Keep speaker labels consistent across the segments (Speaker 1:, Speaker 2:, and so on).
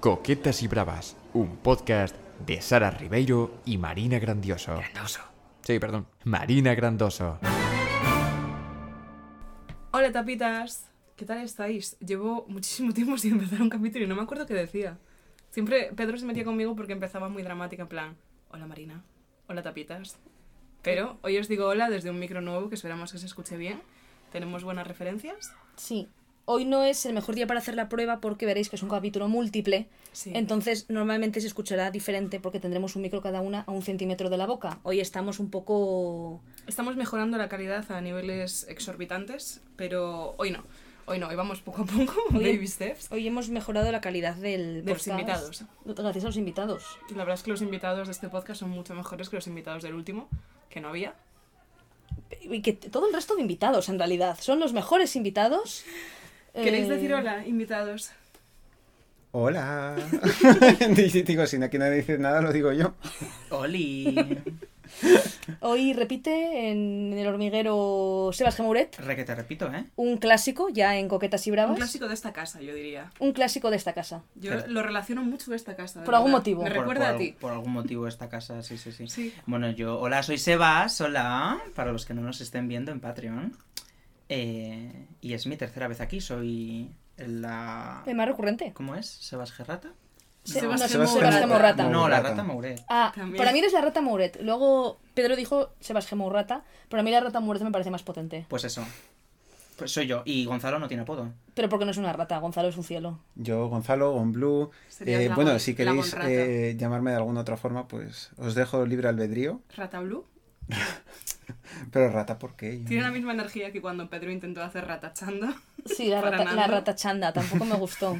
Speaker 1: Coquetas y Bravas, un podcast de Sara Ribeiro y Marina Grandioso.
Speaker 2: Grandoso.
Speaker 1: Sí, perdón. Marina Grandoso.
Speaker 2: Hola tapitas, ¿qué tal estáis? Llevo muchísimo tiempo sin empezar un capítulo y no me acuerdo qué decía. Siempre Pedro se metía conmigo porque empezaba muy dramática, en plan, hola Marina, hola tapitas. Pero hoy os digo hola desde un micro nuevo que esperamos que se escuche bien. Tenemos buenas referencias.
Speaker 3: Sí. Hoy no es el mejor día para hacer la prueba porque veréis que es un capítulo múltiple.
Speaker 2: Sí.
Speaker 3: Entonces, normalmente se escuchará diferente porque tendremos un micro cada una a un centímetro de la boca. Hoy estamos un poco.
Speaker 2: Estamos mejorando la calidad a niveles exorbitantes, pero hoy no. Hoy no, hoy vamos poco a poco,
Speaker 3: Oye.
Speaker 2: baby steps.
Speaker 3: Hoy hemos mejorado la calidad del.
Speaker 2: De los
Speaker 3: podcast.
Speaker 2: invitados.
Speaker 3: Gracias a los invitados.
Speaker 2: La verdad es que los invitados de este podcast son mucho mejores que los invitados del último, que no había.
Speaker 3: Y que todo el resto de invitados, en realidad. Son los mejores invitados.
Speaker 2: ¿Queréis
Speaker 3: Eh,
Speaker 2: decir hola, invitados?
Speaker 4: Hola. Y digo, si aquí nadie dice nada, lo digo yo.
Speaker 5: Oli.
Speaker 3: Hoy repite en El Hormiguero Sebas Gemuret,
Speaker 5: Re que te repito, ¿eh?
Speaker 3: un clásico ya en Coquetas y Bravas.
Speaker 2: Un clásico de esta casa, yo diría.
Speaker 3: un clásico de esta casa.
Speaker 2: Yo
Speaker 5: Claro.
Speaker 2: lo relaciono mucho a esta casa. de
Speaker 3: Por algún
Speaker 2: verdad.
Speaker 3: motivo.
Speaker 2: Me
Speaker 3: Por-
Speaker 2: recuerda
Speaker 5: por,
Speaker 2: a ti.
Speaker 5: Por algún motivo esta casa, sí, sí, sí.
Speaker 2: Sí.
Speaker 5: Bueno, yo, hola, soy Sebas, hola, para los que no nos estén viendo en Patreon. Eh, y es mi tercera vez aquí, soy la...
Speaker 2: Em.
Speaker 3: El más recurrente.
Speaker 5: ¿Cómo es? ¿Sebas Gerrata?
Speaker 3: Se-
Speaker 2: Sebas
Speaker 3: no,
Speaker 2: Sebas
Speaker 3: Sebas
Speaker 2: Gemurrata.
Speaker 3: Gemurrata.
Speaker 5: No, la
Speaker 4: Maurata.
Speaker 5: rata Mauret.
Speaker 3: Ah,
Speaker 2: También.
Speaker 3: para mí eres la rata Mouret. Luego Pedro dijo Sebas Gemo rata, pero a mí la rata Mouret me parece más potente.
Speaker 5: Pues eso. Pues soy yo. Y Gonzalo no tiene apodo.
Speaker 3: Pero porque no es una rata, Gonzalo es un cielo.
Speaker 4: Yo, Gonzalo, Gonblue.
Speaker 2: Sería
Speaker 4: Eh,
Speaker 2: la
Speaker 4: bueno,
Speaker 2: Gon-
Speaker 4: si
Speaker 2: la
Speaker 4: queréis
Speaker 2: Gonrata.
Speaker 4: eh, llamarme de alguna otra forma, pues os dejo libre albedrío.
Speaker 2: Rata Blue
Speaker 4: Pero rata, ¿por qué? Yo
Speaker 2: tiene
Speaker 4: no-
Speaker 2: la misma energía que cuando Pedro intentó hacer Rata Chanda.
Speaker 3: Sí, la
Speaker 2: Para
Speaker 3: rata, la
Speaker 2: Nando.
Speaker 3: rata chanda, tampoco me gustó.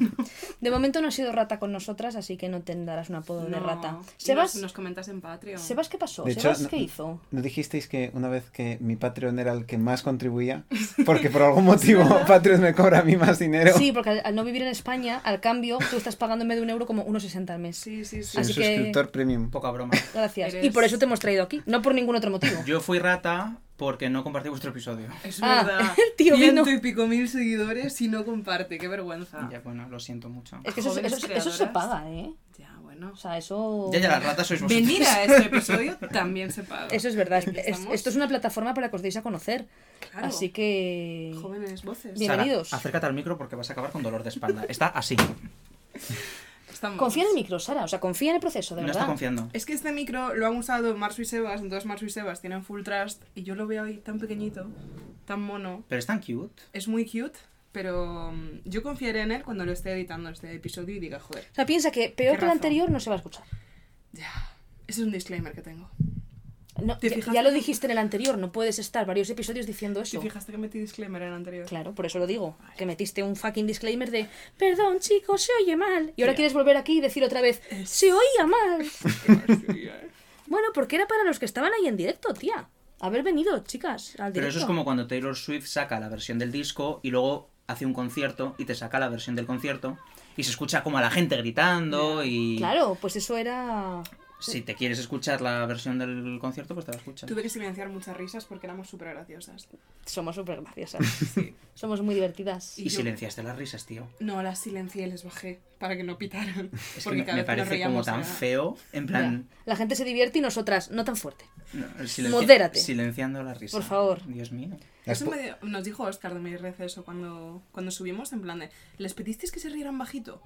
Speaker 3: De momento no ha sido rata con nosotras, así que no tendrás un apodo de
Speaker 2: No.
Speaker 3: rata.
Speaker 2: Y
Speaker 3: Sebas,
Speaker 2: Nos, nos comentas en Patreon.
Speaker 3: Sebas ¿qué pasó?
Speaker 4: De hecho,
Speaker 3: Sebas,
Speaker 4: no-
Speaker 3: ¿eh? ¿qué hizo?
Speaker 4: ¿No dijisteis que una vez que mi Patreon era el que más contribuía? Porque por algún motivo Patreon me cobra a mí más dinero.
Speaker 3: Sí, porque al, al no vivir en España, al cambio, tú estás pagándome de un euro como 1,60 al mes.
Speaker 2: Sí, sí, sí.
Speaker 4: Soy
Speaker 3: Así
Speaker 4: un
Speaker 3: que-
Speaker 4: suscriptor premium.
Speaker 5: Poca broma.
Speaker 3: Gracias.
Speaker 2: Eres-
Speaker 3: Y por eso te hemos traído aquí, no por ningún otro motivo.
Speaker 5: Yo fui rata porque no compartí vuestro episodio.
Speaker 2: Es
Speaker 3: Ah,
Speaker 2: verdad.
Speaker 3: el tío
Speaker 2: Ciento
Speaker 3: vino.
Speaker 2: y pico mil seguidores y no comparte. Qué vergüenza.
Speaker 5: Ya,
Speaker 2: Ya,
Speaker 5: bueno, lo siento mucho.
Speaker 3: Es que eso,
Speaker 2: Jóvenes
Speaker 3: eso- eso se
Speaker 2: creadoras.
Speaker 3: paga, ¿eh?
Speaker 2: bueno.
Speaker 3: O sea, eso...
Speaker 5: Ya, ya, la rata sois vosotros.
Speaker 2: Venir a este episodio también se paga.
Speaker 3: Eso es verdad. es-
Speaker 2: Aquí
Speaker 3: es-
Speaker 2: estamos.
Speaker 3: esto es una plataforma para que os deis a conocer.
Speaker 2: Claro.
Speaker 3: Así que.
Speaker 2: Jóvenes voces.
Speaker 3: Bien.
Speaker 5: Sara,
Speaker 3: bienvenidos.
Speaker 5: acércate al micro porque vas a acabar con dolor de espalda. Está así.
Speaker 2: Estamos.
Speaker 3: Confía en el micro, Sara. O sea, confía en el proceso, de
Speaker 5: No
Speaker 3: verdad.
Speaker 5: está confiando.
Speaker 2: Es que este micro lo han usado Marsu y Sebas, entonces Marsu y Sebas tienen full trust y yo lo veo ahí tan pequeñito, tan mono.
Speaker 5: Pero es tan cute.
Speaker 2: Es muy cute, pero mm, yo confiaré en él cuando lo esté editando este episodio y diga, joder,
Speaker 3: O sea, piensa que peor
Speaker 2: Qué
Speaker 3: que el
Speaker 2: razón.
Speaker 3: anterior no se va a escuchar.
Speaker 2: ya. Ese es un disclaimer que tengo.
Speaker 3: No,
Speaker 2: ¿Te
Speaker 3: ya,
Speaker 2: fijas?
Speaker 3: ya lo dijiste en el anterior, no puedes estar varios episodios diciendo
Speaker 2: ¿Te
Speaker 3: eso.
Speaker 2: fijaste que metí disclaimer en el anterior?
Speaker 3: Claro, por eso lo digo. Que metiste un fucking disclaimer de perdón, chicos, se oye mal. Y ahora quieres volver aquí y decir otra vez, se oía mal.
Speaker 2: ¿eh?
Speaker 3: bueno, porque era para los que estaban ahí en directo, tía. Haber venido, chicas, al directo.
Speaker 5: Pero eso es como cuando Taylor Swift saca la versión del disco y luego hace un concierto y te saca la versión del concierto y se escucha como a la gente gritando y
Speaker 3: Claro, pues eso era.
Speaker 5: si te quieres escuchar la versión del concierto pues te la escuchas.
Speaker 2: Tuve que silenciar muchas risas porque éramos súper graciosas.
Speaker 3: Somos súper graciosas.
Speaker 2: Sí.
Speaker 3: Somos muy divertidas.
Speaker 2: y
Speaker 5: Y
Speaker 2: yo-
Speaker 5: silenciaste las risas, tío.
Speaker 2: No, las silencié y les bajé para que no pitaran.
Speaker 5: Es que
Speaker 2: porque
Speaker 5: me,
Speaker 2: cada
Speaker 5: me
Speaker 2: vez que nos
Speaker 5: parece como
Speaker 2: reíamos
Speaker 5: tan
Speaker 2: era-
Speaker 5: feo, en plan...
Speaker 3: Ya. La gente se divierte y nosotras no tan fuerte.
Speaker 5: no, el silenci-
Speaker 3: Modérate.
Speaker 5: Silenciando las risas.
Speaker 3: Por favor.
Speaker 5: Dios mío.
Speaker 4: Las
Speaker 2: Eso
Speaker 4: po-
Speaker 2: me dio- nos dijo Oscar de mi receso cuando, cuando subimos, en plan de, ¿les pedisteis que se rieran bajito?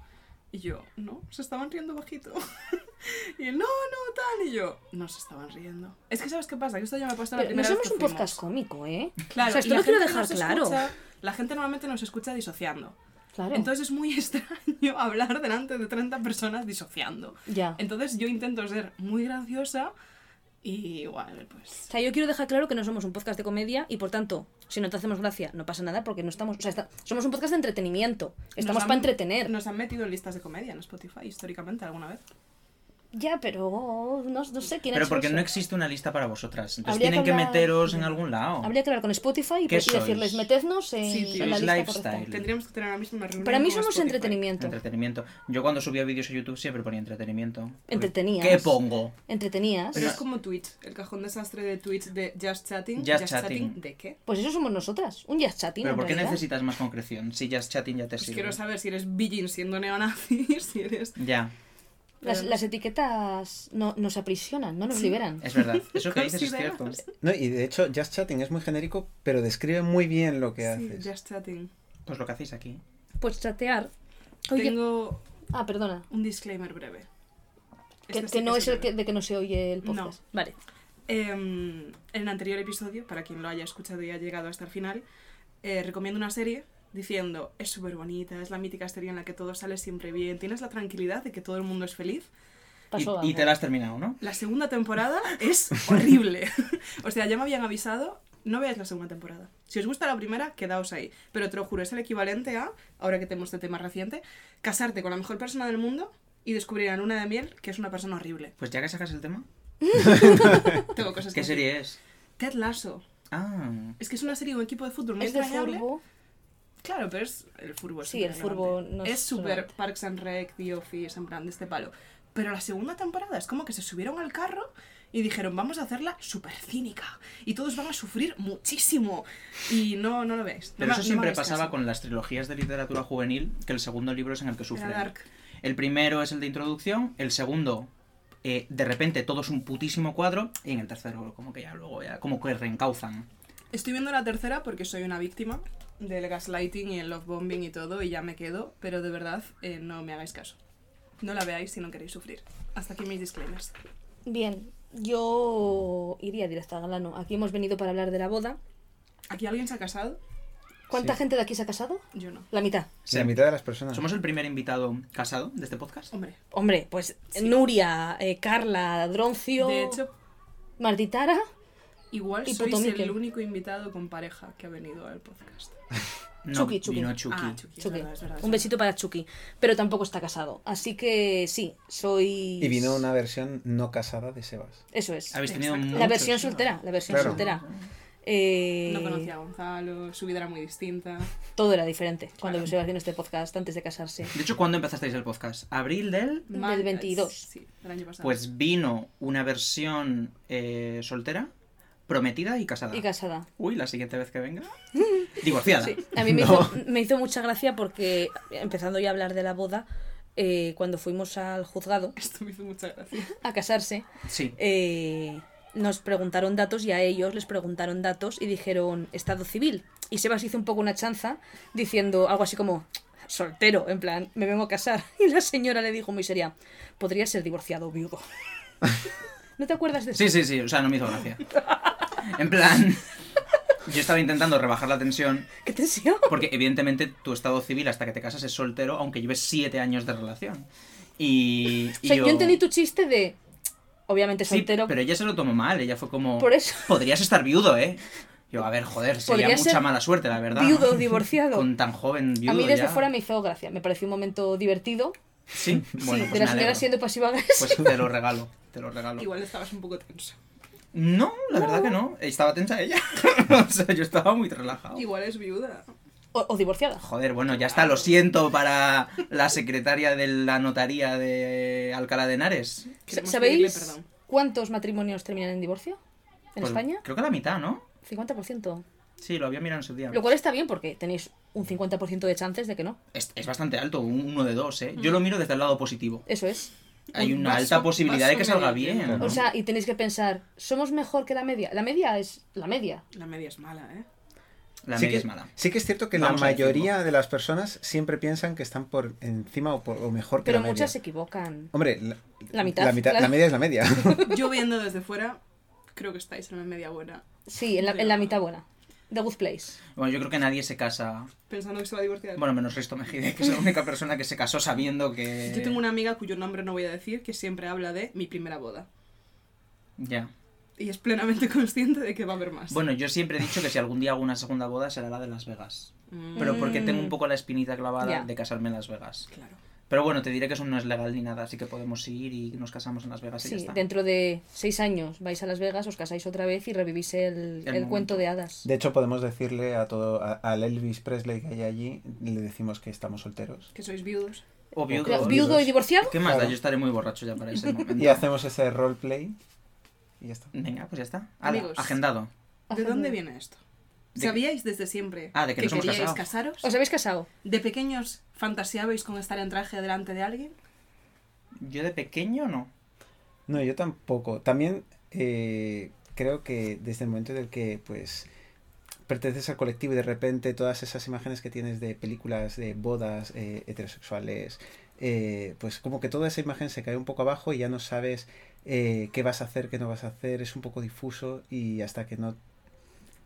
Speaker 2: Y yo, no, se estaban riendo bajito. y él, no, no, tal. Y yo, no se estaban riendo. Es que, ¿sabes qué pasa? Que esto ya me ha pasado la
Speaker 3: Pero no
Speaker 2: primera vez
Speaker 3: somos
Speaker 2: que
Speaker 3: un
Speaker 2: fuimos.
Speaker 3: podcast cómico, ¿eh?
Speaker 2: Claro,
Speaker 3: o sea, esto
Speaker 2: y la
Speaker 3: lo quiero
Speaker 2: gente
Speaker 3: dejar
Speaker 2: nos
Speaker 3: claro.
Speaker 2: escucha- la gente normalmente nos escucha disociando.
Speaker 3: Claro.
Speaker 2: Entonces es muy extraño hablar delante de 30 personas disociando.
Speaker 3: ya.
Speaker 2: Entonces yo intento ser muy graciosa y igual, pues...
Speaker 3: O sea, yo quiero dejar claro que no somos un podcast de comedia y por tanto, si no te hacemos gracia, no pasa nada porque no estamos. O sea, está- somos un podcast de entretenimiento. Estamos
Speaker 2: nos han-
Speaker 3: para entretener.
Speaker 2: Nos han metido en listas de comedia en Spotify históricamente alguna vez.
Speaker 3: Ya, pero no, no sé quién ha
Speaker 5: Pero
Speaker 3: hecho
Speaker 5: porque
Speaker 3: eso.
Speaker 5: no existe una lista para vosotras. Entonces
Speaker 3: Habría
Speaker 5: tienen
Speaker 3: que
Speaker 5: que,
Speaker 3: hablar-
Speaker 5: meteros en algún lado.
Speaker 3: Habría que hablar con Spotify y,
Speaker 5: ¿Qué
Speaker 3: pues- y
Speaker 5: sois?
Speaker 3: decirles, metednos en,
Speaker 2: Sí, tío.
Speaker 3: en la
Speaker 5: Sois
Speaker 3: lista
Speaker 5: lifestyle.
Speaker 3: correcta.
Speaker 2: Tendríamos que tener ahora mismo una reunión.
Speaker 3: Para mí
Speaker 2: con
Speaker 3: somos
Speaker 2: Spotify.
Speaker 3: entretenimiento.
Speaker 5: Entretenimiento. Yo cuando subía vídeos a YouTube siempre ponía entretenimiento. Porque,
Speaker 3: Entretenías.
Speaker 5: ¿Qué pongo?
Speaker 3: Entretenías.
Speaker 2: Pero es como Twitch, el cajón desastre de Twitch de Just Chatting.
Speaker 5: Just Chatting.
Speaker 2: ¿De qué?
Speaker 3: Pues eso somos nosotras. Un jazz chatting.
Speaker 5: Pero
Speaker 3: en
Speaker 5: ¿por qué
Speaker 3: realidad.
Speaker 5: necesitas más concreción? Si ya es chatting ya te
Speaker 2: Pues
Speaker 5: sirve.
Speaker 2: quiero saber si eres Billin siendo neonazi, si eres...
Speaker 5: Ya,
Speaker 3: Las,
Speaker 2: Pero-
Speaker 3: las etiquetas no, nos aprisionan, no nos liberan.
Speaker 5: es verdad. Eso que dices es
Speaker 2: Considera-
Speaker 5: cierto.
Speaker 4: No, y de hecho, Just Chatting es muy genérico, pero describe muy bien lo que
Speaker 2: Sí,
Speaker 4: haces.
Speaker 2: Just Chatting.
Speaker 5: Pues lo que hacéis aquí.
Speaker 3: Pues chatear. Oye,
Speaker 2: Tengo
Speaker 3: ah, perdona.
Speaker 2: un disclaimer breve.
Speaker 3: Que,
Speaker 2: Este sí
Speaker 3: que no
Speaker 2: que
Speaker 3: es el
Speaker 2: breve.
Speaker 3: que, de que no se oye el podcast.
Speaker 2: No.
Speaker 3: Vale.
Speaker 2: Eh, en el anterior episodio, para quien lo haya escuchado y haya llegado hasta el final, eh, recomiendo una serie diciendo es súper bonita, es la mítica serie en la que todo sale siempre bien, tienes la tranquilidad de que todo el mundo es feliz.
Speaker 5: Y,
Speaker 3: Pasó
Speaker 5: y
Speaker 3: algo.
Speaker 5: te la has terminado, ¿no?
Speaker 2: La segunda temporada es horrible. o sea, ya me habían avisado, no veáis la segunda temporada. Si os gusta la primera, quedaos ahí. Pero te lo juro, es el equivalente a, ahora que tenemos este tema reciente, casarte con la mejor persona del mundo y descubrir en una de miel que es una persona horrible.
Speaker 5: Pues ya que sacas el tema.
Speaker 2: Tengo cosas que
Speaker 5: ¿Qué
Speaker 2: decir.
Speaker 5: serie es?
Speaker 2: Ted Lasso.
Speaker 5: Ah.
Speaker 2: Es que es una serie de un equipo de fútbol muy
Speaker 3: Es de
Speaker 2: extrañable.
Speaker 3: furbo.
Speaker 2: Claro, pero es el furbo. es
Speaker 3: Sí, el
Speaker 2: súper
Speaker 3: furbo
Speaker 2: relevante.
Speaker 3: no es
Speaker 2: es súper
Speaker 3: relevante.
Speaker 2: Parks and Rec, The Office, en plan de este palo. Pero la segunda temporada es como que se subieron al carro y dijeron, vamos a hacerla súper cínica. Y todos van a sufrir muchísimo. Y no, no lo veis.
Speaker 5: Pero eso siempre pasaba con las trilogías de literatura juvenil, que el segundo libro es en el que
Speaker 2: Era
Speaker 5: sufren.
Speaker 2: Dark.
Speaker 5: El primero es el de introducción, el segundo, eh, de repente todo es un putísimo cuadro, y en el tercero como que ya luego ya, como que reencauzan.
Speaker 2: Estoy viendo la tercera porque soy una víctima del gaslighting y el love bombing y todo y ya me quedo, pero de verdad eh, no me hagáis caso. No la veáis si no queréis sufrir. Hasta aquí mis disclaimers.
Speaker 3: Bien, yo iría directa al galano. Aquí hemos venido para hablar de la boda.
Speaker 2: ¿Aquí alguien se ha casado?
Speaker 3: ¿Cuánta
Speaker 4: Sí.
Speaker 3: gente de aquí se ha casado?
Speaker 2: Yo no.
Speaker 3: La mitad.
Speaker 4: La mitad de las personas.
Speaker 5: Somos el primer invitado casado de este podcast.
Speaker 2: Hombre.
Speaker 3: Hombre, pues Nuria, eh, Carla, Droncio,
Speaker 2: De hecho,
Speaker 3: Martitara.
Speaker 2: Igual
Speaker 3: Y
Speaker 2: sois
Speaker 3: Potomique.
Speaker 2: el único invitado con pareja que ha venido al podcast.
Speaker 5: No,
Speaker 3: Chucky, Chucky.
Speaker 5: vino Ah, Chucky.
Speaker 2: Ah, Chucky, es
Speaker 3: Chucky.
Speaker 2: verdad, es verdad, es
Speaker 3: Un
Speaker 2: verdad.
Speaker 3: besito para Chucky. Pero tampoco está casado. Así que sí, soy.
Speaker 4: Y vino una versión no casada de Sebas.
Speaker 3: Eso es.
Speaker 5: Habéis tenido
Speaker 2: Exacto.
Speaker 5: muchos,
Speaker 3: La versión
Speaker 5: ¿no?
Speaker 3: soltera, la versión
Speaker 4: Claro.
Speaker 3: soltera. Eh,
Speaker 2: No conocía a Gonzalo, su vida era muy distinta.
Speaker 3: Todo era diferente cuando
Speaker 2: Claro.
Speaker 3: se iba haciendo este podcast antes de casarse.
Speaker 5: De hecho, ¿cuándo empezasteis el podcast? ¿Abril del...?
Speaker 3: Del
Speaker 2: Mal-
Speaker 3: 22.
Speaker 2: Sí, del año pasado.
Speaker 5: Pues vino una versión eh, soltera, prometida y casada.
Speaker 3: Y casada.
Speaker 5: Uy, la siguiente vez que venga. Divorciada.
Speaker 3: Sí, a mí me, hizo, me hizo mucha gracia porque, empezando ya a hablar de la boda, eh, cuando fuimos al juzgado
Speaker 2: Esto me hizo mucha gracia.
Speaker 3: a casarse,
Speaker 5: Sí.
Speaker 3: eh, nos preguntaron datos y a ellos les preguntaron datos y dijeron estado civil. Y Sebas hizo un poco una chanza diciendo algo así como soltero, en plan, me vengo a casar. Y la señora le dijo muy seria, podría ser divorciado o viudo. ¿No te acuerdas de eso?
Speaker 5: Sí, sí, sí, o sea, no me hizo gracia. En plan, yo estaba intentando rebajar la tensión,
Speaker 3: ¿Qué tensión?
Speaker 5: porque evidentemente tu estado civil hasta que te casas es soltero, aunque lleves siete años de relación. Y,
Speaker 3: O
Speaker 5: y
Speaker 3: sea, yo... entendí tu chiste de, obviamente
Speaker 5: Sí,
Speaker 3: soltero,
Speaker 5: pero ella se lo tomó mal, ella fue como...
Speaker 3: Por eso.
Speaker 5: Podrías estar viudo, ¿eh? Yo, a ver, joder, sería
Speaker 3: Podría
Speaker 5: mucha
Speaker 3: ser
Speaker 5: mala suerte, la verdad.
Speaker 3: viudo, divorciado.
Speaker 5: Con tan joven viudo
Speaker 3: a mí desde
Speaker 5: ya.
Speaker 3: fuera me hizo gracia, me pareció un momento divertido.
Speaker 5: Sí, bueno,
Speaker 3: sí,
Speaker 5: pues
Speaker 3: de la
Speaker 5: me
Speaker 3: señora
Speaker 5: alegro.
Speaker 3: siendo pasiva agresiva.
Speaker 5: Pues te lo regalo, te lo regalo.
Speaker 2: Igual estabas un poco tenso.
Speaker 5: No, la verdad que no. Estaba tensa ella. o sea, yo estaba muy relajado.
Speaker 2: Igual es viuda.
Speaker 3: O, o divorciada.
Speaker 5: Joder, bueno, ya está, lo siento para la secretaria de la notaría de Alcalá de Henares.
Speaker 2: Queremos
Speaker 3: ¿Sabéis
Speaker 2: pedirle perdón.
Speaker 3: cuántos matrimonios terminan en divorcio? ¿En
Speaker 5: Pues,
Speaker 3: España?
Speaker 5: Creo que la mitad, ¿no?
Speaker 3: 50%.
Speaker 5: Sí, lo había mirado en su día.
Speaker 3: Lo cual está bien porque tenéis un 50% de chances de que no.
Speaker 5: Es, es bastante alto, un- uno de dos, ¿eh? Yo lo miro desde el lado positivo.
Speaker 3: Eso es.
Speaker 5: Hay
Speaker 2: Un
Speaker 5: una
Speaker 2: vaso-
Speaker 5: alta posibilidad de que
Speaker 2: vaso
Speaker 5: salga
Speaker 2: medio
Speaker 5: bien.
Speaker 2: lleno.
Speaker 5: ¿no?
Speaker 3: O sea, y tenéis que pensar, ¿somos mejor que la media? La media es la media.
Speaker 2: La media es mala, ¿eh?
Speaker 5: la
Speaker 4: sí
Speaker 5: media
Speaker 4: que,
Speaker 5: es mala.
Speaker 4: Sí que es cierto que
Speaker 5: Vamos a
Speaker 4: la
Speaker 5: decirlo.
Speaker 4: mayoría de las personas siempre piensan que están por encima o, por- o mejor que
Speaker 3: Pero
Speaker 4: la media.
Speaker 3: muchas se equivocan.
Speaker 4: Hombre, la,
Speaker 3: La mitad,
Speaker 4: La, mitad- la
Speaker 3: claro.
Speaker 4: media es la media.
Speaker 2: Yo viendo desde fuera, creo que estáis en la media buena.
Speaker 3: Sí, en la, en la mitad buena. The Good Place.
Speaker 5: Bueno, yo creo que nadie se casa.
Speaker 2: Pensando que se va a divorciar.
Speaker 5: Bueno, menos Risto Mejide, que es la única persona que se casó sabiendo que.
Speaker 2: Yo tengo una amiga cuyo nombre no voy a decir que siempre habla de mi primera boda.
Speaker 5: Ya.
Speaker 2: Y es plenamente consciente de que va a haber más.
Speaker 5: Bueno, yo siempre he dicho que si algún día hago una segunda boda será la de Las Vegas.
Speaker 2: Mm,
Speaker 5: Pero porque tengo
Speaker 3: Mm.
Speaker 5: un poco la espinita clavada
Speaker 3: Ya.
Speaker 5: de casarme en Las Vegas.
Speaker 2: claro.
Speaker 5: Pero bueno, te diré que eso no es legal ni nada, así que podemos ir y nos casamos en Las Vegas y ya
Speaker 3: Sí,
Speaker 5: está.
Speaker 3: dentro de seis años vais a Las Vegas, os casáis otra vez y revivís el,
Speaker 5: El
Speaker 3: el cuento
Speaker 5: momento.
Speaker 3: de hadas.
Speaker 4: De hecho, podemos decirle a todo, a- al Elvis Presley que hay allí, le decimos que estamos solteros.
Speaker 2: Que sois viudos.
Speaker 5: O viudo.
Speaker 3: Pero,
Speaker 5: o
Speaker 3: ¿Viudo y divorciado?
Speaker 5: ¿Qué más da?
Speaker 4: Claro.
Speaker 5: Yo estaré muy borracho ya para ese momento.
Speaker 4: Y hacemos ese roleplay y ya está.
Speaker 5: Venga, pues ya está. Ala,
Speaker 2: Amigos.
Speaker 5: agendado.
Speaker 2: ¿De dónde viene esto?
Speaker 5: De-
Speaker 2: ¿Sabíais desde siempre
Speaker 5: Ah, de que nos hemos
Speaker 2: queríais
Speaker 5: casado.
Speaker 2: casaros?
Speaker 3: ¿Os habéis casado?
Speaker 2: ¿De pequeños fantaseabais con estar en traje delante de alguien?
Speaker 5: Yo de pequeño no.
Speaker 4: No, yo tampoco. También eh, creo que desde el momento en el que pues perteneces al colectivo y de repente todas esas imágenes que tienes de películas, de bodas eh, heterosexuales, eh, pues como que toda esa imagen se cae un poco abajo y ya no sabes eh, qué vas a hacer, qué no vas a hacer, es un poco difuso y hasta que no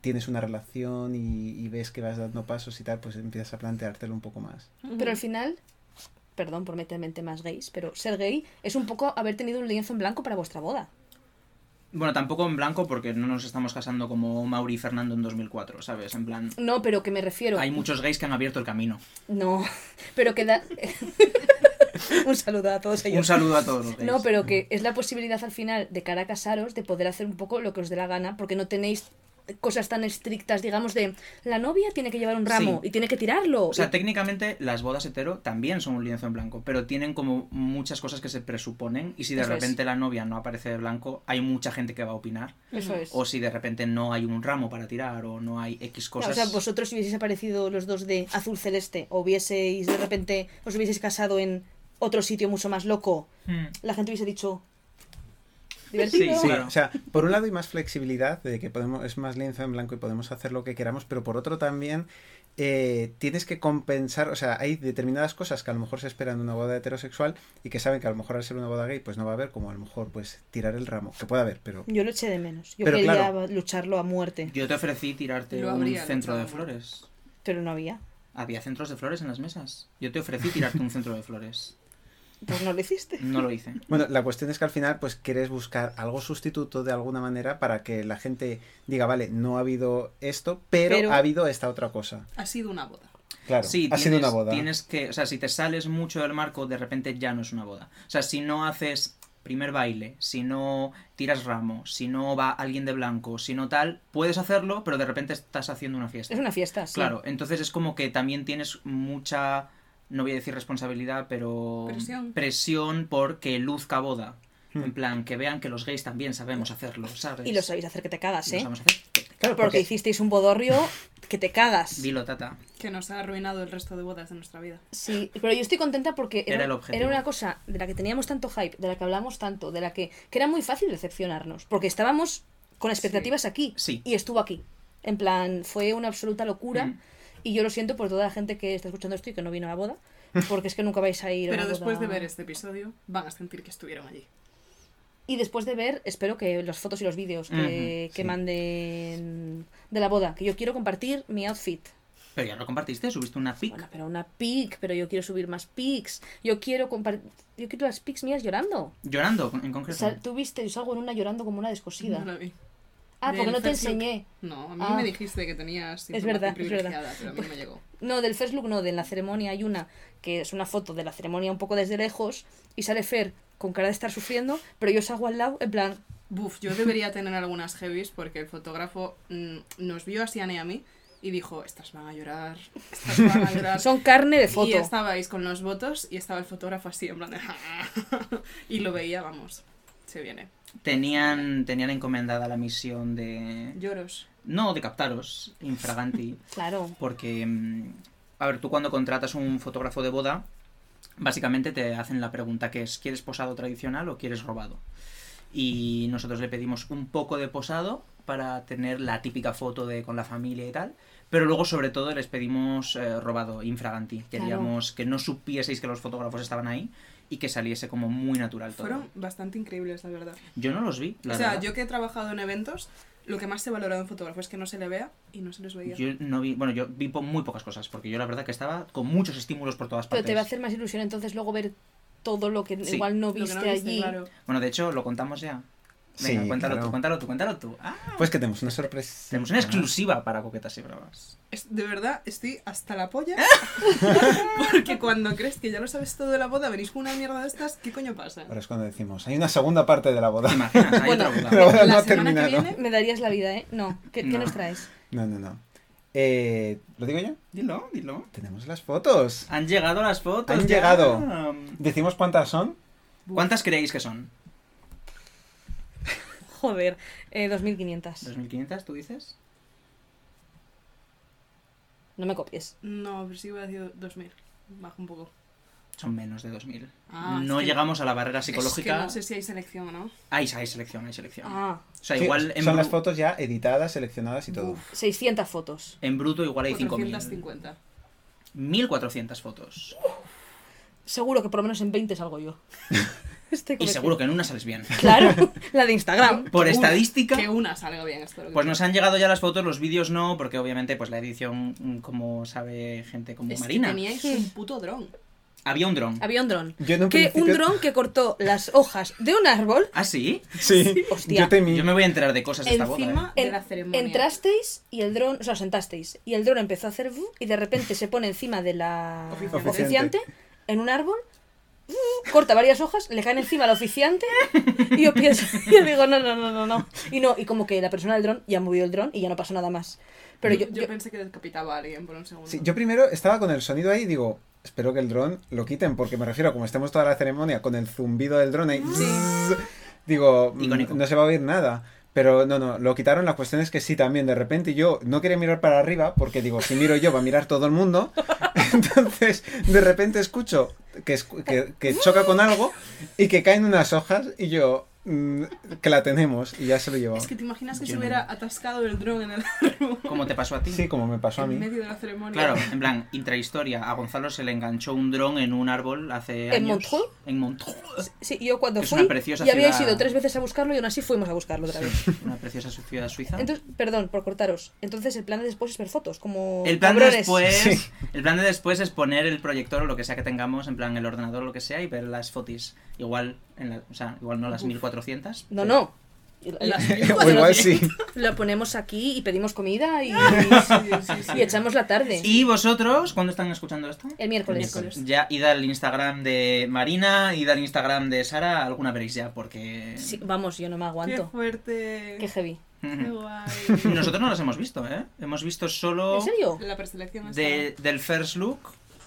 Speaker 4: tienes una relación y, y ves que vas dando pasos y tal, pues empiezas a planteártelo un poco más.
Speaker 3: Pero al final, perdón por meterme en temas gays, pero ser gay es un poco haber tenido un lienzo en blanco para vuestra boda.
Speaker 5: Bueno, tampoco en blanco porque no nos estamos casando como Mauri y Fernando en 2004, ¿sabes? En plan,
Speaker 3: No, pero que me refiero.
Speaker 5: hay muchos gays que han abierto el camino.
Speaker 3: No, pero que da. un saludo a todos
Speaker 5: Un
Speaker 3: ellos.
Speaker 5: saludo a todos Mm. los gays.
Speaker 3: No, pero que es la posibilidad al final de cara a casaros de poder hacer un poco lo que os dé la gana, porque no tenéis cosas tan estrictas, digamos, de la novia tiene que llevar un ramo
Speaker 5: Sí.
Speaker 3: y tiene que tirarlo.
Speaker 5: O sea, técnicamente las bodas hetero también son un lienzo en blanco, pero tienen como muchas cosas que se presuponen y si de
Speaker 3: Eso es.
Speaker 5: repente la novia no aparece de blanco, hay mucha gente que va a opinar.
Speaker 3: Eso es.
Speaker 5: Mm. O si de repente no hay un ramo para tirar o no hay X
Speaker 3: Claro,
Speaker 5: cosas.
Speaker 3: O sea, pues, vosotros si hubieseis aparecido los dos de azul celeste o hubieseis de repente os hubieseis casado en otro sitio mucho más loco,
Speaker 5: Mm.
Speaker 3: la gente hubiese dicho divertido.
Speaker 5: Sí,
Speaker 4: Sí,
Speaker 5: Claro.
Speaker 4: o sea, por un lado hay más flexibilidad de que podemos, es más lienzo en blanco y podemos hacer lo que queramos, pero por otro también eh, tienes que compensar, o sea, hay determinadas cosas que a lo mejor se esperan de una boda heterosexual y que saben que a lo mejor al ser una boda gay pues no va a haber, como a lo mejor pues tirar el ramo, que puede haber, pero
Speaker 3: Yo lo eché de menos. Yo
Speaker 4: Pero
Speaker 3: quería
Speaker 4: claro.
Speaker 3: lucharlo a muerte,
Speaker 5: Yo te ofrecí tirarte
Speaker 2: Lo
Speaker 5: un
Speaker 2: habría
Speaker 5: centro de
Speaker 2: luchado.
Speaker 5: flores.
Speaker 3: pero no había.
Speaker 5: Había centros de flores en las mesas. Yo te ofrecí tirarte un centro de flores.
Speaker 3: Pues no lo hiciste.
Speaker 5: No lo hice.
Speaker 4: bueno, la cuestión es que al final pues quieres buscar algo sustituto de alguna manera para que la gente diga, vale, no ha habido esto, pero,
Speaker 3: Pero-
Speaker 4: ha habido esta otra cosa.
Speaker 2: Ha sido una boda.
Speaker 4: Claro,
Speaker 5: Sí,
Speaker 4: ha
Speaker 5: tienes,
Speaker 4: sido una boda.
Speaker 5: tienes que, o sea, si te sales mucho del marco, de repente ya no es una boda. O sea, si no haces primer baile, si no tiras ramo, si no va alguien de blanco, si no tal, puedes hacerlo, pero de repente estás haciendo una fiesta.
Speaker 3: Es una fiesta, sí.
Speaker 5: Claro, entonces es como que también tienes mucha, no voy a decir responsabilidad, pero
Speaker 2: Presión.
Speaker 5: presión por que luzca boda.
Speaker 4: Hmm.
Speaker 5: En plan, que vean que los gays también sabemos hacerlo, ¿sabes?
Speaker 3: Y lo sabéis hacer que te cagas,
Speaker 5: pues, Lo
Speaker 3: ¿eh?
Speaker 5: sabemos hacer.
Speaker 4: Claro,
Speaker 3: Porque hicisteis un bodorrio que te cagas.
Speaker 5: Dilo, tata.
Speaker 2: Que nos ha arruinado el resto de bodas de nuestra vida.
Speaker 3: Sí, pero yo estoy contenta porque era,
Speaker 5: Era el objetivo.
Speaker 3: era una cosa de la que teníamos tanto hype, de la que hablamos tanto, de la que, que era muy fácil decepcionarnos, porque estábamos con expectativas aquí
Speaker 5: Sí.
Speaker 3: y estuvo aquí. En plan, fue una absoluta locura
Speaker 5: Mm.
Speaker 3: y yo lo siento por toda la gente que está escuchando esto y que no vino a la boda, porque es que nunca vais a ir a
Speaker 2: Pero
Speaker 3: una
Speaker 2: después de
Speaker 3: boda.
Speaker 2: ver este episodio, van a sentir que estuvieron allí.
Speaker 3: Y después de ver, espero que las fotos y los vídeos que,
Speaker 5: Ujú,
Speaker 3: que
Speaker 4: sí.
Speaker 3: manden de la boda, que yo quiero compartir mi outfit.
Speaker 5: Pero ya lo compartiste, subiste una pic.
Speaker 3: Bueno, pero una pic, pero yo quiero subir más pics. Yo quiero compartir. Yo quiero las pics mías llorando.
Speaker 5: Llorando, en
Speaker 3: O
Speaker 5: concreto.
Speaker 3: sea, tú viste, yo salgo en una llorando como una descosida.
Speaker 2: No la vi.
Speaker 3: ah, porque
Speaker 2: Del
Speaker 3: no te
Speaker 2: Facebook.
Speaker 3: enseñé.
Speaker 2: No, a mí
Speaker 3: Ah.
Speaker 2: me dijiste que tenías
Speaker 3: Es
Speaker 2: información
Speaker 3: verdad, es
Speaker 2: privilegiada, pero a mí no me llegó.
Speaker 3: No, del first look no, de la ceremonia hay una que es una foto de la ceremonia un poco desde lejos y sale Fer con cara de estar sufriendo, pero yo salgo al lado en plan,
Speaker 2: Buf, yo debería tener algunas heavies porque el fotógrafo mm, nos vio así a Siane y a mí y dijo, estas van a llorar, estas van a llorar.
Speaker 3: son carne de foto.
Speaker 2: Ah. Y estabais con los votos y estaba el fotógrafo así en plan de... y lo veía, vamos, se viene.
Speaker 5: Tenían, tenían encomendada la misión de...
Speaker 2: Lloros.
Speaker 5: No, de captaros, infraganti.
Speaker 3: Claro.
Speaker 5: Porque, mm, a ver, tú cuando contratas un fotógrafo de boda, básicamente te hacen la pregunta que es, ¿quieres posado tradicional o quieres robado? Y nosotros le pedimos un poco de posado para tener la típica foto de con la familia y tal, pero luego sobre todo les pedimos eh, robado, infraganti. Queríamos que no supieseis que los fotógrafos estaban ahí y que saliese como muy natural todo.
Speaker 2: Fueron bastante increíbles, la verdad.
Speaker 5: Yo no los vi. la
Speaker 2: o sea,
Speaker 5: verdad.
Speaker 2: yo que he trabajado en eventos, lo que más se valora de un fotógrafo es que no se le vea y no se les veía.
Speaker 5: Yo no vi, bueno, yo vi po- muy pocas cosas, porque yo la verdad que estaba con muchos estímulos por todas
Speaker 3: Pero
Speaker 5: partes.
Speaker 3: te va a hacer más ilusión entonces luego ver todo lo que
Speaker 5: Sí.
Speaker 3: igual no
Speaker 2: Lo que
Speaker 3: viste
Speaker 2: no viste,
Speaker 3: allí.
Speaker 2: claro.
Speaker 5: Bueno, de hecho, lo contamos ya. Venga,
Speaker 4: Sí,
Speaker 5: cuéntalo
Speaker 4: claro.
Speaker 5: tú, cuéntalo tú, cuéntalo tú. Ah,
Speaker 4: Pues que tenemos una sorpresa.
Speaker 5: tenemos una exclusiva para Coquetas y Bravas.
Speaker 2: Es- de verdad, estoy hasta la polla. Porque cuando crees que ya lo sabes todo de la boda, venís con una mierda de estas, ¿qué coño pasa?
Speaker 4: Ahora es cuando decimos, hay una segunda parte de la boda.
Speaker 5: ¿Te imaginas? Hay
Speaker 3: Bueno.
Speaker 5: otra
Speaker 4: La
Speaker 5: boda.
Speaker 4: boda no
Speaker 2: La
Speaker 4: ha
Speaker 2: semana que
Speaker 4: terminado.
Speaker 2: viene-
Speaker 3: Me darías la vida, ¿eh? No. ¿Qué, qué
Speaker 5: No.
Speaker 3: nos traes?
Speaker 4: No, no, no. Eh, ¿Lo digo yo?
Speaker 5: Dilo, dilo.
Speaker 4: Tenemos las fotos.
Speaker 5: Han llegado las fotos.
Speaker 4: Han
Speaker 5: ya.
Speaker 4: llegado. ¿Decimos cuántas son?
Speaker 5: ¿Cuántas creéis que son?
Speaker 3: Joder, eh, 2500.
Speaker 5: ¿2500 tú dices?
Speaker 3: No me copies.
Speaker 2: No, pero sí iba a decir 2000. Baja un poco.
Speaker 5: Son menos de 2000.
Speaker 2: Ah, es
Speaker 5: no
Speaker 2: que-
Speaker 5: llegamos a la barrera psicológica.
Speaker 2: Es que no sé si hay selección o no.
Speaker 5: hay, hay selección, hay selección.
Speaker 3: Ah,
Speaker 5: O sea,
Speaker 4: Sí,
Speaker 5: igual en,
Speaker 4: son
Speaker 5: bru-
Speaker 4: las fotos ya editadas, seleccionadas y todo.
Speaker 3: 600 fotos.
Speaker 5: en bruto igual hay 5.000.
Speaker 2: 450.
Speaker 5: 1.400 fotos.
Speaker 3: Seguro que por lo menos en 20 salgo yo. Este
Speaker 5: Y seguro que en una sales bien.
Speaker 3: Claro, la de Instagram.
Speaker 5: Por
Speaker 2: Una,
Speaker 5: estadística,
Speaker 2: Que una salga bien, espero que
Speaker 5: pues
Speaker 2: no.
Speaker 5: nos han llegado ya las fotos, los vídeos no, porque obviamente pues la edición, mm, como sabe gente como
Speaker 2: Es que
Speaker 5: Marina,
Speaker 2: teníais un puto dron.
Speaker 5: había un dron.
Speaker 3: Había un dron.
Speaker 4: Yo en un
Speaker 3: que un
Speaker 4: principio-
Speaker 3: dron que cortó las hojas de un árbol.
Speaker 5: ¿Ah, sí?
Speaker 4: Sí,
Speaker 3: Hostia.
Speaker 4: yo temí.
Speaker 5: Yo me voy a enterar de cosas de esta boda.
Speaker 2: Encima
Speaker 5: ¿eh?
Speaker 2: de
Speaker 3: En-
Speaker 2: la ceremonia.
Speaker 3: Entrasteis y el dron, o sea, sentasteis y el dron empezó a hacer bu- y de repente se pone encima de la
Speaker 2: Oficiante.
Speaker 3: oficiante en un árbol, bu- corta varias hojas, le caen encima al oficiante y yo pienso, yo digo, no, no, no, no, no. Y no, y como que la persona del dron ya movió el dron y ya no pasó nada más. Pero yo,
Speaker 2: yo,
Speaker 3: yo-
Speaker 2: pensé que decapitaba a alguien por un segundo.
Speaker 4: Sí, yo primero estaba con el sonido ahí y digo, espero que el dron lo quiten, porque me refiero, como estemos toda la ceremonia con el zumbido del dron ahí, zzzz, digo, mm,
Speaker 5: Icónico.
Speaker 4: no se va a oír nada. Pero no, no, lo quitaron. La cuestión es que sí, también de repente yo no quería mirar para arriba, porque digo, si miro yo va a mirar todo el mundo. Entonces, de repente escucho que, escu- que, que choca con algo y que caen unas hojas y yo, mm, que la tenemos y ya se lo llevó.
Speaker 2: Es que te imaginas que
Speaker 5: Yo
Speaker 2: se
Speaker 5: no.
Speaker 2: hubiera atascado el dron en el árbol
Speaker 5: ¿eh? ¿Cómo te pasó a ti?
Speaker 4: Sí, como me pasó a
Speaker 2: en
Speaker 4: mí.
Speaker 2: medio de la ceremonia.
Speaker 5: Claro, en plan, intrahistoria. A Gonzalo se le enganchó un dron en un árbol hace
Speaker 3: ¿En
Speaker 5: años.
Speaker 3: Montreux?
Speaker 5: En Montreux.
Speaker 3: sí, yo cuando
Speaker 5: Es
Speaker 3: fui
Speaker 5: una preciosa
Speaker 3: y habíais
Speaker 5: ciudad.
Speaker 3: ido tres veces a buscarlo y aún así fuimos a buscarlo otra vez.
Speaker 5: Una preciosa ciudad suiza.
Speaker 3: Entonces, perdón por cortaros. Entonces el plan de después es ver fotos, como
Speaker 5: El plan, de
Speaker 3: cabrones.
Speaker 5: después,
Speaker 4: Sí.
Speaker 5: el plan de después es poner el proyector o lo que sea que tengamos, en plan el ordenador o lo que sea, y ver las fotis. Igual, en la- o sea, igual no las 1400.
Speaker 3: No,
Speaker 5: pero-
Speaker 3: no.
Speaker 2: Las-
Speaker 4: O igual sí.
Speaker 3: Lo ponemos aquí y pedimos comida y,
Speaker 2: sí, sí, sí.
Speaker 3: y echamos la tarde.
Speaker 5: ¿Y vosotros cuándo están escuchando esto?
Speaker 3: El miércoles.
Speaker 2: El miércoles.
Speaker 5: Ya, id al Instagram de Marina, id al Instagram de Sara, alguna veréis ya, porque.
Speaker 3: Sí, vamos, yo no me
Speaker 2: Qué
Speaker 3: aguanto.
Speaker 2: fuerte.
Speaker 3: Qué heavy.
Speaker 2: Qué
Speaker 5: Nosotros
Speaker 2: guay.
Speaker 5: no las hemos visto, ¿eh? Hemos visto solo.
Speaker 3: ¿En serio?
Speaker 2: La preselección está-
Speaker 5: de- del first look,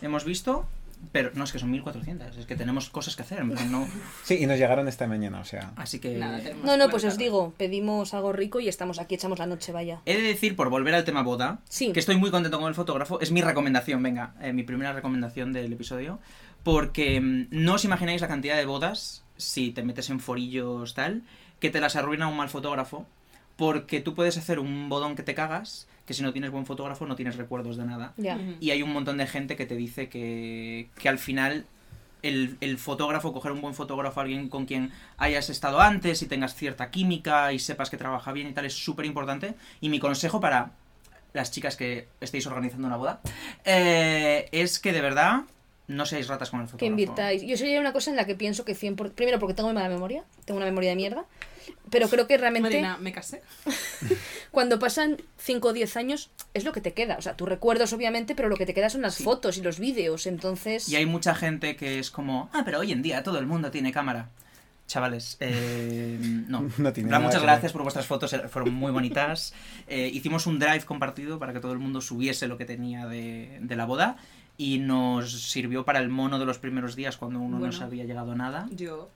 Speaker 5: hemos visto. Pero no, es que son 1400, es que tenemos cosas que hacer, en plan, no.
Speaker 4: Sí, y nos llegaron esta mañana, o sea.
Speaker 5: Así que.
Speaker 2: Nada, tenemos
Speaker 3: No, no, pues os
Speaker 2: cuarenta.
Speaker 3: digo, pedimos algo rico y estamos aquí, echamos la noche, vaya.
Speaker 5: He de decir, por volver al tema boda,
Speaker 3: Sí.
Speaker 5: que estoy muy contento con el fotógrafo. Es mi recomendación, venga, eh, mi primera recomendación del episodio. Porque mm, no os imagináis la cantidad de bodas, si te metes en forillos tal, que te las arruina un mal fotógrafo. Porque tú puedes hacer un bodón que te cagas, que si no tienes buen fotógrafo no tienes recuerdos de nada.
Speaker 3: Ya.
Speaker 2: Ujú.
Speaker 5: Y hay un montón de gente que te dice que, que al final el, el fotógrafo, coger un buen fotógrafo, alguien con quien hayas estado antes y tengas cierta química y sepas que trabaja bien y tal, es súper importante. Y mi consejo para las chicas que estéis organizando una boda eh, es que de verdad no seáis ratas con el fotógrafo.
Speaker 3: Que invirtáis. Yo sería una cosa en la que pienso que 100%. por- Primero, porque tengo muy mala memoria, tengo una memoria de mierda. Pero creo que realmente
Speaker 2: Marina, me casé.
Speaker 3: cuando pasan 5 o 10 años es lo que te queda. O sea, tus recuerdos, obviamente, pero lo que te queda son las
Speaker 5: Sí.
Speaker 3: fotos y los vídeos. Entonces.
Speaker 5: Y hay mucha gente que es como, ah, pero hoy en día todo el mundo tiene cámara. Chavales, eh, no.
Speaker 4: No tiene
Speaker 5: En plan,
Speaker 4: nada
Speaker 5: muchas
Speaker 4: que
Speaker 5: gracias
Speaker 4: ver.
Speaker 5: por vuestras fotos, eh, fueron muy bonitas. Eh, hicimos un drive compartido para que todo el mundo subiese lo que tenía de, de la boda y nos sirvió para el mono de los primeros días cuando uno no
Speaker 2: Bueno.
Speaker 5: sabía llegado a nada.
Speaker 2: Yo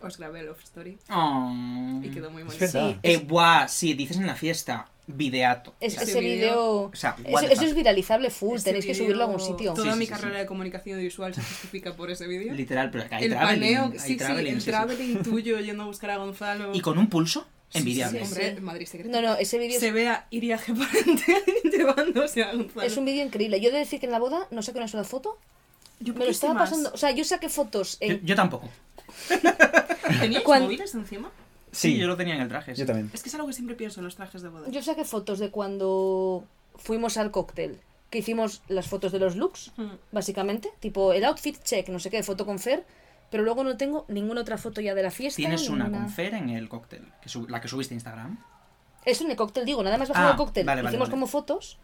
Speaker 2: os grabé Love Story
Speaker 5: Oh.
Speaker 2: y quedó muy
Speaker 4: Es
Speaker 2: bonito.
Speaker 4: verdad.
Speaker 3: Sí.
Speaker 5: Eh, guau, sí, dices en la fiesta, videato.
Speaker 3: Es-
Speaker 5: O sea,
Speaker 3: ese
Speaker 2: Ese
Speaker 3: vídeo.
Speaker 2: vídeo-
Speaker 5: o sea, what
Speaker 3: Eso,
Speaker 5: the
Speaker 3: eso
Speaker 5: fuck.
Speaker 3: es viralizable full,
Speaker 2: Ese
Speaker 3: tenéis que
Speaker 2: vídeo-
Speaker 3: subirlo a algún sitio.
Speaker 2: Toda
Speaker 5: Sí,
Speaker 2: mi
Speaker 5: sí, sí,
Speaker 2: carrera
Speaker 5: sí.
Speaker 2: de comunicación visual se justifica por ese vídeo.
Speaker 5: Literal, pero hay
Speaker 2: el
Speaker 5: traveling,
Speaker 2: paneo,
Speaker 5: hay
Speaker 2: sí,
Speaker 5: traveling,
Speaker 2: sí, el
Speaker 5: sí, sí.
Speaker 2: traveling tuyo yendo a buscar a Gonzalo.
Speaker 5: Y con un pulso envidiable.
Speaker 2: Sí, sí, hombre,
Speaker 3: Sí.
Speaker 2: Madrid secreto.
Speaker 3: No, no, ese vídeo es-
Speaker 2: Se ve a Iria Geparente llevándose a Gonzalo.
Speaker 3: es un vídeo increíble. Yo he de decir que en la boda no saqué una sola foto.
Speaker 2: Yo
Speaker 3: Me lo estaba
Speaker 2: poquísimas.
Speaker 3: pasando. O sea, yo saqué fotos
Speaker 5: Yo-
Speaker 3: en.
Speaker 5: yo tampoco.
Speaker 2: ¿Teníais
Speaker 3: Cuando-
Speaker 2: móviles encima?
Speaker 5: Sí,
Speaker 4: Sí.
Speaker 5: yo lo tenía en el traje. sí.
Speaker 4: Yo también.
Speaker 2: Es que es algo que siempre pienso en los trajes de boda.
Speaker 3: Yo saqué fotos de cuando fuimos al cóctel. Que hicimos las fotos de los looks,
Speaker 2: Mm.
Speaker 3: básicamente. Tipo el outfit check, no sé qué, foto con Fer. Pero luego no tengo ninguna otra foto ya de la fiesta.
Speaker 5: Tienes una
Speaker 3: ninguna-
Speaker 5: confer en el cóctel, que sub- la que subiste a Instagram.
Speaker 3: Es en el cóctel, digo, nada más bajando
Speaker 5: Ah,
Speaker 3: el cóctel.
Speaker 5: vale, vale,
Speaker 3: Hicimos
Speaker 5: vale.
Speaker 3: como fotos.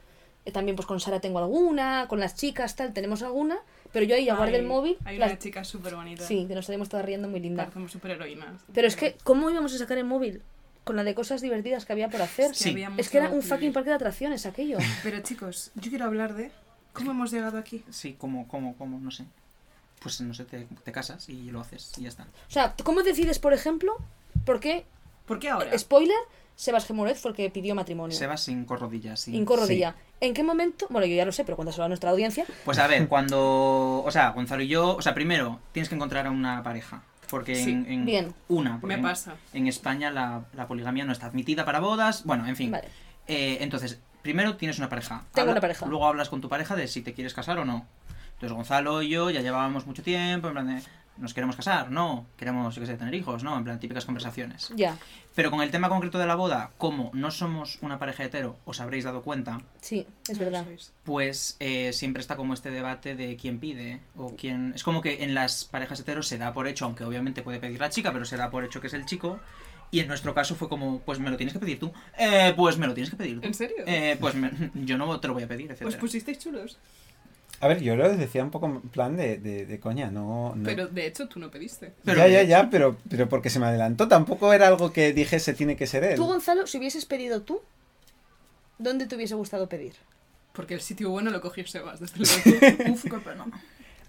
Speaker 3: Eh, También pues con Sara tengo alguna, con las chicas tal, tenemos alguna. Pero yo ahí ya guardé el
Speaker 2: Ay,
Speaker 3: móvil.
Speaker 2: Hay
Speaker 3: las-
Speaker 2: una chica súper bonita.
Speaker 3: Sí, que nos habíamos estado riendo muy linda.
Speaker 2: Parecemos súper heroínas.
Speaker 3: Pero es que, ¿cómo íbamos a sacar el móvil? Con la de cosas divertidas que había por hacer.
Speaker 5: Sí.
Speaker 3: Es que era un fucking parque de atracciones aquello.
Speaker 2: Pero chicos, yo quiero hablar de cómo hemos llegado aquí.
Speaker 5: Sí, como, como, como, no sé. Pues no sé, te, te casas y lo haces y ya está.
Speaker 3: O sea, ¿cómo decides, por ejemplo, por qué,
Speaker 2: ¿Por qué ahora?
Speaker 3: spoiler, Sebas Gemorez fue el que pidió matrimonio?
Speaker 5: Se va sin corrodillas. sin-
Speaker 3: Inco rodilla. ¿En qué momento? Bueno, yo ya lo sé, pero cuéntaselo a nuestra audiencia.
Speaker 5: Pues a ver, cuando. O sea, Gonzalo y yo. O sea, primero tienes que encontrar a una pareja. Porque
Speaker 2: Sí,
Speaker 5: en, en-
Speaker 3: bien.
Speaker 5: Una. porque
Speaker 2: Me
Speaker 5: en-
Speaker 2: pasa.
Speaker 5: En España la, la poligamia no está admitida para bodas. Bueno, en fin.
Speaker 3: Vale.
Speaker 5: Eh, entonces, primero tienes una pareja.
Speaker 3: Tengo una pareja.
Speaker 5: Luego hablas con tu pareja de si te quieres casar o no. Entonces, Gonzalo y yo ya llevábamos mucho tiempo. En plan de. ¿Nos queremos casar? No. ¿Queremos, yo qué sé, tener hijos? No. En plan, típicas conversaciones.
Speaker 3: Ya,
Speaker 5: Pero con el tema concreto de la boda, como no somos una pareja hetero, os habréis dado cuenta,
Speaker 3: sí, es verdad.
Speaker 5: pues eh, siempre está como este debate de quién pide o quién... Es como que en las parejas heteros se da por hecho, aunque obviamente puede pedir la chica, pero se da por hecho que es el chico. Y en nuestro caso fue como, pues me lo tienes que pedir tú. Eh, pues me lo tienes que pedir tú.
Speaker 2: ¿En serio?
Speaker 5: Eh, pues me- yo no te lo voy a pedir,
Speaker 2: Os
Speaker 5: etc.
Speaker 3: Pues,
Speaker 2: pusisteis chulos.
Speaker 4: A ver, yo lo decía un poco en plan de, de, de coña, no... no-
Speaker 2: Pero de hecho tú no pediste.
Speaker 5: Pero-
Speaker 4: ya, ya, ya, pero, pero porque se me adelantó. Tampoco era algo que dijese tiene que ser él.
Speaker 3: Tú, Gonzalo, si hubieses pedido tú, ¿dónde te hubiese gustado pedir?
Speaker 2: Porque el sitio bueno lo cogió Sebas, desde luego. Uf, qué pena.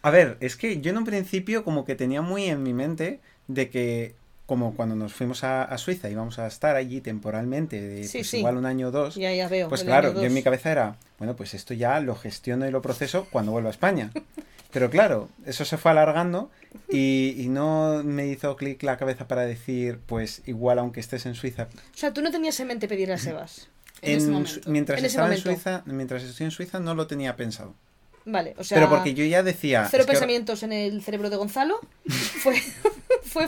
Speaker 4: A ver, es que yo en un principio como que tenía muy en mi mente de que como cuando nos fuimos a, a Suiza íbamos a estar allí temporalmente, de,
Speaker 3: Sí,
Speaker 4: pues
Speaker 3: sí.
Speaker 4: igual un año o dos,
Speaker 3: Ya, ya veo.
Speaker 4: pues
Speaker 3: el
Speaker 4: claro,
Speaker 3: año
Speaker 4: yo en
Speaker 3: dos.
Speaker 4: mi cabeza era, bueno, pues esto ya lo gestiono y lo proceso cuando vuelva a España. Pero claro, eso se fue alargando y, y no me hizo clic la cabeza para decir, pues igual aunque estés en Suiza,
Speaker 3: O sea, tú no tenías en mente pedir a Sebas.
Speaker 2: En, ese
Speaker 4: en
Speaker 2: momento.
Speaker 4: Su- mientras
Speaker 3: En ese
Speaker 4: estaba en
Speaker 3: momento.
Speaker 4: Suiza, mientras estoy en Suiza no lo tenía pensado.
Speaker 3: Vale, o sea,
Speaker 4: Pero porque yo ya decía...
Speaker 3: cero
Speaker 4: es que ahora-
Speaker 3: pensamientos en el cerebro de Gonzalo. Fue,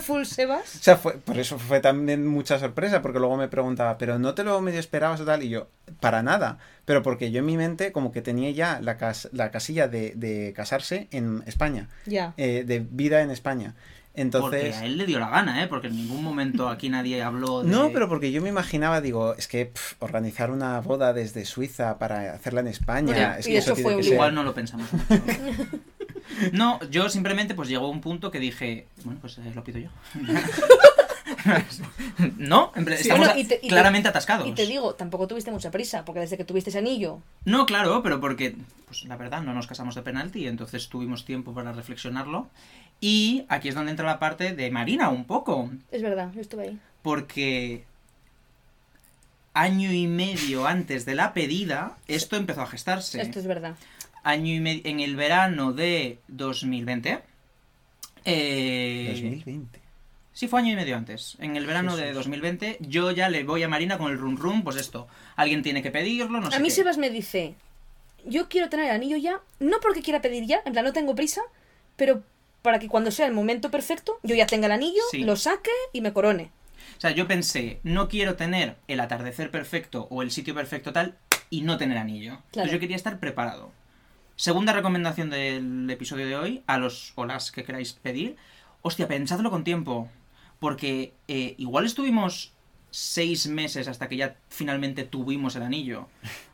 Speaker 3: fue full Sebas.
Speaker 4: O sea, fue, por eso fue también mucha sorpresa, porque luego me preguntaba, pero no te lo medio esperabas o tal, y yo, para nada, pero porque yo en mi mente como que tenía ya la, cas- la casilla de, de casarse en España,
Speaker 3: Ya.
Speaker 4: eh, de vida en España.
Speaker 5: Porque
Speaker 4: Entonces...
Speaker 5: a él le dio la gana, ¿eh? Porque en ningún momento aquí nadie habló de...
Speaker 4: No, pero porque yo me imaginaba, digo, es que pf, organizar una boda desde Suiza para hacerla en España,
Speaker 3: Bueno,
Speaker 4: es
Speaker 3: y
Speaker 4: que
Speaker 3: eso
Speaker 4: tiene
Speaker 3: fue
Speaker 4: que
Speaker 3: un-
Speaker 4: ser-
Speaker 5: Igual no lo pensamos mucho. No, yo simplemente pues llegó un punto que dije, bueno, pues eh, lo pido yo. no, en plan,
Speaker 3: Sí,
Speaker 5: estamos
Speaker 3: bueno, y te- y te-
Speaker 5: claramente atascados.
Speaker 3: Y te digo, tampoco tuviste mucha prisa, porque desde que tuviste ese anillo,
Speaker 5: No, claro, pero porque, pues la verdad, no nos casamos de penalti, entonces tuvimos tiempo para reflexionarlo. Y aquí es donde entra la parte de Marina un poco,
Speaker 3: es verdad, yo estuve ahí.
Speaker 5: porque año y medio antes de la pedida, esto empezó a gestarse.
Speaker 3: Esto es verdad.
Speaker 5: año y medio en el verano de 2020. Eh,
Speaker 4: 2020.
Speaker 5: Sí, fue año y medio antes. En el verano de
Speaker 4: Jesús.
Speaker 5: 2020, yo ya le voy a Marina con el rum rum, pues esto. Alguien tiene que pedirlo, no sé.
Speaker 3: a mí
Speaker 5: qué.
Speaker 3: Sebas me dice, yo quiero tener el anillo ya, no porque quiera pedir ya, en plan no tengo prisa, pero para que cuando sea el momento perfecto, yo ya tenga el anillo,
Speaker 5: Sí.
Speaker 3: lo saque y me corone.
Speaker 5: O sea, yo pensé, no quiero tener el atardecer perfecto o el sitio perfecto tal y no tener anillo.
Speaker 3: Claro.
Speaker 5: Entonces yo quería estar preparado. Segunda recomendación del episodio de hoy, a los o las que queráis pedir, hostia, pensadlo con tiempo. Porque eh, igual estuvimos seis meses hasta que ya finalmente tuvimos el anillo.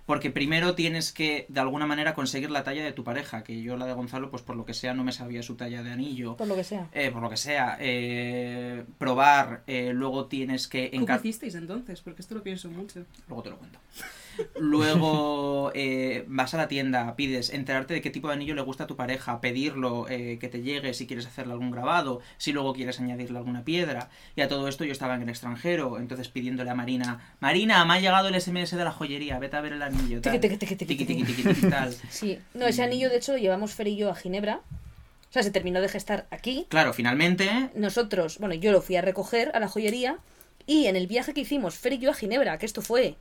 Speaker 5: Porque primero tienes que, de alguna manera, conseguir la talla de tu pareja. Que yo, la de Gonzalo, pues por lo que sea, no me sabía su talla de anillo
Speaker 3: Por lo que sea.
Speaker 5: eh, por lo que sea, eh, probar, eh, luego tienes que
Speaker 2: ¿Cómo
Speaker 5: encar-
Speaker 2: hicisteis entonces? Porque esto lo pienso mucho.
Speaker 5: Luego te lo cuento. Luego eh, vas a la tienda, pides, enterarte de qué tipo de anillo le gusta a tu pareja, pedirlo, eh, que te llegue si quieres hacerle algún grabado, si luego quieres añadirle alguna piedra. Y a todo esto yo estaba en el extranjero, entonces pidiéndole a Marina, Marina, me ha llegado el SMS de la joyería, vete a ver el anillo. Tal.
Speaker 3: Tiqui, tiqui, tiqui,
Speaker 5: Tiqui,
Speaker 3: tiqui.
Speaker 5: tiqui, tiqui, tiqui, tal.
Speaker 3: Sí, no,
Speaker 5: Mm.
Speaker 3: ese anillo de hecho lo llevamos Fer y yo a Ginebra, o sea, se terminó de gestar aquí.
Speaker 5: Claro, finalmente
Speaker 3: Nosotros, bueno, yo lo fui a recoger a la joyería y en el viaje que hicimos Fer y yo a Ginebra, que esto fue,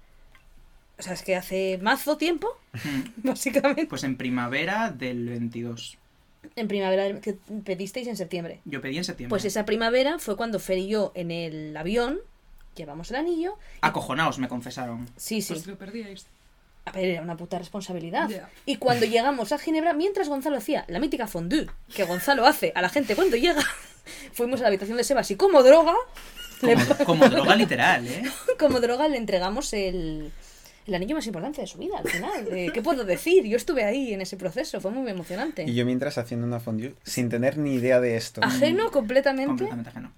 Speaker 3: o sea, es que hace mazo tiempo, básicamente,
Speaker 5: Pues en primavera del 22.
Speaker 3: en primavera del- que pedisteis en septiembre.
Speaker 5: Yo pedí en septiembre.
Speaker 3: Pues esa primavera fue cuando Fer y yo en el avión llevamos el anillo.
Speaker 5: Acojonaos, me confesaron.
Speaker 3: Sí, sí.
Speaker 2: Pues lo perdíais.
Speaker 3: A ver, era una puta responsabilidad.
Speaker 2: Ya.
Speaker 3: Y cuando llegamos a Ginebra, mientras Gonzalo hacía la mítica fondue que Gonzalo hace a la gente cuando llega, Fuimos a la habitación de Sebas y como droga, le-
Speaker 5: Como, como droga literal, ¿eh?
Speaker 3: como droga le entregamos el, el anillo más importante de su vida al final. Eh, ¿Qué puedo decir? Yo estuve ahí en ese proceso, fue muy emocionante.
Speaker 4: Y yo mientras haciendo una fondue sin tener ni idea de esto.
Speaker 3: Ajeno completamente.
Speaker 5: Completamente ajeno.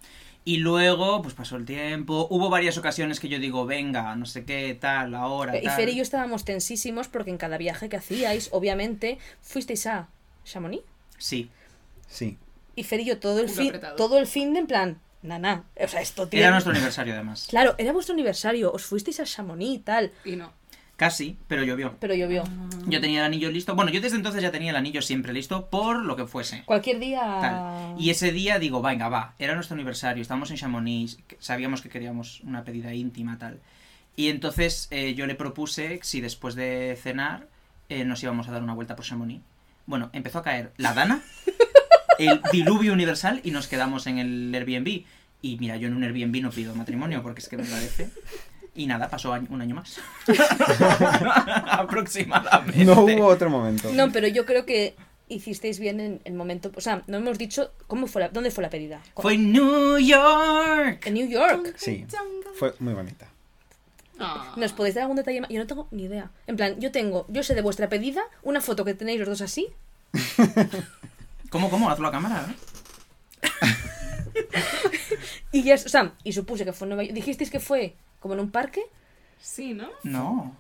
Speaker 5: Y luego, pues pasó el tiempo. Hubo varias ocasiones que yo digo, venga, no sé qué, tal, ahora.
Speaker 3: Y
Speaker 5: tal.
Speaker 3: Fer y yo estábamos tensísimos porque en cada viaje que hacíais, obviamente, fuisteis a Chamonix.
Speaker 5: Sí.
Speaker 4: Sí.
Speaker 3: Y Fer y yo todo el
Speaker 2: Culo
Speaker 3: fin,
Speaker 2: apretado.
Speaker 3: todo el fin de en plan, nana. O sea, esto tiene.
Speaker 5: Era nuestro aniversario, además.
Speaker 3: Claro, era vuestro aniversario, os fuisteis a Chamonix y tal,
Speaker 2: Y no.
Speaker 5: Casi, pero llovió.
Speaker 3: pero llovió.
Speaker 5: Yo tenía el anillo listo. Bueno, yo desde entonces ya tenía el anillo siempre listo por lo que fuese.
Speaker 3: Cualquier día.
Speaker 4: Ah.
Speaker 5: Tal. Y ese día digo, venga, va, era nuestro aniversario, estábamos en Chamonix, que- sabíamos que queríamos una pedida íntima, tal. Y entonces eh, yo le propuse si después de cenar eh, nos íbamos a dar una vuelta por Chamonix. Bueno, empezó a caer la dana, el diluvio universal y nos quedamos en el Airbnb. Y mira, yo en un Airbnb no pido matrimonio porque es que me parece. Y nada, pasó año- un año más. Aproximadamente.
Speaker 4: No hubo otro momento.
Speaker 3: No, pero yo creo que hicisteis bien en el momento. O sea, no hemos dicho cómo fue la- dónde fue la pedida.
Speaker 5: Fue en New York.
Speaker 3: En New York.
Speaker 4: Sí. Fue muy bonita.
Speaker 2: Ah.
Speaker 3: ¿Nos podéis dar algún detalle más? Yo no tengo ni idea. En plan, yo tengo, yo sé de vuestra pedida, una foto que tenéis los dos así.
Speaker 5: ¿Cómo, cómo? Hazlo a cámara, ¿eh?
Speaker 3: Y ya, es- o sea, y supuse que fue en Nueva York. Dijisteis que fue como en un parque,
Speaker 2: Sí, ¿no?
Speaker 5: No.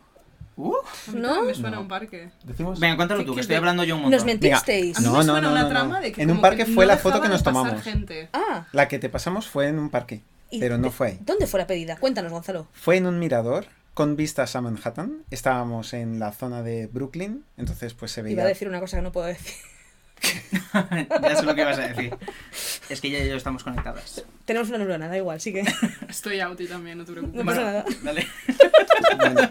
Speaker 5: Uh.
Speaker 2: A mí
Speaker 3: ¿No?
Speaker 2: también Me suena
Speaker 4: No.
Speaker 2: a un parque.
Speaker 4: Decimos.
Speaker 5: Venga, cuéntalo
Speaker 2: Sí,
Speaker 5: tú,
Speaker 2: que
Speaker 5: que estoy
Speaker 2: te-
Speaker 5: hablando yo un
Speaker 3: Nos
Speaker 5: montón.
Speaker 3: mentisteis.
Speaker 2: A mí
Speaker 4: No,
Speaker 2: me
Speaker 4: no,
Speaker 2: suena
Speaker 4: no,
Speaker 2: una
Speaker 4: no, no.
Speaker 2: trama de que
Speaker 4: En un
Speaker 2: como que
Speaker 4: parque
Speaker 2: no
Speaker 4: fue la
Speaker 2: dejaba
Speaker 4: foto que
Speaker 2: de
Speaker 4: nos
Speaker 2: pasar
Speaker 4: tomamos.
Speaker 2: gente.
Speaker 3: Ah,
Speaker 4: La que te pasamos fue en un parque,
Speaker 3: y-
Speaker 4: pero no fue ahí.
Speaker 3: ¿Dónde fue la pedida? Cuéntanos, Gonzalo.
Speaker 4: Fue en un mirador con vistas a Manhattan. Estábamos en la zona de Brooklyn, entonces pues se
Speaker 3: Iba a
Speaker 4: veía.
Speaker 3: decir una cosa que no puedo decir.
Speaker 5: ya sé lo que vas a decir. Es que ya, ya estamos conectadas.
Speaker 3: Tenemos una neurona, da igual, sí que
Speaker 2: Estoy outy también, no te preocupes.
Speaker 3: no pasa nada.
Speaker 5: Dale.
Speaker 4: Bueno.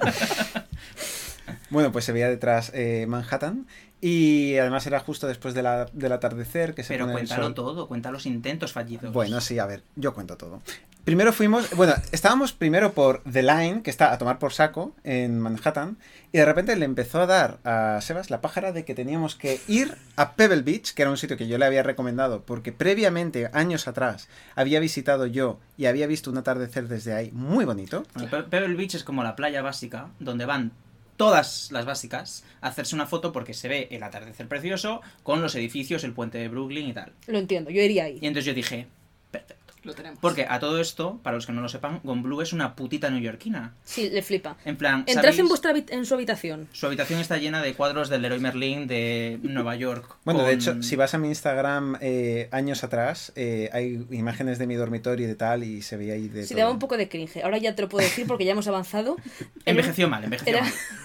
Speaker 4: Bueno, pues se veía detrás eh, Manhattan y además era justo después de la- del atardecer que se
Speaker 5: Pero
Speaker 4: pone el
Speaker 5: cuéntalo
Speaker 4: sol.
Speaker 5: todo, cuenta los intentos fallidos.
Speaker 4: Bueno, sí, a ver, yo cuento todo. Primero fuimos, bueno, estábamos primero por The Line, que está a tomar por saco en Manhattan, y de repente le empezó a dar a Sebas la pájara de que teníamos que ir a Pebble Beach, que era un sitio que yo le había recomendado, porque previamente, años atrás, había visitado yo y había visto un atardecer desde ahí muy bonito.
Speaker 5: Bueno, Pe- Pebble Beach es como la playa básica, donde van todas las básicas a hacerse una foto porque se ve el atardecer precioso con los edificios, el puente de Brooklyn y tal.
Speaker 3: Lo entiendo, yo iría
Speaker 5: Y
Speaker 3: ahí.
Speaker 5: entonces yo dije, perfecto.
Speaker 2: Lo tenemos.
Speaker 5: Porque a todo esto, para los que no lo sepan, Gomblue es una putita neoyorquina.
Speaker 3: Sí, le flipa.
Speaker 5: En plan,
Speaker 3: Entrad en,
Speaker 5: ¿sabéis?
Speaker 3: vuestra, habit- en su habitación.
Speaker 5: Su habitación está llena de cuadros del Leroy Merlin de Nueva York.
Speaker 4: Bueno, de
Speaker 5: con-
Speaker 4: hecho, si vas a mi Instagram eh, años atrás, eh, hay imágenes de mi dormitorio y de tal, y se veía ahí de...
Speaker 3: Sí,
Speaker 4: todo.
Speaker 3: daba un poco de cringe. Ahora ya te lo puedo decir porque ya hemos avanzado.
Speaker 5: Envejeció mal, envejeció
Speaker 3: Era-
Speaker 5: mal.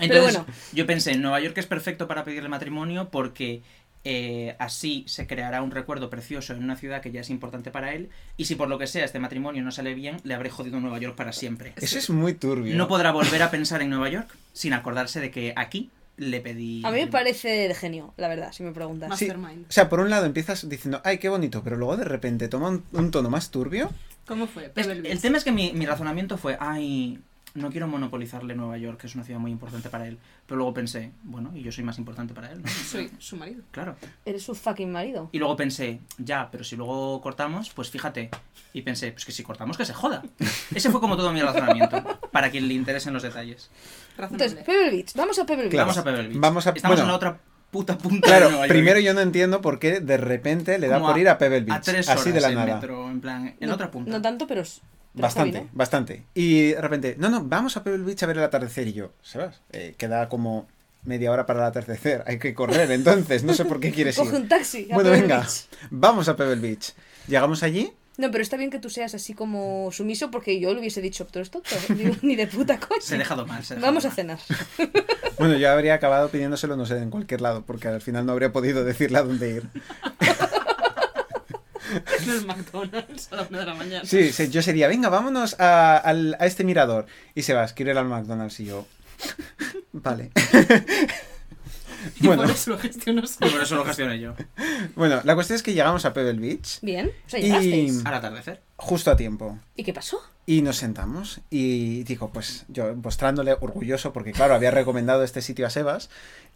Speaker 5: Entonces,
Speaker 3: Pero bueno.
Speaker 5: yo pensé, Nueva York es perfecto para pedirle matrimonio porque eh, así se creará un recuerdo precioso en una ciudad que ya es importante para él. Y si por lo que sea este matrimonio no sale bien, le habré jodido Nueva York para siempre.
Speaker 4: Eso es muy turbio.
Speaker 5: No podrá volver a pensar en Nueva York sin acordarse de que aquí le pedí.
Speaker 3: A mí me
Speaker 5: matrimonio.
Speaker 3: parece de genio, la verdad, si me preguntas.
Speaker 4: Sí.
Speaker 2: Mastermind.
Speaker 4: O sea, por un lado empiezas diciendo, ay, qué bonito, pero luego de repente toma un, un tono más turbio.
Speaker 2: ¿Cómo fue?
Speaker 5: Es-
Speaker 2: Pebble Beach.
Speaker 5: el tema es que mi, mi razonamiento fue, ay, no quiero monopolizarle Nueva York, que es una ciudad muy importante para él. Pero luego pensé, bueno, y yo soy más importante para él, ¿no?
Speaker 2: Soy su marido.
Speaker 5: Claro.
Speaker 3: Eres su fucking marido.
Speaker 5: Y luego pensé, ya, pero si luego cortamos, pues fíjate. Y pensé, pues que si cortamos, que se joda. Ese fue como todo mi razonamiento, para quien le interesen los detalles.
Speaker 2: Razonable.
Speaker 3: Entonces, Pebble Beach, vamos a Pebble Beach.
Speaker 4: Claro.
Speaker 5: Vamos a Pebble Beach.
Speaker 4: Vamos a-
Speaker 5: Estamos
Speaker 4: bueno.
Speaker 5: en la otra puta punta de
Speaker 4: Claro,
Speaker 5: Nueva York.
Speaker 4: primero yo no entiendo por qué de repente le da
Speaker 5: Como
Speaker 4: por ir a Pebble Beach.
Speaker 5: A tres horas
Speaker 4: así de la
Speaker 5: en
Speaker 4: nada.
Speaker 5: metro, en plan, en
Speaker 3: no,
Speaker 5: otra punta.
Speaker 3: No tanto, pero. s- pero está
Speaker 4: Bastante,
Speaker 3: bien, ¿eh?
Speaker 4: bastante. Y de repente, no, no, vamos a Pebble Beach a ver el atardecer. Y yo, Sebas, eh, queda como media hora para el atardecer, hay que correr, entonces, no sé por qué quieres
Speaker 3: Coge
Speaker 4: ir.
Speaker 3: un taxi. a
Speaker 4: Bueno,
Speaker 3: Pebble
Speaker 4: venga,
Speaker 3: Beach.
Speaker 4: vamos a Pebble Beach. Llegamos allí,
Speaker 3: No, pero está bien que tú seas así como sumiso porque yo le hubiese dicho, tú eres tonto. Digo, ni de puta
Speaker 5: Se ha
Speaker 3: cosa.
Speaker 5: dejado mal. se ha dejado
Speaker 3: Vamos a
Speaker 5: mal.
Speaker 3: cenar.
Speaker 4: bueno, yo habría acabado pidiéndoselo, no sé, en cualquier lado, porque al final no habría podido decirle a dónde ir.
Speaker 2: En el McDonald's a la una de la mañana.
Speaker 4: Sí, se- yo sería, venga, vámonos a, al- a este mirador. Y se va, quiero ir al McDonald's y yo. Vale.
Speaker 2: Y
Speaker 4: Bueno.
Speaker 2: por eso lo gestiono
Speaker 5: Y
Speaker 2: solo.
Speaker 5: por eso lo gestioné yo.
Speaker 4: Bueno, la cuestión es que llegamos a Pebble Beach
Speaker 3: Bien, o sea,
Speaker 4: Y-
Speaker 3: llegasteis.
Speaker 5: Al atardecer.
Speaker 4: justo a tiempo.
Speaker 3: ¿Y qué pasó?
Speaker 4: Y nos sentamos y digo, pues yo mostrándole orgulloso, porque claro, había recomendado este sitio a Sebas.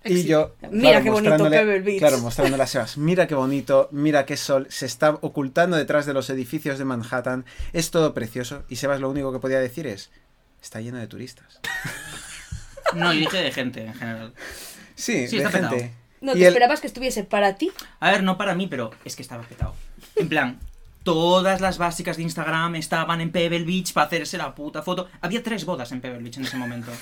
Speaker 4: Y
Speaker 3: Exi-
Speaker 4: yo,
Speaker 3: Mira
Speaker 4: claro,
Speaker 3: qué bonito
Speaker 4: mostrándole-
Speaker 3: Pebble Beach.
Speaker 4: Claro, mostrándole a Sebas, mira qué bonito, mira qué sol, se está ocultando detrás de los edificios de Manhattan, es todo precioso. Y Sebas lo único que podía decir es, está lleno de turistas.
Speaker 5: No, y dije de gente en general.
Speaker 4: Sí,
Speaker 5: Sí,
Speaker 4: de
Speaker 5: está
Speaker 4: gente.
Speaker 5: petado.
Speaker 3: No
Speaker 4: Y
Speaker 3: te
Speaker 4: el-
Speaker 3: esperabas que estuviese para ti.
Speaker 5: A ver, no para mí, pero es que estaba petado. En plan, todas las básicas de Instagram estaban en Pebble Beach para hacerse la puta foto. Había tres bodas en Pebble Beach en ese momento.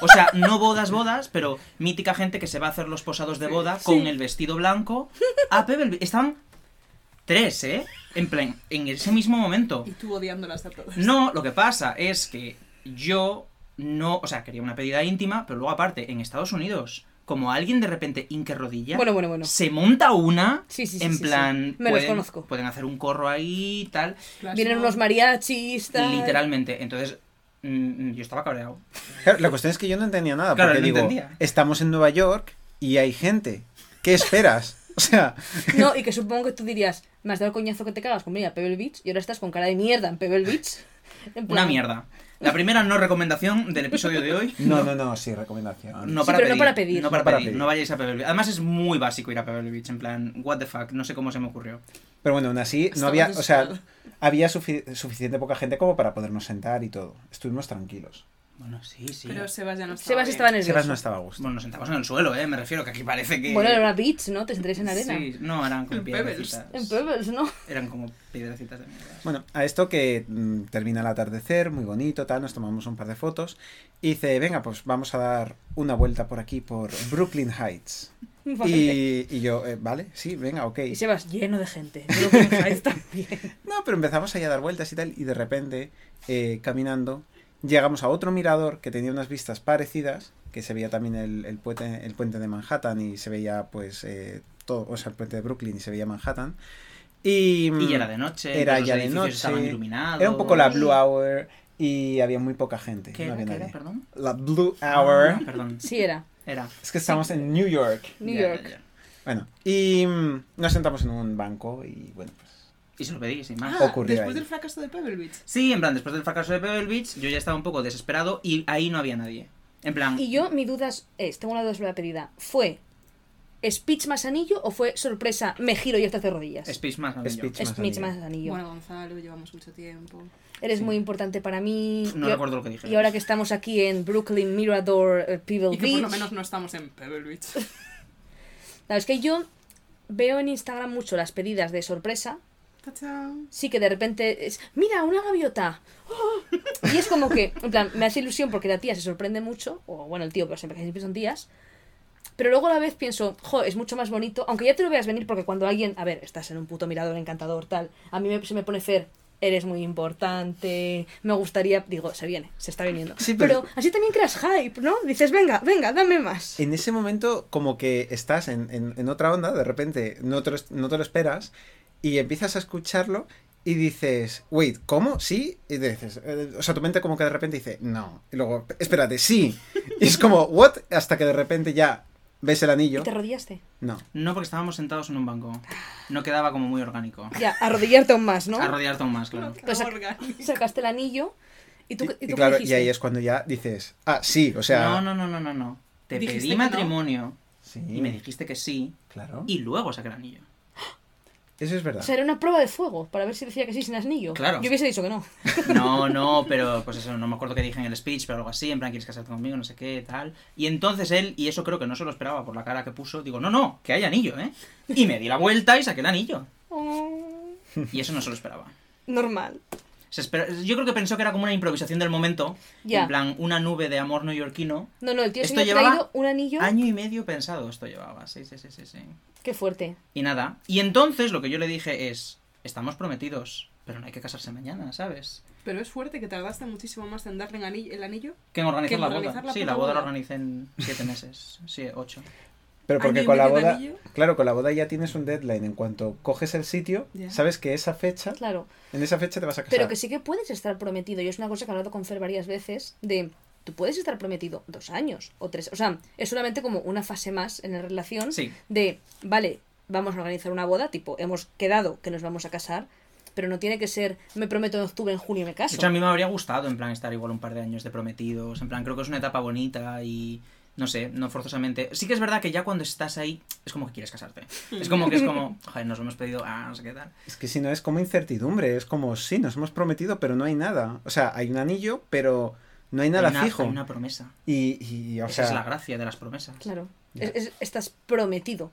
Speaker 5: O sea, no bodas, bodas, pero mítica gente que se va a hacer los posados de boda con el vestido blanco a Pebble Beach. Estaban tres, ¿eh? En plan, en ese mismo momento.
Speaker 2: Y tú odiándolas a todas.
Speaker 5: No, lo que pasa es que yo no, o sea, quería una pedida íntima, pero luego aparte, en Estados Unidos, como alguien de repente hinque rodilla,
Speaker 3: Bueno, bueno, bueno.
Speaker 5: se monta una,
Speaker 3: Sí, sí, sí,
Speaker 5: en
Speaker 3: sí, sí.
Speaker 5: plan,
Speaker 3: Me los
Speaker 5: pueden,
Speaker 3: conozco.
Speaker 5: pueden hacer un corro ahí y tal,
Speaker 2: Clash
Speaker 3: Vienen
Speaker 2: Mob.
Speaker 3: unos mariachis, tal.
Speaker 5: literalmente. Entonces, mm, yo estaba cabreado.
Speaker 4: Claro, la cuestión es que yo no entendía nada,
Speaker 5: Claro,
Speaker 4: porque
Speaker 5: no
Speaker 4: digo,
Speaker 5: entendía.
Speaker 4: estamos en Nueva York y hay gente. ¿Qué esperas? O sea,
Speaker 3: No, y que supongo que tú dirías, me has dado el coñazo que te cagas con venir a Pebble Beach y ahora estás con cara de mierda en Pebble Beach. En
Speaker 5: Una
Speaker 3: plan-
Speaker 5: mierda. La primera no recomendación del episodio de hoy.
Speaker 4: no, no, no, sí, recomendación.
Speaker 5: No
Speaker 3: Sí,
Speaker 5: para,
Speaker 3: pero no
Speaker 5: pedir,
Speaker 3: para pedir.
Speaker 5: No para,
Speaker 4: No para
Speaker 5: pedir,
Speaker 4: pedir.
Speaker 5: No vayáis a Pebble Beach. Además es muy básico ir a Pebble Beach. En plan, what the fuck. No sé cómo se me ocurrió.
Speaker 4: Pero bueno, aún así, no
Speaker 2: Estaba
Speaker 4: había, o sea,
Speaker 2: desesperada.
Speaker 4: había sufi- suficiente poca gente como para podernos sentar y todo. Estuvimos tranquilos.
Speaker 5: Bueno, sí, sí. Pues,
Speaker 2: Pero Sebas ya no estaba.
Speaker 3: Sebas
Speaker 2: bien.
Speaker 3: estaba nervioso.
Speaker 4: Sebas no estaba a gusto.
Speaker 5: Bueno, nos sentamos en el suelo, ¿eh? Me refiero que aquí parece que...
Speaker 3: Bueno, era una beach, ¿no? Te sentáis en arena.
Speaker 5: Sí, no, eran como
Speaker 2: En Pebbles.
Speaker 5: piedrecitas.
Speaker 3: En Pebbles, ¿no?
Speaker 5: Eran como piedrecitas de mierda.
Speaker 4: Bueno, a esto que mm, termina el atardecer, muy bonito, tal, nos tomamos un par de fotos. Y dice, venga, pues vamos a dar una vuelta por aquí, por Brooklyn Heights. Y, y yo, eh, vale, sí, venga, ok.
Speaker 3: Y Sebas lleno de gente. Yo creo que Jaén también.
Speaker 4: No, pero empezamos ahí a dar vueltas y tal, y de repente, eh, caminando, llegamos a otro mirador que tenía unas vistas parecidas, que se veía también el, el puente, el puente de Manhattan y se veía, pues, eh, todo, o sea, el puente de Brooklyn y se veía Manhattan. Y,
Speaker 5: Y ya era de noche,
Speaker 4: Mm, Era
Speaker 5: los
Speaker 4: ya de
Speaker 5: edificios
Speaker 4: noche.
Speaker 5: estaban iluminados.
Speaker 4: era un poco la Blue Hour y había muy poca gente.
Speaker 5: ¿Qué
Speaker 4: no
Speaker 5: era?
Speaker 4: había
Speaker 5: ¿Qué
Speaker 4: nadie.
Speaker 5: era? Perdón.
Speaker 4: La Blue
Speaker 5: Ah,
Speaker 4: Hour.
Speaker 5: perdón.
Speaker 3: Sí, era.
Speaker 5: Era.
Speaker 4: Es que estamos en New York.
Speaker 3: New
Speaker 5: Ya, ya,
Speaker 3: York.
Speaker 5: ya.
Speaker 4: Bueno, y mm, nos sentamos en un banco y, bueno, pues,
Speaker 5: Y se lo pedí, sin más.
Speaker 2: Ah,
Speaker 4: Ocurrió
Speaker 2: después
Speaker 4: ahí.
Speaker 2: del fracaso de Pebble Beach.
Speaker 5: Sí, en plan, después del fracaso de Pebble Beach, yo ya estaba un poco desesperado y ahí no había nadie. En plan,
Speaker 3: Y yo, mi duda es, es, tengo una duda sobre la pedida. ¿Fue speech más anillo o fue sorpresa, me giro y estás de rodillas?
Speaker 5: speech más, más
Speaker 4: Speech. Más
Speaker 3: Speech
Speaker 4: anillo.
Speaker 3: más anillo.
Speaker 2: Bueno, Gonzalo, llevamos mucho tiempo.
Speaker 3: Eres muy importante para mí.
Speaker 5: No
Speaker 3: Yo-
Speaker 5: recuerdo lo que dije.
Speaker 3: Y ahora que estamos aquí en Brooklyn Mirador eh, Pebble
Speaker 2: Y que
Speaker 3: Beach.
Speaker 2: por lo menos no estamos en Pebble Beach.
Speaker 3: Claro, es que yo veo en Instagram mucho las pedidas de sorpresa.
Speaker 2: Tachán.
Speaker 3: Sí que de repente es, mira, una gaviota. ¡Oh! Y es como que, en plan, me hace ilusión porque la tía se sorprende mucho, o bueno, el tío, pero siempre, siempre son tías. Pero luego a la vez pienso, jo, es mucho más bonito, aunque ya te lo veas venir porque cuando alguien, a ver, estás en un puto mirador encantador, tal, a mí me- se me pone Fer, eres muy importante, me gustaría, digo, se viene, se está viniendo.
Speaker 4: Sí,
Speaker 3: pero...
Speaker 4: pero-
Speaker 3: así también creas hype, ¿no? Dices, venga, venga, dame más.
Speaker 4: En ese momento, como que estás en, en- en otra onda, de repente no te, lo, es- no te lo esperas, y empiezas a escucharlo y dices, wait, ¿cómo? ¿Sí? Y dices, eh, o sea, tu mente como que de repente dice, no. Y luego, espérate, sí. Y es como, what? Hasta que de repente ya ves el
Speaker 3: ¿Y
Speaker 4: anillo.
Speaker 3: te arrodillaste?
Speaker 4: No.
Speaker 5: No, porque estábamos sentados en un banco. No quedaba como muy orgánico.
Speaker 3: Ya, arrodillarte aún más, ¿no?
Speaker 5: Arrodillarte aún más, claro.
Speaker 3: Pues sac- sacaste el anillo y tú,
Speaker 4: Y,
Speaker 3: y,
Speaker 4: y
Speaker 3: tú qué
Speaker 4: claro, y
Speaker 3: dijiste?
Speaker 4: ahí es cuando ya dices, ah, sí, o sea.
Speaker 5: No, no, no, no, no, no. Te
Speaker 2: Dijiste
Speaker 5: pedí
Speaker 2: que no.
Speaker 5: matrimonio
Speaker 4: Sí,
Speaker 5: y me dijiste que sí
Speaker 4: Claro.
Speaker 5: y luego saqué el anillo.
Speaker 4: Eso es verdad.
Speaker 3: O sea, era una prueba de fuego para ver si decía que sí sin anillo.
Speaker 5: Claro.
Speaker 3: Yo hubiese dicho que no.
Speaker 5: No, no, pero pues eso, no me acuerdo que dije en el speech, pero algo así, en plan, quieres casarte conmigo, no sé qué, tal. Y entonces él, y eso creo que no se lo esperaba por la cara que puso, digo, no, no, que hay anillo, ¿eh? Y me di la vuelta y saqué el anillo.
Speaker 3: Oh,
Speaker 5: Y eso no se lo esperaba.
Speaker 3: normal.
Speaker 5: Se espera- Yo creo que pensó que era como una improvisación del momento,
Speaker 3: Ya.
Speaker 5: en plan, una nube de amor neoyorquino.
Speaker 3: No, no, el tío se
Speaker 5: Esto
Speaker 3: había
Speaker 5: llevaba
Speaker 3: traído un anillo.
Speaker 5: Año y medio pensado esto llevaba, sí, sí, sí, sí, sí.
Speaker 3: Qué fuerte.
Speaker 5: Y nada. Y entonces lo que yo le dije es, estamos prometidos, pero no hay que casarse mañana, ¿sabes?
Speaker 2: Pero es fuerte que tardaste muchísimo más en darle en ani- el anillo.
Speaker 5: Que en organizar
Speaker 2: Que en
Speaker 5: la
Speaker 2: organizar
Speaker 5: boda.
Speaker 2: la
Speaker 5: sí,
Speaker 2: puta
Speaker 5: la boda la
Speaker 2: boda.
Speaker 5: organicé en siete meses. Sí, ocho.
Speaker 4: Pero
Speaker 2: Año
Speaker 4: porque
Speaker 2: y
Speaker 4: con la
Speaker 2: medio de
Speaker 4: boda,
Speaker 2: anillo.
Speaker 4: claro, con la boda ya tienes un deadline. En cuanto coges el sitio,
Speaker 2: Ya.
Speaker 4: sabes que esa fecha,
Speaker 3: Claro.
Speaker 4: en esa fecha te vas a casar.
Speaker 3: Pero que sí que puedes estar prometido. Y es una cosa que he hablado con Fer varias veces de... tú puedes estar prometido dos años o tres. O sea, es solamente como una fase más en la relación
Speaker 5: Sí.
Speaker 3: de, vale, vamos a organizar una boda, tipo, hemos quedado que nos vamos a casar, pero no tiene que ser, me prometo en octubre, en junio me
Speaker 5: De
Speaker 3: caso.
Speaker 5: hecho, a mí me habría gustado, en plan, estar igual un par de años de prometidos. En plan, creo que es una etapa bonita y. No sé, no forzosamente. Sí que es verdad que ya cuando estás ahí, es como que quieres casarte. Es como que es como, joder, nos lo hemos pedido, ah, no sé qué tal.
Speaker 4: Es que si no es como incertidumbre, es como sí, nos hemos prometido, pero no hay nada. O sea, hay un anillo, pero no hay nada
Speaker 5: Hay una-
Speaker 4: fijo.
Speaker 5: hay una promesa.
Speaker 4: Y, y, o
Speaker 5: Esa es la
Speaker 4: sea,
Speaker 5: gracia de las promesas.
Speaker 3: Claro. Es- es- estás prometido.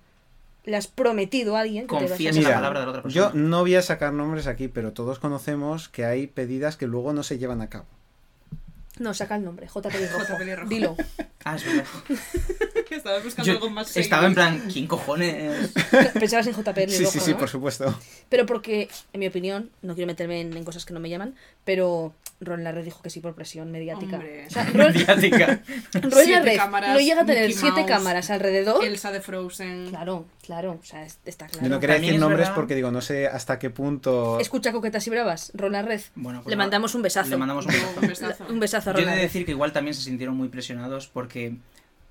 Speaker 3: Le has prometido a alguien que te vas a
Speaker 5: Confías en la
Speaker 3: casar.
Speaker 4: mira,
Speaker 5: palabra de la otra persona.
Speaker 4: yo no voy a sacar nombres aquí, pero todos conocemos que hay pedidas que luego no se llevan a cabo.
Speaker 3: No, saca el nombre, J. Pelirrojo.
Speaker 2: J. Pelirrojo.
Speaker 3: Dilo.
Speaker 5: Ah, es verdad.
Speaker 2: que estaba buscando
Speaker 5: Yo
Speaker 2: algo más
Speaker 5: estaba en
Speaker 2: seguido.
Speaker 5: plan, ¿quién cojones?
Speaker 3: Pensabas en J. Pelirrojo,
Speaker 4: Sí, sí, sí,
Speaker 3: ¿no?
Speaker 4: por supuesto.
Speaker 3: Pero porque, en mi opinión, no quiero meterme en, en cosas que no me llaman, pero Ron Larred dijo que sí por presión mediática.
Speaker 2: Hombre.
Speaker 3: O sea, Ron,
Speaker 5: Mediática.
Speaker 3: Ron
Speaker 2: Siete
Speaker 3: Larred
Speaker 2: cámaras,
Speaker 3: no llega a tener
Speaker 2: Mickey
Speaker 3: siete
Speaker 2: Mouse,
Speaker 3: cámaras alrededor.
Speaker 2: Elsa de Frozen.
Speaker 3: Claro, claro, o sea, es- está claro.
Speaker 4: Yo no quería
Speaker 5: También
Speaker 4: decir
Speaker 5: es
Speaker 4: nombres
Speaker 5: verdad.
Speaker 4: porque digo, no sé hasta qué punto.
Speaker 3: Escucha coquetas y bravas, Ron Larred.
Speaker 5: Bueno, pues
Speaker 3: le
Speaker 5: nada,
Speaker 3: mandamos un besazo.
Speaker 5: Le mandamos un besazo.
Speaker 2: Un besazo.
Speaker 3: Un besazo a
Speaker 5: Yo
Speaker 3: Ron
Speaker 5: he de
Speaker 3: Larred.
Speaker 5: decir que igual también se sintieron muy presionados porque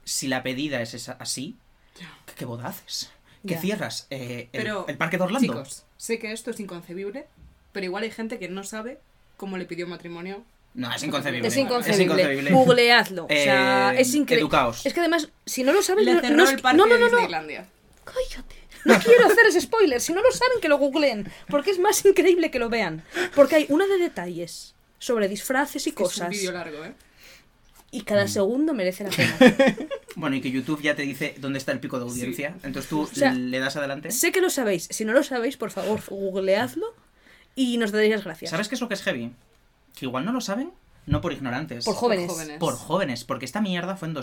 Speaker 5: si la pedida es esa- así, ¿qué, qué boda haces? ¿Qué
Speaker 3: Ya.
Speaker 5: cierras? Eh, el,
Speaker 2: Pero,
Speaker 5: el parque de Orlando?
Speaker 2: Chicos, sé que esto es inconcebible, pero igual hay gente que no sabe cómo le pidió matrimonio.
Speaker 5: No, es inconcebible.
Speaker 3: Es inconcebible.
Speaker 5: Es inconcebible.
Speaker 3: Googleadlo. o sea,
Speaker 5: Eh,
Speaker 3: es increíble.
Speaker 5: educaos.
Speaker 3: Es que además, si no lo saben,
Speaker 2: Le
Speaker 3: no,
Speaker 2: cerró
Speaker 3: no, es-
Speaker 2: el parque
Speaker 3: no, no,
Speaker 2: de
Speaker 3: no, no.
Speaker 2: Disneylandia.
Speaker 3: Cállate. No quiero hacer ese spoiler. Si no lo saben, que lo googleen. Porque es más increíble que lo vean. Porque hay una de detalles sobre disfraces y
Speaker 2: Es un
Speaker 3: cosas.
Speaker 2: vídeo largo, ¿eh?
Speaker 3: Y
Speaker 5: Mm.
Speaker 3: cada segundo merece la pena.
Speaker 5: Bueno, y que YouTube ya te dice dónde está el pico de audiencia. Entonces tú
Speaker 3: sea,
Speaker 5: le das adelante.
Speaker 3: sé que lo sabéis. Si no lo sabéis, por favor, googleadlo y nos daréis las gracias.
Speaker 5: ¿Sabes qué es lo que es heavy? Que igual no lo saben, no por ignorantes.
Speaker 3: Por jóvenes.
Speaker 2: Por jóvenes.
Speaker 5: Por jóvenes, porque esta mierda fue en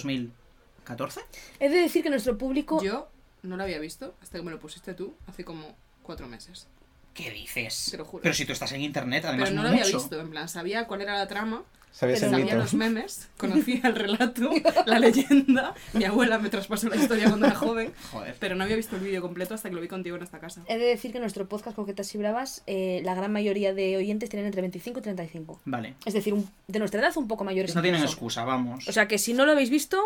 Speaker 5: 2014.
Speaker 3: He de decir que nuestro público.
Speaker 2: Yo no lo había visto hasta que me lo pusiste tú hace como cuatro meses.
Speaker 5: ¿Qué dices?
Speaker 2: Te lo juro.
Speaker 5: Pero si tú estás en internet, además
Speaker 2: pero no lo
Speaker 5: mucho.
Speaker 2: había visto, en plan, sabía cuál era la trama,
Speaker 4: ¿Sabes el
Speaker 3: Pero
Speaker 2: sabía
Speaker 4: mito?
Speaker 2: los memes, conocía el relato, la leyenda, mi abuela me traspasó la historia cuando era joven,
Speaker 5: Joder.
Speaker 2: pero no había visto el vídeo completo hasta que lo vi contigo en esta casa.
Speaker 3: He de decir que nuestro podcast Coquetas y Bravas, eh, la gran mayoría de oyentes tienen entre 25 y 35.
Speaker 5: Vale.
Speaker 3: Es decir, un- de nuestra edad un poco mayores.
Speaker 5: No tienen
Speaker 3: incluso.
Speaker 5: excusa, vamos.
Speaker 3: O sea que si no lo habéis visto,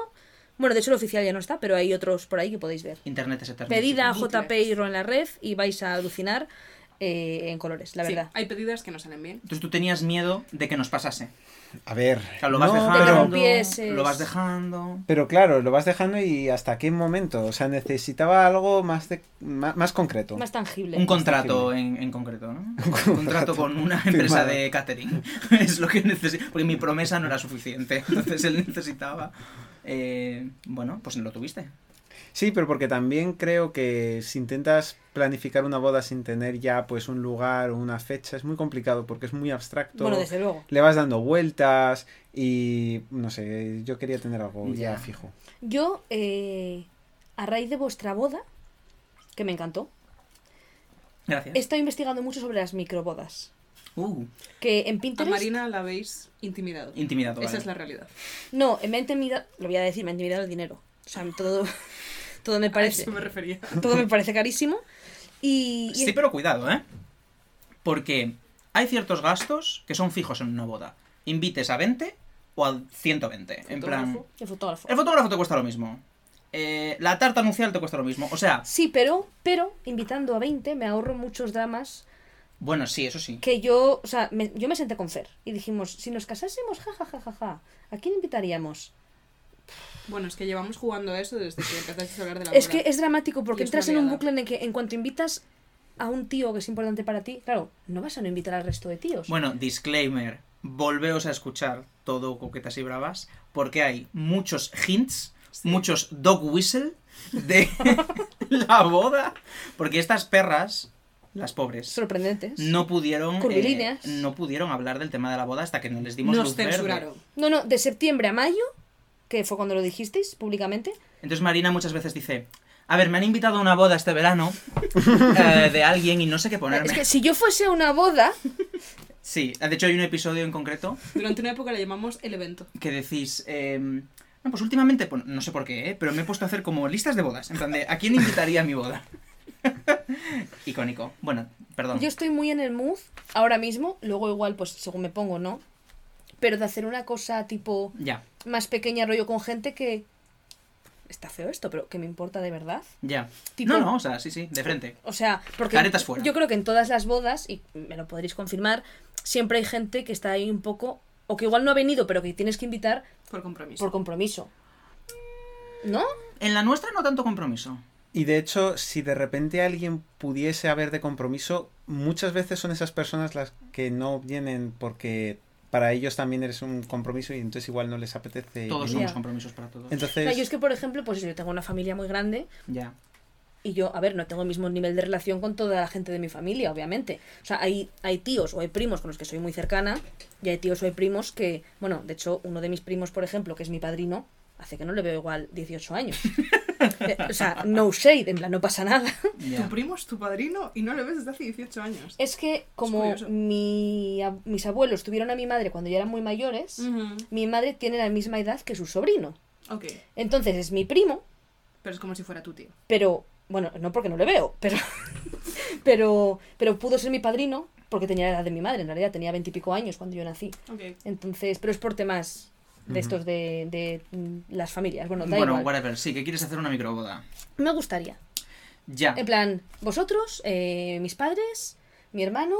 Speaker 3: bueno, de hecho el oficial ya no está, pero hay otros por ahí que podéis ver.
Speaker 5: Internet es eterno.
Speaker 3: Pedida a
Speaker 2: Bucles.
Speaker 3: JP y Ron en la red y vais a alucinar eh, en colores, la
Speaker 2: Sí,
Speaker 3: verdad.
Speaker 2: hay pedidas que no salen bien.
Speaker 5: Entonces tú tenías miedo de que nos pasase.
Speaker 4: A ver.
Speaker 5: Claro, lo vas
Speaker 4: no,
Speaker 5: dejando.
Speaker 4: pero-
Speaker 3: rompieses.
Speaker 5: Lo vas dejando.
Speaker 4: Pero claro, lo vas dejando y hasta qué momento. O sea, necesitaba algo más, de, más, más concreto.
Speaker 3: Más tangible.
Speaker 5: Un contrato en, en concreto, ¿no? Un contrato con una
Speaker 4: firmado.
Speaker 5: empresa de catering. es lo que necesitaba. Porque mi promesa no era suficiente. Entonces él necesitaba. eh, bueno, pues lo tuviste.
Speaker 4: Sí, pero porque también creo que si intentas planificar una boda sin tener ya pues un lugar o una fecha es muy complicado porque es muy abstracto.
Speaker 3: Bueno, desde luego.
Speaker 4: Le vas dando vueltas y no sé, yo quería tener algo ya,
Speaker 5: Ya.
Speaker 4: fijo.
Speaker 3: Yo, eh, a raíz de vuestra boda, que me encantó,
Speaker 5: Gracias.
Speaker 3: he estado investigando mucho sobre las microbodas.
Speaker 5: Uh,
Speaker 3: Que en
Speaker 2: A
Speaker 3: Pinterest...
Speaker 2: Marina la habéis intimidado.
Speaker 5: intimidado.
Speaker 2: Esa
Speaker 5: vale.
Speaker 2: es la realidad.
Speaker 3: No, me ha intimidado... Lo voy a decir, me ha intimidado el dinero. O sea, todo, todo me
Speaker 2: A
Speaker 3: parece...
Speaker 2: eso me refería.
Speaker 3: Todo me parece carísimo. Y, y-
Speaker 5: Sí, pero cuidado, ¿eh? Porque hay ciertos gastos que son fijos en una boda. Invites a 20 o a 120. En plan.
Speaker 2: Fotógrafo.
Speaker 3: El fotógrafo.
Speaker 5: El fotógrafo te cuesta lo mismo. Eh, la tarta nupcial te cuesta lo mismo. O sea,
Speaker 3: Sí, pero, pero, invitando a 20, me ahorro muchos dramas
Speaker 5: bueno, sí, eso sí.
Speaker 3: que yo, o sea, me- yo me senté con Fer y dijimos, si nos casásemos, ja, ja, ja, ja, ja, ¿a quién invitaríamos?
Speaker 2: Bueno, es que llevamos jugando a eso desde que empezasteis a hablar de la
Speaker 3: es
Speaker 2: boda.
Speaker 3: que es dramático
Speaker 2: Y
Speaker 3: porque
Speaker 2: es
Speaker 3: entras
Speaker 2: una
Speaker 3: en un
Speaker 2: liada.
Speaker 3: bucle en el que en cuanto invitas a un tío que es importante para ti, claro, no vas a no invitar al resto de tíos.
Speaker 5: Bueno, disclaimer. Volveos a escuchar todo Coquetas y Bravas porque hay muchos hints, muchos dog whistle de la boda. Porque estas perras, las pobres,
Speaker 3: Sorprendentes.
Speaker 5: no pudieron, eh,
Speaker 3: Curvilíneas.
Speaker 5: no pudieron hablar del tema de la boda hasta que no les dimos
Speaker 2: Nos
Speaker 5: luz verde.
Speaker 2: censuraron.
Speaker 3: No, no, de septiembre a mayo, que fue cuando lo dijisteis públicamente,
Speaker 5: Entonces Marina muchas veces dice, a ver, me han invitado a una boda este verano eh, de alguien y no sé qué ponerme.
Speaker 3: es que si yo fuese a una boda,
Speaker 5: Sí, de hecho hay un episodio en concreto
Speaker 2: Durante una época la llamamos el evento.
Speaker 5: que decís, eh, no, pues últimamente, pues, no sé por qué, ¿eh? pero me he puesto a hacer como listas de bodas, en plan de, ¿a quién invitaría a mi boda? Icónico. Bueno, perdón.
Speaker 3: yo estoy muy en el mood ahora mismo, luego igual, pues según me pongo, ¿no? pero de hacer una cosa tipo
Speaker 5: Ya,
Speaker 3: más pequeña rollo con gente que... Está feo esto, pero que me importa de verdad.
Speaker 5: ya.
Speaker 3: Tipo-
Speaker 5: No, no, o sea, sí, sí, de frente.
Speaker 3: O sea, porque
Speaker 5: Caretas fuera.
Speaker 3: yo creo que en todas las bodas, y me lo podréis confirmar, siempre hay gente que está ahí un poco, o que igual no ha venido, pero que tienes que invitar
Speaker 2: Por compromiso.
Speaker 3: por compromiso. ¿No?
Speaker 5: En la nuestra no tanto compromiso.
Speaker 4: Y de hecho, si de repente alguien pudiese haber de compromiso, muchas veces son esas personas las que no vienen porque para ellos también eres un compromiso y entonces igual no les apetece.
Speaker 5: Todos
Speaker 4: venir.
Speaker 5: somos compromisos para todos.
Speaker 3: O
Speaker 4: Entonces,
Speaker 3: sea, yo es que, por ejemplo, pues yo tengo una familia muy grande
Speaker 5: Ya.
Speaker 3: y yo, a ver, no tengo el mismo nivel de relación con toda la gente de mi familia, obviamente. O sea, hay, hay tíos o hay primos con los que soy muy cercana y hay tíos o hay primos que, bueno, de hecho, uno de mis primos, por ejemplo, que es mi padrino, hace que no le veo igual 18 años. Eh, o sea, no shade, en plan, no pasa nada.
Speaker 5: ya.
Speaker 2: Tu primo es tu padrino y no le ves desde hace 18 años.
Speaker 3: Es que como
Speaker 2: curioso.
Speaker 3: mi, ab- mis abuelos tuvieron a mi madre cuando ya eran muy mayores,
Speaker 2: Ujú.
Speaker 3: mi madre tiene la misma edad que su sobrino.
Speaker 2: Ok,
Speaker 3: Entonces es mi primo,
Speaker 2: pero es como si fuera tu tío.
Speaker 3: pero bueno, no porque no le veo, pero pero pero pudo ser mi padrino porque tenía la edad de mi madre, en realidad tenía veintipico años cuando yo nací.
Speaker 2: Ok.
Speaker 3: Entonces, pero es por temas de estos de, de, mm, las familias. Bueno, da
Speaker 5: Bueno,
Speaker 3: igual.
Speaker 5: whatever. Sí, que quieres hacer una microboda.
Speaker 3: Me gustaría.
Speaker 5: Ya.
Speaker 3: En plan, vosotros, eh, mis padres, mi hermano,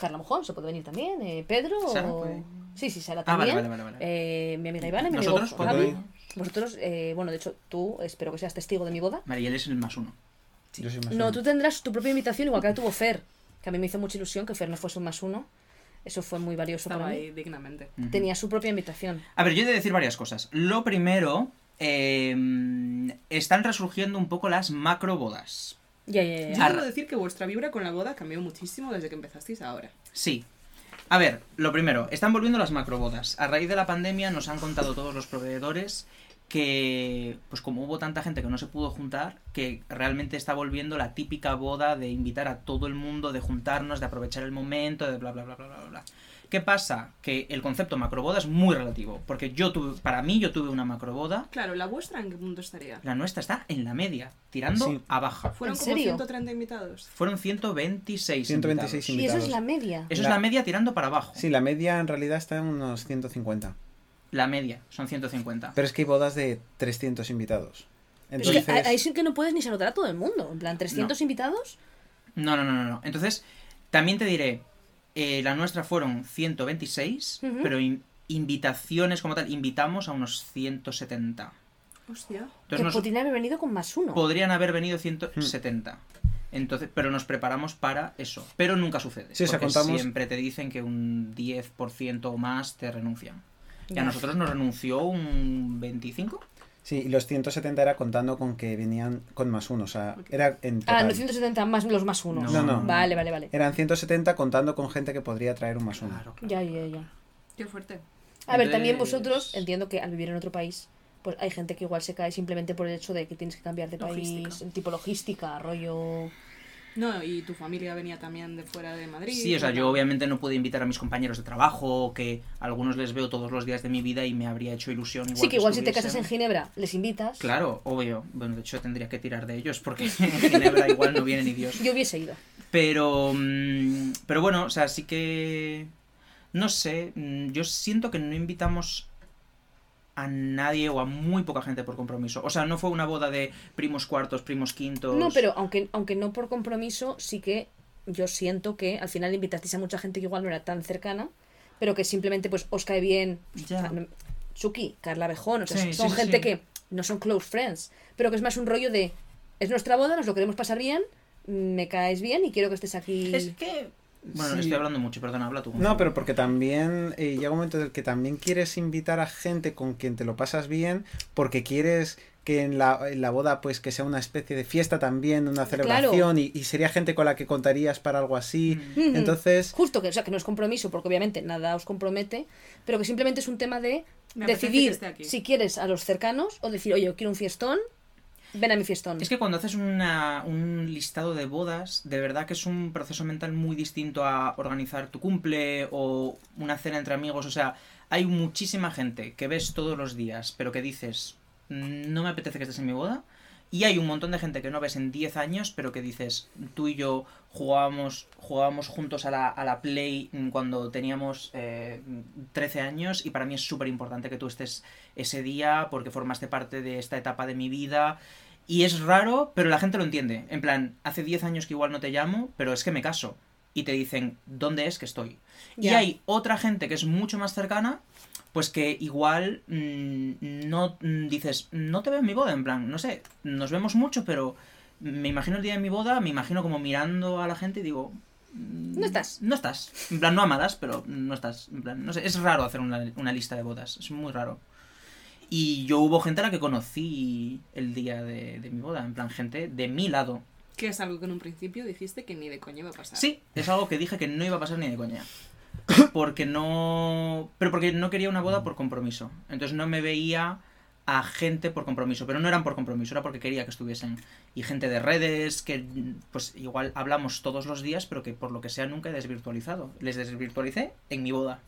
Speaker 3: Carla Mojón, se puede venir también, eh, Pedro.
Speaker 5: Sara
Speaker 3: o-
Speaker 5: puede.
Speaker 3: Sí, sí, Sara
Speaker 5: Ah, vale,
Speaker 3: también.
Speaker 5: vale, vale,
Speaker 3: eh, mi amiga Ivana y mi
Speaker 5: Nosotros
Speaker 3: amigo
Speaker 5: podemos
Speaker 3: Javi.
Speaker 4: ir.
Speaker 3: Vosotros, eh, bueno, de hecho, tú espero que seas testigo de mi boda.
Speaker 5: Vale, y él es el más uno.
Speaker 4: yo soy más
Speaker 3: No,
Speaker 4: uno.
Speaker 3: tú tendrás tu propia invitación, igual que la tuvo Fer, que a mí me hizo mucha ilusión que Fer no fuese un más uno. Eso fue muy valioso
Speaker 2: Estaba
Speaker 3: para
Speaker 2: ahí dignamente.
Speaker 3: mí.
Speaker 5: Ujú.
Speaker 3: Tenía su propia invitación.
Speaker 5: A ver, yo he de decir varias cosas. Lo primero, eh, están resurgiendo un poco las macrobodas.
Speaker 3: Ya, ya, ya,
Speaker 2: Yo
Speaker 3: ya.
Speaker 5: Arra-
Speaker 2: quiero decir que vuestra vibra con la boda cambió muchísimo desde que empezasteis ahora.
Speaker 5: Sí. A ver, lo primero, están volviendo las macrobodas. A raíz de la pandemia nos han contado todos los proveedores que, pues como hubo tanta gente que no se pudo juntar, que realmente está volviendo la típica boda de invitar a todo el mundo, de juntarnos, de aprovechar el momento, de bla, bla, bla, bla, bla, bla. ¿Qué pasa? Que el concepto macroboda es muy relativo, porque yo tuve, para mí yo tuve una macroboda,
Speaker 2: Claro, ¿la vuestra en qué punto estaría?
Speaker 5: la nuestra está en la media, tirando
Speaker 4: Sí.
Speaker 5: a baja.
Speaker 2: Fueron
Speaker 3: ¿En
Speaker 2: como
Speaker 3: serio?
Speaker 2: 130 invitados.
Speaker 5: Fueron 126.
Speaker 4: 126
Speaker 5: invitados.
Speaker 3: Y eso es la
Speaker 4: invitados.
Speaker 3: media.
Speaker 5: Eso es la media tirando para abajo.
Speaker 4: Sí, la media en realidad está en unos 150.
Speaker 5: La media, son 150.
Speaker 4: Pero es que hay bodas de 300 invitados.
Speaker 3: Pero es que
Speaker 4: Entonces,
Speaker 3: a- ahí sí que no puedes ni saludar a todo el mundo. En plan, 300 invitados.
Speaker 5: No, no, no, no, no. Entonces, también te diré, eh, la nuestra fueron 126,
Speaker 3: Ujú.
Speaker 5: pero in- invitaciones como tal, invitamos a unos 170.
Speaker 2: Hostia.
Speaker 5: Entonces, nos
Speaker 3: que podrían haber venido con más uno.
Speaker 5: podrían haber venido 170. Entonces, pero nos preparamos para eso. Pero nunca sucede.
Speaker 4: Sí, o sea,
Speaker 5: porque
Speaker 4: contamos-
Speaker 5: siempre te dicen que un 10% o más te renuncian. Y a nosotros nos renunció un 25.
Speaker 4: sí, y los 170 era contando con que venían con más uno. O sea, era en
Speaker 3: Ah,
Speaker 4: total.
Speaker 3: 970 más los más unos.
Speaker 4: No, Eh. no.
Speaker 3: Vale, vale, vale.
Speaker 4: Eran 170 contando con gente que podría traer un más uno.
Speaker 5: Claro, claro.
Speaker 3: Ya, ya, ya.
Speaker 2: Qué fuerte.
Speaker 3: A ver, también
Speaker 5: Entonces-
Speaker 3: vosotros, entiendo que al vivir en otro país, pues hay gente que igual se cae simplemente por el hecho de que tienes que cambiar de país,
Speaker 2: Logística.
Speaker 3: tipo logística, rollo...
Speaker 2: No, y tu familia venía también de fuera de Madrid.
Speaker 5: Sí, o sea, yo obviamente no pude invitar a mis compañeros de trabajo, que a algunos les veo todos los días de mi vida y me habría hecho ilusión. Igual
Speaker 3: sí, que igual si te casas
Speaker 5: estuviesen.
Speaker 3: en Ginebra, les invitas.
Speaker 5: Claro, obvio. Bueno, de hecho tendría que tirar de ellos porque en Ginebra igual no viene ni Dios.
Speaker 3: Yo hubiese ido.
Speaker 5: Pero, mm, pero bueno, o sea, sí que... No sé, mm, yo siento que no invitamos a nadie o a muy poca gente por compromiso. O sea, no fue una boda de primos cuartos, primos quintos.
Speaker 3: No, pero aunque, aunque no por compromiso, sí que yo siento que al final invitasteis a mucha gente que igual no era tan cercana, pero que simplemente pues os cae bien.
Speaker 5: Ya.
Speaker 3: no- Chucky, Carla Bejón, o sea,
Speaker 5: Ah. Sí,
Speaker 3: son
Speaker 5: sí, sí,
Speaker 3: gente
Speaker 5: sí.
Speaker 3: que no son close friends, pero que es más un rollo de es nuestra boda, nos lo queremos pasar bien, me caes bien y quiero que estés aquí.
Speaker 5: Es que... Bueno,
Speaker 4: Sí.
Speaker 5: estoy hablando mucho, perdona, habla tú.
Speaker 4: No, pero porque también eh, llega un momento en el que también quieres invitar a gente con quien te lo pasas bien, porque quieres que en la, en la boda pues que sea una especie de fiesta también, una
Speaker 3: Claro.
Speaker 4: celebración y, y sería gente con la que contarías para algo así.
Speaker 5: Mm.
Speaker 3: Ujú.
Speaker 4: Entonces,
Speaker 3: Justo que, o sea, que no es compromiso, porque obviamente nada os compromete, pero que simplemente es un tema de
Speaker 2: Me apetece que
Speaker 3: decidir
Speaker 2: esté aquí.
Speaker 3: si quieres a los cercanos o decir, oye, yo quiero un fiestón, ven a mi fiestón.
Speaker 5: Es que cuando haces una- un listado de bodas, de verdad que es un proceso mental muy distinto a organizar tu cumple o una cena entre amigos. O sea, hay muchísima gente que ves todos los días, pero que dices, "Mm, no me apetece que estés en mi boda. Y hay un montón de gente que no ves en 10 años, pero que dices, tú y yo jugábamos, jugábamos juntos a la, a la Play cuando teníamos eh, 13 años y para mí es súper importante que tú estés ese día porque formaste parte de esta etapa de mi vida. Y es raro, pero la gente lo entiende. En plan, hace 10 años que igual no te llamo, pero es que me caso. Y te dicen, ¿dónde es que estoy? Y
Speaker 3: Ya.
Speaker 5: hay otra gente que es mucho más cercana, pues que igual mm, no mm, dices, no te veo en mi boda, en plan, no sé, nos vemos mucho, pero me imagino el día de mi boda, me imagino como mirando a la gente y digo... No
Speaker 3: estás.
Speaker 5: No estás. En plan, no amadas, pero no estás. En plan, no sé, es raro hacer una, una lista de bodas, es muy raro. Y yo hubo gente a la que conocí el día de, de mi boda, en plan, gente de mi lado.
Speaker 2: Que es algo que en un principio dijiste que ni de coño iba a pasar.
Speaker 5: Sí, es algo que dije que no iba a pasar ni de coña. Porque no. Pero porque no quería una boda por compromiso. Entonces no me veía a gente por compromiso. Pero no eran por compromiso, era porque quería que estuviesen. Y gente de redes, que pues igual hablamos todos los días, pero que por lo que sea nunca he desvirtualizado. Les desvirtualicé en mi boda.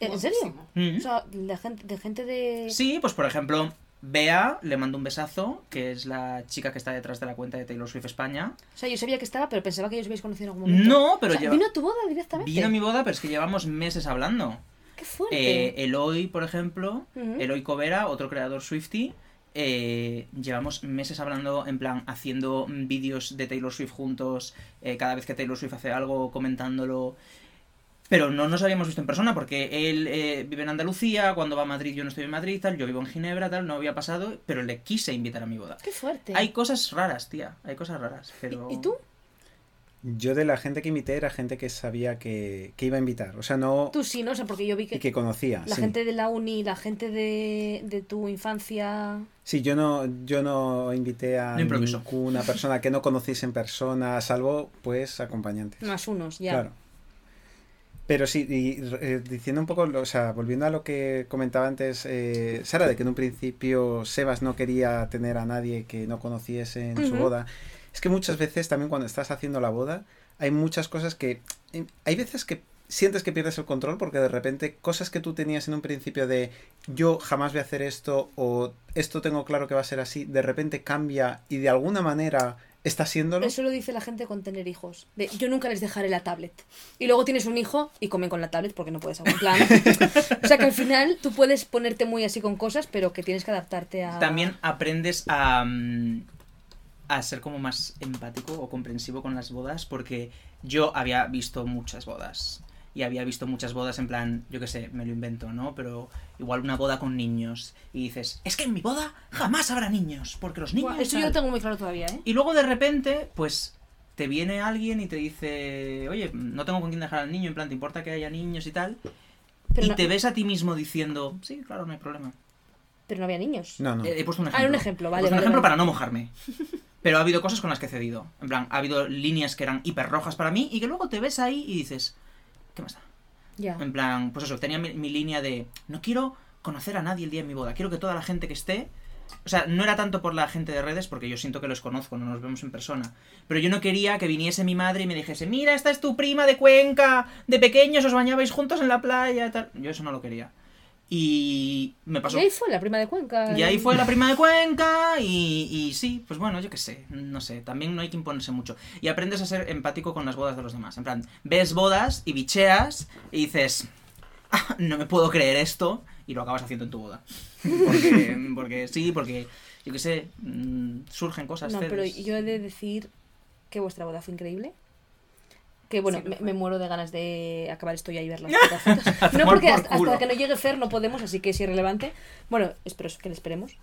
Speaker 3: ¿En serio?
Speaker 2: Guapísimo.
Speaker 5: Mm.
Speaker 3: O sea, de gente de... Gente de...
Speaker 5: Sí, pues por ejemplo, Bea, le mando un besazo, que es la chica que está detrás de la cuenta de Taylor Swift España.
Speaker 3: O sea, yo sabía que estaba, pero pensaba que ellos habéis conocido en algún momento.
Speaker 5: No, pero
Speaker 3: O sea,
Speaker 5: lleva-
Speaker 3: ¿Vino a tu boda directamente?
Speaker 5: vino a mi boda, pero es que llevamos meses hablando.
Speaker 3: ¡Qué fuerte!
Speaker 5: Eh, Eloy, por ejemplo,
Speaker 3: Ujú.
Speaker 5: Eloy Covera, otro creador Swifty, eh, llevamos meses hablando, en plan, haciendo mm, vídeos de Taylor Swift juntos, eh, cada vez que Taylor Swift hace algo, comentándolo. Pero no nos habíamos visto en persona porque él eh, vive en Andalucía, cuando va a Madrid yo no estoy en Madrid, tal, yo vivo en Ginebra, tal, no había pasado, pero le quise invitar a mi boda.
Speaker 3: ¡Qué fuerte!
Speaker 5: Hay cosas raras, tía, hay cosas raras, pero...
Speaker 3: ¿Y, y tú?
Speaker 4: Yo de la gente que invité era gente que sabía que, que iba a invitar. O sea, no...
Speaker 3: Tú sí, ¿no? O sea, porque yo vi que,
Speaker 4: Y que conocía.
Speaker 3: la
Speaker 4: sí.
Speaker 3: gente de la uni, la gente de, de tu infancia...
Speaker 4: Sí, yo no, yo no invité a
Speaker 5: No improvisó.
Speaker 4: ninguna persona que no conociese en persona, salvo pues acompañantes.
Speaker 3: Más unos, ya.
Speaker 4: Claro. Pero sí, y, eh, diciendo un poco, lo- o sea, volviendo a lo que comentaba antes eh, Sara, de que en un principio Sebas no quería tener a nadie que no conociese en su
Speaker 3: Ujú.
Speaker 4: boda, es que muchas veces también cuando estás haciendo la boda, hay muchas cosas que... eh, Hay veces que sientes que pierdes el control porque de repente cosas que tú tenías en un principio de yo jamás voy a hacer esto o esto tengo claro que va a ser así, de repente cambia y de alguna manera está siéndolo.
Speaker 3: Eso lo dice la gente con tener hijos. De, yo nunca les dejaré la tablet. Y luego tienes un hijo y comen con la tablet porque no puedes hacer un plan. o sea que al final tú puedes ponerte muy así con cosas, pero que tienes que adaptarte a...
Speaker 5: También aprendes a, mm, a ser como más empático o comprensivo con las bodas, porque yo había visto muchas bodas. Y había visto muchas bodas en plan, yo qué sé, me lo invento, ¿no? Pero igual una boda con niños. Y dices, es que en mi boda jamás habrá niños, porque los niños...
Speaker 3: Buah, Eso yo
Speaker 5: tal".
Speaker 3: lo tengo muy claro todavía, ¿eh?
Speaker 5: Y luego de repente, pues te viene alguien y te dice, oye, no tengo con quién dejar al niño, en plan, ¿te importa que haya niños y tal?
Speaker 3: Pero,
Speaker 5: y
Speaker 3: no,
Speaker 5: te ves a ti mismo diciendo, sí, claro, no hay problema.
Speaker 3: pero no había niños.
Speaker 4: No, no.
Speaker 5: Eh, He puesto un
Speaker 3: Ah,
Speaker 5: ejemplo.
Speaker 3: un ejemplo,
Speaker 5: He
Speaker 3: vale,
Speaker 5: puesto un
Speaker 3: vale,
Speaker 5: ejemplo
Speaker 3: vale.
Speaker 5: para no mojarme. Pero ha habido cosas con las que he cedido. En plan, ha habido líneas que eran hiper rojas para mí y que luego te ves ahí y dices, ¿qué más da?
Speaker 3: Ya.
Speaker 5: En plan, pues eso, tenía mi, mi línea de, no quiero conocer a nadie el día de mi boda, quiero que toda la gente que esté... O sea, no era tanto por la gente de redes, porque yo siento que los conozco, no nos vemos en persona. Pero yo no quería que viniese mi madre y me dijese, mira, esta es tu prima de Cuenca, de pequeños os bañabais juntos en la playa, tal. Yo eso no lo quería. Y me pasó...
Speaker 3: Y ahí fue la prima de Cuenca.
Speaker 5: Y ahí fue la prima de Cuenca y, y sí, pues bueno, yo qué sé, no sé, también no hay que imponerse mucho. Y aprendes a ser empático con las bodas de los demás. En plan, ves bodas y bicheas y dices, "Ah, no me puedo creer esto y lo acabas haciendo en tu boda. Porque, porque sí, porque yo qué sé, mm, surgen cosas.
Speaker 3: No, pero
Speaker 5: cedes.
Speaker 3: yo he de decir que vuestra boda fue increíble. Que bueno,
Speaker 2: Sí, lo
Speaker 3: me,
Speaker 2: fue.
Speaker 3: me muero de ganas de acabar esto ya y verlas. todas juntas. no,
Speaker 5: Tomar
Speaker 3: porque
Speaker 5: por
Speaker 3: hasta, hasta
Speaker 5: culo.
Speaker 3: que no llegue Fer no podemos, así que es irrelevante. Bueno, espero que le esperemos.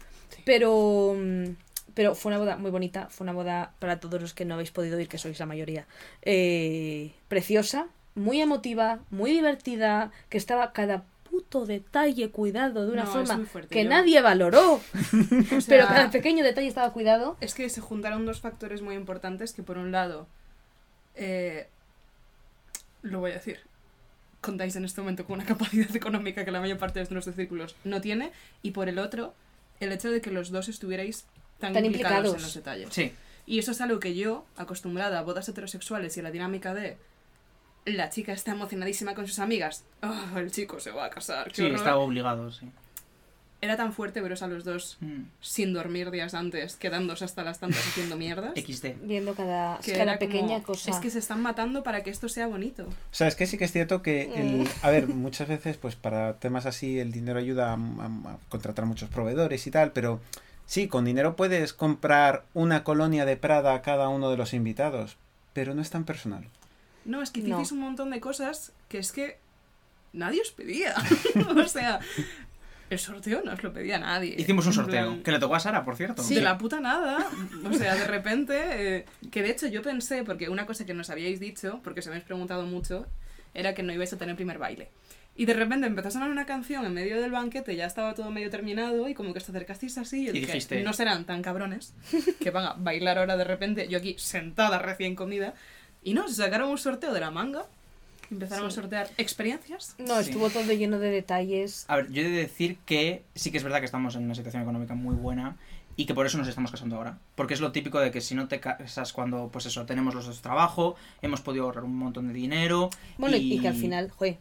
Speaker 3: Pero, mm, pero fue una boda muy bonita, fue una boda para todos los que no habéis podido ir, que sois la mayoría. eh, preciosa, muy emotiva, muy divertida, que estaba cada puto detalle cuidado de una
Speaker 2: No, es
Speaker 3: forma
Speaker 2: muy fuerte,
Speaker 3: que
Speaker 2: yo-
Speaker 3: nadie valoró.
Speaker 2: O sea,
Speaker 3: Pero cada pequeño detalle estaba cuidado.
Speaker 2: Es que se juntaron dos factores muy importantes que por un lado, eh, lo voy a decir, contáis en este momento con una capacidad económica que la mayor parte de nuestros círculos no tiene y por el otro, el hecho de que los dos estuvierais tan,
Speaker 3: Tan
Speaker 2: implicados, en
Speaker 3: implicados.
Speaker 2: los detalles.
Speaker 5: Sí,
Speaker 2: Y eso es algo que yo, acostumbrada a bodas heterosexuales y a la dinámica de la chica está emocionadísima con sus amigas, "Ah, el chico se va a casar, qué
Speaker 5: sí,
Speaker 2: horror".
Speaker 5: estaba obligado, sí.
Speaker 2: Era tan fuerte veros a los dos
Speaker 5: Mm.
Speaker 2: sin dormir días antes, quedándose hasta las tantas haciendo mierdas.
Speaker 5: XD.
Speaker 3: Viendo cada,
Speaker 2: que
Speaker 3: cada
Speaker 2: era como,
Speaker 3: pequeña cosa.
Speaker 2: Es que se están matando para que esto sea bonito.
Speaker 4: O sea, es que sí que es cierto que,
Speaker 3: Mm.
Speaker 4: el- a ver, muchas veces, pues para temas así, el dinero ayuda a, a- a contratar muchos proveedores y tal, pero sí, con dinero puedes comprar una colonia de Prada a cada uno de los invitados, pero no es tan personal.
Speaker 2: No, es que
Speaker 3: No.
Speaker 2: hicisteis un montón de cosas que es que nadie os pedía. o sea, el sorteo no os lo pedía nadie.
Speaker 5: Hicimos un
Speaker 2: En
Speaker 5: sorteo,
Speaker 2: plan,
Speaker 5: que le tocó a Sara, por cierto.
Speaker 2: De la puta nada. O sea, de repente. eh, que de hecho yo pensé, porque una cosa que nos habíais dicho, porque os habéis preguntado mucho, era que no ibais a tener primer baile. Y de repente empezó a sonar una canción en medio del banquete, ya estaba todo medio terminado y como que os acercasteis así y, yo
Speaker 5: Y
Speaker 2: dije,
Speaker 5: dijiste-
Speaker 2: no serán tan cabrones que van a bailar ahora de repente, yo aquí sentada recién comida. Y no, se sacaron un sorteo de la manga, empezaron a
Speaker 3: Sí.
Speaker 2: sortear experiencias.
Speaker 3: No,
Speaker 5: Sí.
Speaker 3: estuvo todo lleno de detalles.
Speaker 5: A ver, yo he de decir que sí que es verdad que estamos en una situación económica muy buena y que por eso nos estamos casando ahora. Porque es lo típico de que si no te casas cuando, pues eso, tenemos los dos trabajo, hemos podido ahorrar un montón de dinero.
Speaker 3: Bueno, y, y que al final, joder,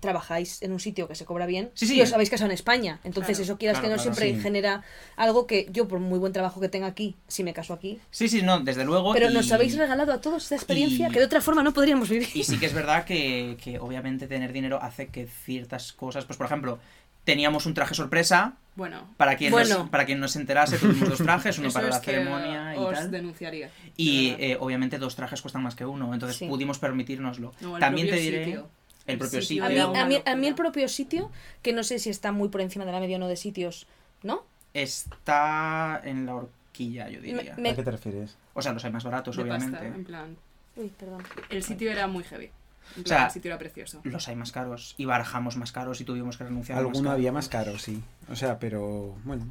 Speaker 3: trabajáis en un sitio que se cobra bien
Speaker 5: Sí, sí.
Speaker 3: y os habéis casado en España. Entonces
Speaker 2: Claro.
Speaker 3: eso quieras que no
Speaker 5: Claro, claro,
Speaker 3: siempre
Speaker 4: sí.
Speaker 3: genera algo que yo, por muy buen trabajo que tenga aquí, si me caso aquí.
Speaker 5: Sí, sí, no, desde
Speaker 2: Oh,
Speaker 5: luego.
Speaker 3: Pero
Speaker 5: y-
Speaker 3: nos habéis regalado a todos esta experiencia
Speaker 5: y-
Speaker 3: que de otra forma no podríamos vivir.
Speaker 5: Y sí que es verdad que, que obviamente tener dinero hace que ciertas cosas, pues por ejemplo, teníamos un traje sorpresa,
Speaker 2: Bueno,
Speaker 5: para quien,
Speaker 3: Bueno.
Speaker 5: nos- para quien no se enterase, tuvimos dos trajes, uno
Speaker 2: eso
Speaker 5: para
Speaker 2: es
Speaker 5: la
Speaker 2: que
Speaker 5: ceremonia y
Speaker 2: os
Speaker 5: tal.
Speaker 2: denunciaría. de
Speaker 5: Y
Speaker 2: verdad.
Speaker 5: eh, obviamente dos trajes cuestan más que uno, entonces
Speaker 3: Sí.
Speaker 5: pudimos permitírnoslo.
Speaker 2: No, el
Speaker 5: También te
Speaker 2: propio
Speaker 5: diré
Speaker 2: sitio.
Speaker 5: el propio
Speaker 2: El sitio
Speaker 5: sitio.
Speaker 3: A mí,
Speaker 2: era una
Speaker 3: a, mí, a mí
Speaker 2: locura.
Speaker 3: el propio sitio, que no sé si está muy por encima de la media o no de sitios, ¿no?
Speaker 2: eh,
Speaker 5: Está en la horquilla, yo diría.
Speaker 3: Me-
Speaker 4: ¿A qué te refieres?
Speaker 5: O sea, los hay más baratos,
Speaker 2: de pasta,
Speaker 5: pues
Speaker 2: eh.
Speaker 5: obviamente.
Speaker 2: en plan,
Speaker 3: Uy, perdón.
Speaker 2: El sitio era muy heavy. En plan,
Speaker 5: O sea,
Speaker 2: el sitio era precioso.
Speaker 5: Los hay más caros. Y barajamos más caros y tuvimos que renunciar a
Speaker 4: Alguno
Speaker 5: más
Speaker 4: había
Speaker 5: caros.
Speaker 4: más caro, sí. O sea, pero bueno.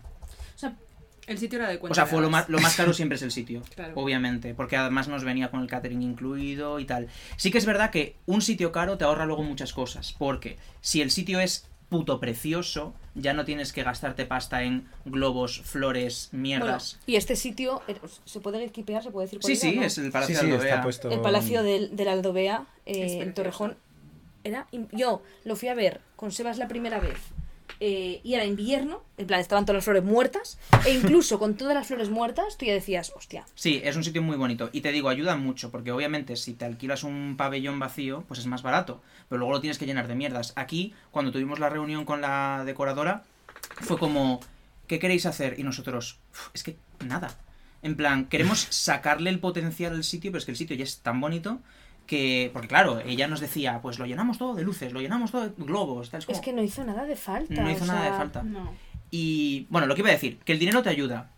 Speaker 2: O sea, el sitio era de cuenta.
Speaker 5: O sea, fue lo
Speaker 2: de
Speaker 5: más, lo más caro siempre es el sitio,
Speaker 2: Claro.
Speaker 5: obviamente, porque además nos venía con el catering incluido y tal. Sí que es verdad que un sitio caro te ahorra luego muchas cosas, porque si el sitio es puto precioso, ya no tienes que gastarte pasta en globos, flores, mierdas.
Speaker 3: Y este sitio, eh, ¿se puede equipear? ¿Se puede decir cuál
Speaker 5: sí, sí,
Speaker 3: era, no?
Speaker 5: es el
Speaker 4: Sí,
Speaker 5: Palacio
Speaker 4: sí,
Speaker 5: de
Speaker 4: está
Speaker 5: Aldovea.
Speaker 4: puesto.
Speaker 3: El Palacio del, de la Aldovea eh,
Speaker 2: Es
Speaker 3: en
Speaker 2: precioso.
Speaker 3: Torrejón. Era, im- yo lo fui a ver con Sebas la primera vez eh, y era invierno, en plan estaban todas las flores muertas e incluso con todas las flores muertas tú ya decías, hostia,
Speaker 5: Sí, es un sitio muy bonito. Y te digo, ayuda mucho, porque obviamente si te alquilas un pabellón vacío, pues es más barato. Pero luego lo tienes que llenar de mierdas. Aquí, cuando tuvimos la reunión con la decoradora, fue como, ¿qué queréis hacer? Y nosotros, "Uf, es que nada. En plan, queremos sacarle el potencial al sitio, pero es que el sitio ya es tan bonito que. Porque claro, ella nos decía, pues lo llenamos todo de luces, lo llenamos todo de globos, tal. como,
Speaker 3: es que no hizo nada de falta.
Speaker 5: no hizo
Speaker 3: o
Speaker 5: nada de
Speaker 3: sea,
Speaker 5: falta.
Speaker 2: No.
Speaker 5: Y bueno, lo que iba a decir, que el dinero te ayuda,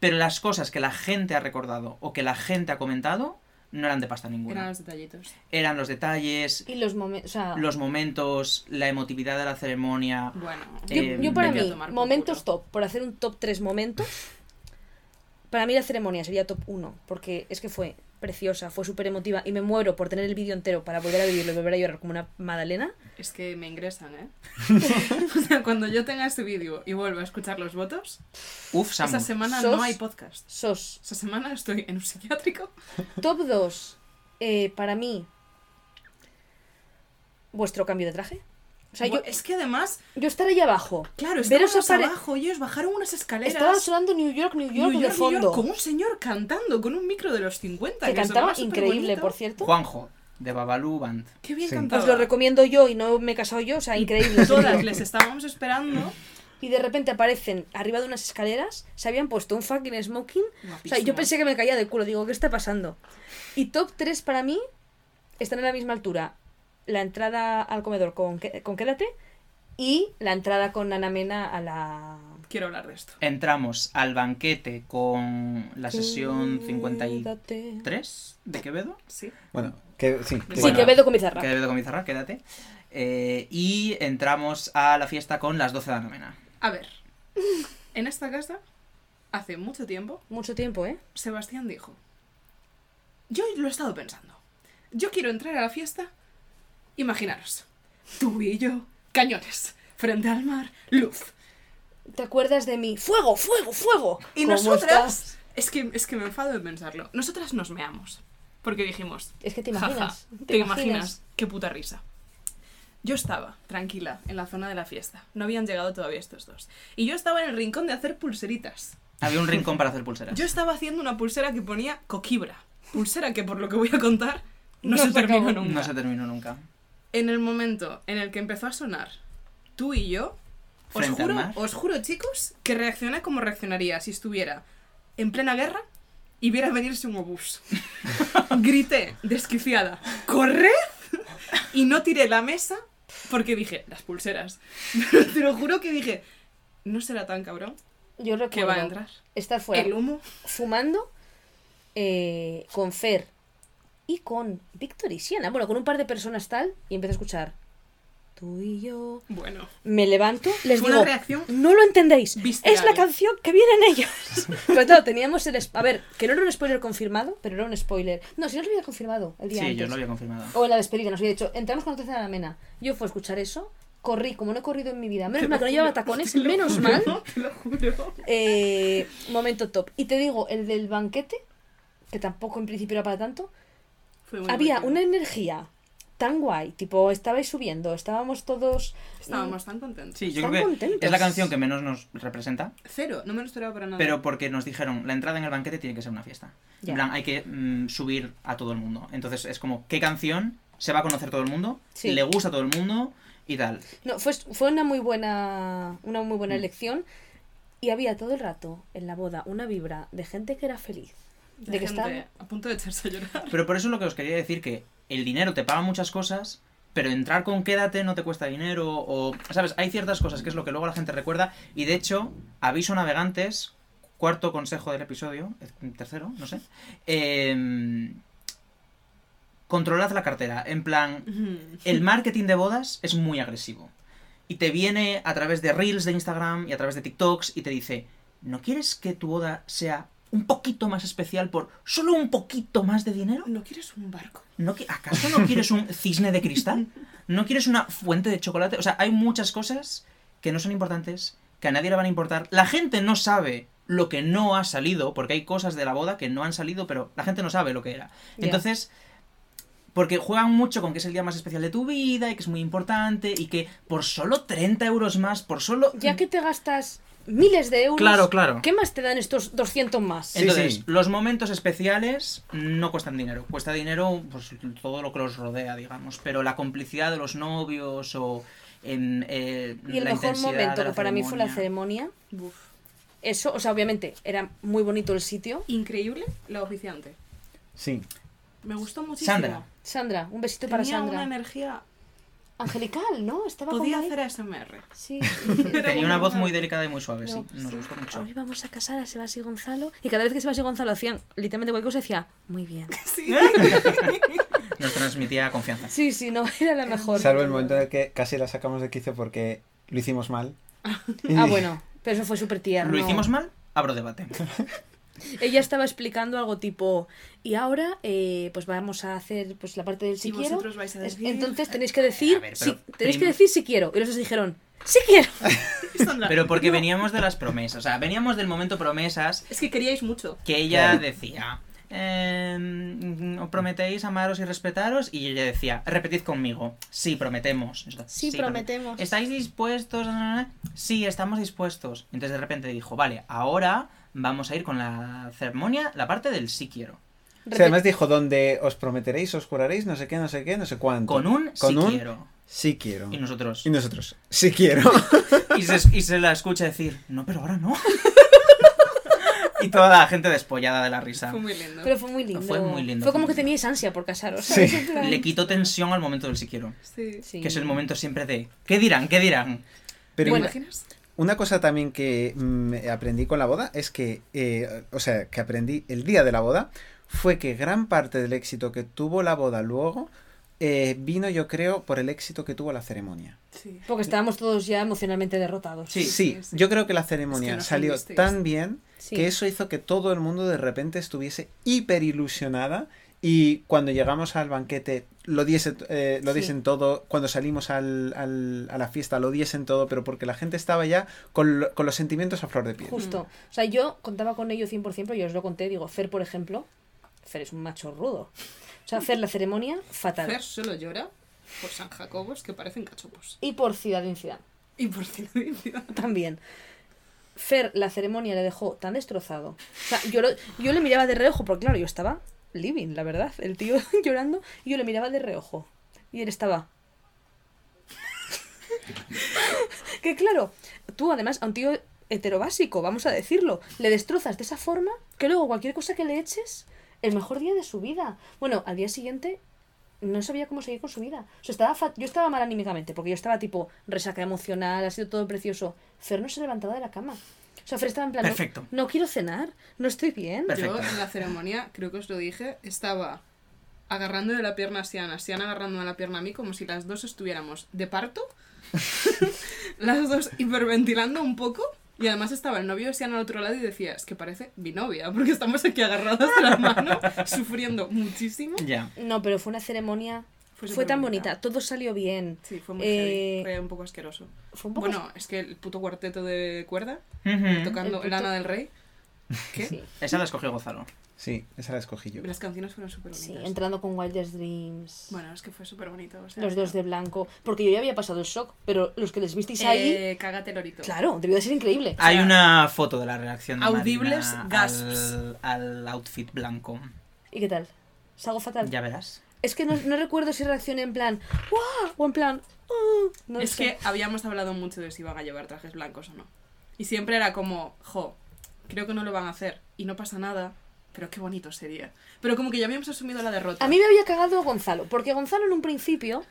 Speaker 5: pero las cosas que la gente ha recordado o que la gente ha comentado no eran de pasta ninguna.
Speaker 2: Eran
Speaker 5: Eran,
Speaker 2: los detallitos.
Speaker 5: los detalles,
Speaker 3: Y los momentos, o sea,
Speaker 5: los momentos, la emotividad de la ceremonia.
Speaker 2: Bueno.
Speaker 3: yo,
Speaker 5: eh,
Speaker 3: yo para
Speaker 5: venía a
Speaker 3: mí, momentos top, por hacer un top 3 momentos, para mí la ceremonia sería top 1, porque es que fue preciosa, fue súper emotiva y me muero por tener el vídeo entero para volver a vivirlo y volver a llorar como una magdalena.
Speaker 2: Es que me ingresan, ¿eh? o sea, cuando yo tenga este vídeo y vuelva a escuchar los votos,
Speaker 5: Uf, Samu.
Speaker 2: esa semana
Speaker 3: Sos-
Speaker 2: no hay podcast.
Speaker 3: Sos
Speaker 2: Esa semana estoy en un psiquiátrico.
Speaker 3: Top 2, para mí, vuestro cambio de traje. O sea, yo,
Speaker 2: es que además,
Speaker 3: yo estar ahí abajo.
Speaker 2: eh, claro,
Speaker 3: Veros
Speaker 2: estábamos
Speaker 3: apare-
Speaker 2: abajo, ellos bajaron unas escaleras.
Speaker 3: Estaba sonando New York, New York
Speaker 2: New
Speaker 3: de
Speaker 2: York, New
Speaker 3: fondo.
Speaker 2: York, con un señor cantando con un micro de los 50.
Speaker 3: que cantaba
Speaker 2: sonaba
Speaker 3: increíble,
Speaker 2: superbonito.
Speaker 3: por cierto.
Speaker 5: Juanjo, de Babalu Band.
Speaker 2: Qué bien
Speaker 4: Sí.
Speaker 2: cantaba.
Speaker 3: Os lo recomiendo yo y no me he casado yo, o sea, increíble.
Speaker 2: Todas les estábamos esperando.
Speaker 3: Y de repente aparecen arriba de unas escaleras, se habían puesto un fucking smoking. O sea, yo
Speaker 2: Guapísimos.
Speaker 3: pensé que me caía de culo, digo, ¿qué está pasando? Y top 3 para mí están a la misma altura. La entrada al comedor con, Qué- con Quédate y la entrada con Anamena a la
Speaker 2: Quiero hablar de esto.
Speaker 5: Entramos al banquete con la sesión 53 de Quevedo.
Speaker 2: Sí.
Speaker 4: Bueno, que sí.
Speaker 2: Sí,
Speaker 3: Sí,
Speaker 5: Bueno,
Speaker 3: Quevedo con bizarra.
Speaker 5: Quevedo con Bizarra, quédate. Eh, y entramos a la fiesta con las 12 de la novena.
Speaker 2: A ver, en esta casa, hace mucho tiempo,
Speaker 3: Mucho tiempo, ¿eh?
Speaker 2: Sebastián dijo, yo lo he estado pensando, yo quiero entrar a la fiesta, imaginaros, tú y yo, cañones, frente al mar, luz,
Speaker 3: ¿Te acuerdas de mí? ¡Fuego, fuego, fuego!
Speaker 2: y
Speaker 3: ¿Cómo
Speaker 2: nosotras,
Speaker 3: estás?
Speaker 2: es que, es que me enfado de pensarlo, nosotras nos meamos, porque dijimos,
Speaker 3: Es que te
Speaker 2: "Jaja,
Speaker 3: imaginas.
Speaker 2: te imaginas, qué puta risa. Yo estaba, tranquila, en la zona de la fiesta. No habían llegado todavía estos dos. Y yo estaba en el rincón de hacer pulseritas.
Speaker 5: Había un rincón para hacer pulseras.
Speaker 2: Yo estaba haciendo una pulsera que ponía coquibra. Pulsera que, por lo que voy a contar, no,
Speaker 3: No
Speaker 2: se
Speaker 3: se
Speaker 2: terminó
Speaker 3: acabó.
Speaker 2: nunca.
Speaker 5: No se terminó nunca.
Speaker 2: En el momento en el que empezó a sonar tú y yo, os
Speaker 5: Frente al
Speaker 2: juro,
Speaker 5: mar.
Speaker 2: os juro, chicos, que reaccioné como reaccionaría si estuviera en plena guerra y viera venirse un obús. Grité, desquiciada, ¡corred! Y no tiré la mesa porque dije, las pulseras. Pero te lo juro que dije, no será tan cabrón
Speaker 3: Yo recuerdo
Speaker 2: que va a entrar.
Speaker 3: estar fuera
Speaker 2: El humo.
Speaker 3: fumando eh, con Fer y con Víctor y Siena. Bueno, con un par de personas tal y empiezo a escuchar. Tú y yo.
Speaker 2: Bueno,
Speaker 3: Me levanto, les
Speaker 2: Fue
Speaker 3: digo,
Speaker 2: una reacción ¿eh?
Speaker 3: no lo entendéis,
Speaker 2: visceral.
Speaker 3: es la canción que vienen ellos. Pero claro, teníamos el... sp- A ver, que no era un spoiler confirmado, pero era un spoiler. No, si no lo había confirmado el día
Speaker 5: Sí,
Speaker 3: antes.
Speaker 5: yo lo había confirmado.
Speaker 3: O en la despedida, nos había dicho, entramos con la tercera mena. Yo fui a escuchar eso, corrí, como no he corrido en mi vida, menos mal que no llevaba tacones, menos mal.
Speaker 2: te lo juro.
Speaker 3: Eh, momento top. Y te digo, el del banquete, que tampoco en principio era para tanto,
Speaker 2: Fue muy
Speaker 3: había
Speaker 2: divertido.
Speaker 3: una energía tan guay, tipo, estabais subiendo, estábamos todos...
Speaker 2: Estábamos tan contentos.
Speaker 5: Sí, yo
Speaker 3: Están
Speaker 5: creo que
Speaker 3: contentos. Ah.
Speaker 5: es la canción que menos nos representa,
Speaker 2: Cero, no me lo esperaba para nada.
Speaker 5: pero porque nos dijeron, la entrada en el banquete tiene que ser una fiesta.
Speaker 3: Ya.
Speaker 5: En plan, hay que mm, subir a todo el mundo. Entonces es como, ¿qué canción se va a conocer todo el mundo?
Speaker 3: Sí.
Speaker 5: Le gusta a todo el mundo y tal.
Speaker 3: mm, No, fue, fue una muy buena una muy
Speaker 5: Mm.
Speaker 3: buena elección y había todo el rato en la boda una vibra de gente que era feliz.
Speaker 2: de,
Speaker 3: de que
Speaker 2: gente
Speaker 3: está-
Speaker 2: a punto de echarse a llorar.
Speaker 5: Pero por eso lo que os quería decir que el dinero te paga muchas cosas, pero entrar con quédate no te cuesta dinero o sabes, hay ciertas cosas que es lo que luego la gente recuerda y de hecho, aviso navegantes, cuarto consejo del episodio, eh, tercero, no sé. em, controlad la cartera, en plan el marketing de bodas es muy agresivo. Y te viene a través de reels de Instagram y a través de TikToks y te dice, ¿no quieres que tu boda sea un poquito más especial por solo un poquito más de dinero?
Speaker 2: ¿No quieres un barco?
Speaker 5: ¿No qui- ¿Acaso no quieres un cisne de cristal? ¿No quieres una fuente de chocolate? O sea, hay muchas cosas que no son importantes, que a nadie le van a importar. La gente no sabe lo que no ha salido, porque hay cosas de la boda que no han salido, pero la gente no sabe lo que era.
Speaker 3: Ya.
Speaker 5: Entonces, porque juegan mucho con que es el día más especial de tu vida y que es muy importante y que por solo 30 euros más, por solo...
Speaker 3: Ya que te gastas miles de euros,
Speaker 5: Mm. Claro, Eh, claro.
Speaker 3: ¿qué más te dan estos 200 más?
Speaker 4: Sí,
Speaker 5: Entonces,
Speaker 4: sí.
Speaker 5: los momentos especiales no cuestan dinero. Cuesta dinero pues, todo lo que los rodea, digamos. Pero la complicidad de los novios o en, eh,
Speaker 3: Y el
Speaker 5: la
Speaker 3: mejor
Speaker 5: intensidad
Speaker 3: momento
Speaker 5: de la
Speaker 3: que para mí fue la ceremonia, eso, o sea, obviamente era muy bonito el sitio.
Speaker 2: Increíble la oficiante.
Speaker 4: Sí.
Speaker 2: Me gustó muchísimo.
Speaker 5: Sandra.
Speaker 3: Sandra, un besito
Speaker 2: Tenía
Speaker 3: para Sandra.
Speaker 2: una energía.
Speaker 3: Angelical, ¿no? Estaba
Speaker 2: Podía
Speaker 3: como ahí.
Speaker 2: hacer ASMR.
Speaker 3: Sí.
Speaker 5: Tenía una voz muy delicada y muy suave, sí.
Speaker 3: No,
Speaker 5: Nos
Speaker 3: sí.
Speaker 5: gustó mucho.
Speaker 3: Hoy vamos a casar a Sebas y Gonzalo. Y cada vez que Sebas y Gonzalo hacían literalmente cualquier cosa, decía, muy bien.
Speaker 2: Sí.
Speaker 5: Nos transmitía confianza.
Speaker 3: Sí, sí, no, era la mejor.
Speaker 4: Salvo el momento en el que casi la sacamos de quicio porque lo hicimos mal.
Speaker 3: Ah, bueno, pero eso fue súper tierno.
Speaker 5: ¿Lo hicimos mal? Abro debate.
Speaker 3: Ella estaba explicando algo tipo, y ahora eh, pues vamos a hacer pues la parte del si
Speaker 2: Y
Speaker 3: quiero.
Speaker 2: vosotros vais a
Speaker 3: Es-
Speaker 2: decir-
Speaker 3: Entonces tenéis que decir,
Speaker 5: A ver,
Speaker 3: si,
Speaker 5: pero
Speaker 3: tenéis
Speaker 5: prim-
Speaker 3: que decir si quiero. Y los dos dijeron, sí quiero.
Speaker 2: Sandra.
Speaker 5: Pero porque veníamos de las promesas. O sea, veníamos del momento promesas
Speaker 2: Es que queríais mucho.
Speaker 5: que ella
Speaker 4: Claro.
Speaker 5: decía... "Em, os prometéis amaros y respetaros y ella decía repetid conmigo sí prometemos Nosotros, promet-
Speaker 3: prometemos.
Speaker 5: ¿Estáis dispuestos? Sí, estamos dispuestos. Entonces de repente dijo, vale, ahora vamos a ir con la ceremonia, la parte del sí quiero.
Speaker 4: O sea, además dijo, donde os prometeréis, os juraréis, no sé qué, no sé qué, no sé cuánto.
Speaker 5: Con un sí
Speaker 4: Con un
Speaker 5: quiero.
Speaker 4: sí quiero.
Speaker 5: Y nosotros.
Speaker 4: Y nosotros, sí quiero.
Speaker 5: Y se, y se la escucha decir, no, pero ahora no. y toda la gente despollada de la risa.
Speaker 2: Fue muy lindo.
Speaker 3: Pero fue muy lindo.
Speaker 5: Fue muy lindo.
Speaker 3: Fue como que teníais ansia por casaros.
Speaker 4: Sí.
Speaker 3: ¿sabes? En plan-
Speaker 5: Le quitó tensión al momento del sí quiero.
Speaker 2: Sí.
Speaker 3: Sí.
Speaker 5: Que es el momento siempre de, ¿qué dirán? ¿Qué dirán?
Speaker 4: Pero
Speaker 2: ¿Te
Speaker 3: Bueno.
Speaker 2: imaginas?
Speaker 4: Una cosa también que mm, aprendí con la boda es que, eh, o sea, que aprendí el día de la boda fue que gran parte del éxito que tuvo la boda luego eh, vino, yo creo, por el éxito que tuvo la ceremonia.
Speaker 2: Sí.
Speaker 3: Porque estábamos todos ya emocionalmente derrotados.
Speaker 5: Sí.
Speaker 4: Sí,
Speaker 2: sí.
Speaker 4: yo creo que la ceremonia
Speaker 2: nos
Speaker 4: salió
Speaker 2: hundisteis.
Speaker 4: tan bien
Speaker 3: Sí.
Speaker 4: que eso hizo que todo el mundo de repente estuviese hiper ilusionada y cuando llegamos al banquete lo, diese, eh, lo
Speaker 3: Sí.
Speaker 4: diesen todo, cuando salimos al, al- a la fiesta lo diesen todo, pero porque la gente estaba ya con, lo- con los sentimientos a flor de piel.
Speaker 3: Justo. O sea, yo contaba con ello 100%, pero yo os lo conté. Digo, Fer, por ejemplo, Fer es un macho rudo. O sea, Fer la ceremonia, fatal.
Speaker 2: Fer solo llora por San Jacobos que parecen cachopos.
Speaker 3: Y por ciudad en ciudad.
Speaker 2: Y por ciudad.
Speaker 3: También. Fer la ceremonia le dejó tan destrozado. O sea, yo, lo- yo le miraba de reojo, porque claro, yo estaba living, la verdad. El tío llorando, y yo le miraba de reojo. Y él estaba. que claro, tú además a un tío heterobásico, vamos a decirlo, le destrozas de esa forma que luego cualquier cosa que le eches, el mejor día de su vida. Bueno, al día siguiente no sabía cómo seguir con su vida. O sea, estaba fa- yo estaba mal anímicamente, porque yo estaba tipo resaca emocional, ha sido todo precioso. Fer no se levantaba de la cama. O sea, Fer estaba en plan, no-
Speaker 5: Perfecto.
Speaker 3: No, quiero cenar, no estoy bien.
Speaker 5: Perfecto.
Speaker 2: Yo en la ceremonia, creo que os lo dije, estaba agarrando de la pierna a Siana, Siana agarrando a la pierna a mí, como si las dos estuviéramos de parto, las dos hiperventilando un poco. Y además estaba el novio de Siana al otro lado y decía, es que parece mi novia, porque estamos aquí agarradas de la mano, sufriendo muchísimo.
Speaker 5: Ya.
Speaker 3: No, pero fue una ceremonia, fue, tan
Speaker 2: superbonita.
Speaker 3: bonita, todo salió bien.
Speaker 2: Sí, fue muy
Speaker 3: Eh,
Speaker 2: heavy, fue un poco asqueroso.
Speaker 3: Fue un poco
Speaker 2: Bueno, es que el puto cuarteto de cuerda,
Speaker 5: Ujú.
Speaker 2: tocando
Speaker 3: El puto-
Speaker 2: Lana del Rey. ¿Qué?
Speaker 3: Sí.
Speaker 5: Esa la escogió Gonzalo.
Speaker 4: Sí, esa la escogí yo.
Speaker 2: Las canciones fueron súper bonitas.
Speaker 3: Sí, entrando con Wildest Dreams.
Speaker 2: Bueno, es que fue súper bonito. O sea,
Speaker 3: los dos de blanco. Porque yo ya había pasado el shock, pero los que les visteis ahí.
Speaker 2: Eh, ah. cágate, Lorito.
Speaker 3: Claro, debió de ser increíble.
Speaker 5: Hay una foto de la reacción de
Speaker 2: Audibles
Speaker 5: Marina
Speaker 2: gasps.
Speaker 5: Al, al outfit blanco.
Speaker 3: ¿Y qué tal? Salgo fatal.
Speaker 5: Ya verás.
Speaker 3: Es que no, no recuerdo si reaccioné en plan. ¡Wow! O en plan. "Uh", no
Speaker 2: es
Speaker 3: sé.
Speaker 2: que habíamos hablado mucho de si iban a llevar trajes blancos o no. Y siempre era como, jo, creo que no lo van a hacer. Y no pasa nada, pero qué bonito sería. Pero como que ya habíamos asumido la derrota.
Speaker 3: A mí me había cagado Gonzalo, porque Gonzalo en un principio.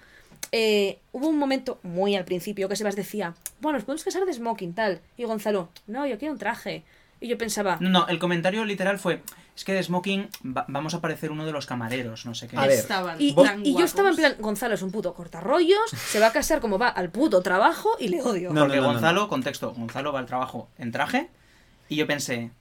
Speaker 3: eh, hubo un momento muy al principio que Sebas decía, bueno, nos podemos casar de smoking, tal. Y Gonzalo, no, yo quiero un traje. Y yo
Speaker 2: Ah.
Speaker 3: pensaba,
Speaker 5: No, no, el comentario literal fue: es que de Smoking va- vamos a aparecer uno de los camareros, no sé qué.
Speaker 4: A ver,
Speaker 2: Estaban
Speaker 3: Y,
Speaker 2: tan
Speaker 3: y- y yo
Speaker 2: guapos.
Speaker 3: estaba en plan, Gonzalo es un puto cortarrollos, se va a casar como va al puto trabajo y le odio.
Speaker 4: No.
Speaker 5: Porque Gonzalo, contexto, Gonzalo va al trabajo en traje y yo pensé,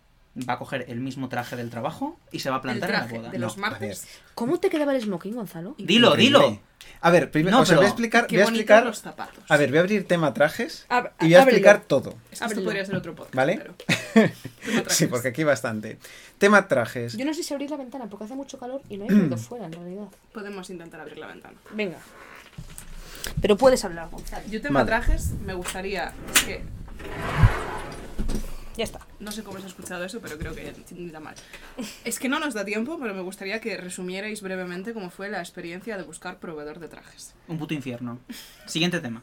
Speaker 5: va a coger el mismo traje del trabajo y se va a
Speaker 2: El
Speaker 5: plantar en la
Speaker 2: traje
Speaker 5: boda.
Speaker 2: de
Speaker 5: No.
Speaker 2: los martes.
Speaker 3: ¿Cómo te quedaba el smoking, Gonzalo?
Speaker 5: Dilo,
Speaker 4: Increíble.
Speaker 5: dilo.
Speaker 4: A ver, primero,
Speaker 5: No,
Speaker 4: o sea, voy a
Speaker 5: pero-
Speaker 4: explicar,
Speaker 2: Qué
Speaker 4: voy a
Speaker 2: bonitos
Speaker 4: explicar,
Speaker 2: los zapatos.
Speaker 4: a ver, voy a abrir tema trajes
Speaker 3: Ab-
Speaker 4: y voy a
Speaker 3: ábrelo.
Speaker 4: explicar todo.
Speaker 2: Es que esto
Speaker 3: ábrelo.
Speaker 2: podría ser otro podcast.
Speaker 4: ¿Vale?
Speaker 2: pero- Tema trajes.
Speaker 4: Sí, porque aquí hay bastante. Tema trajes.
Speaker 3: Yo no sé si abrir la ventana porque hace mucho calor y no hay ruido fuera, en realidad.
Speaker 2: Podemos intentar abrir la ventana.
Speaker 3: Venga. Pero puedes hablar, Gonzalo.
Speaker 2: Yo tema
Speaker 4: Vale.
Speaker 2: trajes, me gustaría es que
Speaker 3: Ya está.
Speaker 2: No sé cómo has escuchado eso, pero creo que no irá mal. Es que no nos da tiempo, pero me gustaría que resumierais brevemente cómo fue la experiencia de buscar proveedor de trajes.
Speaker 5: Un puto infierno. Siguiente tema.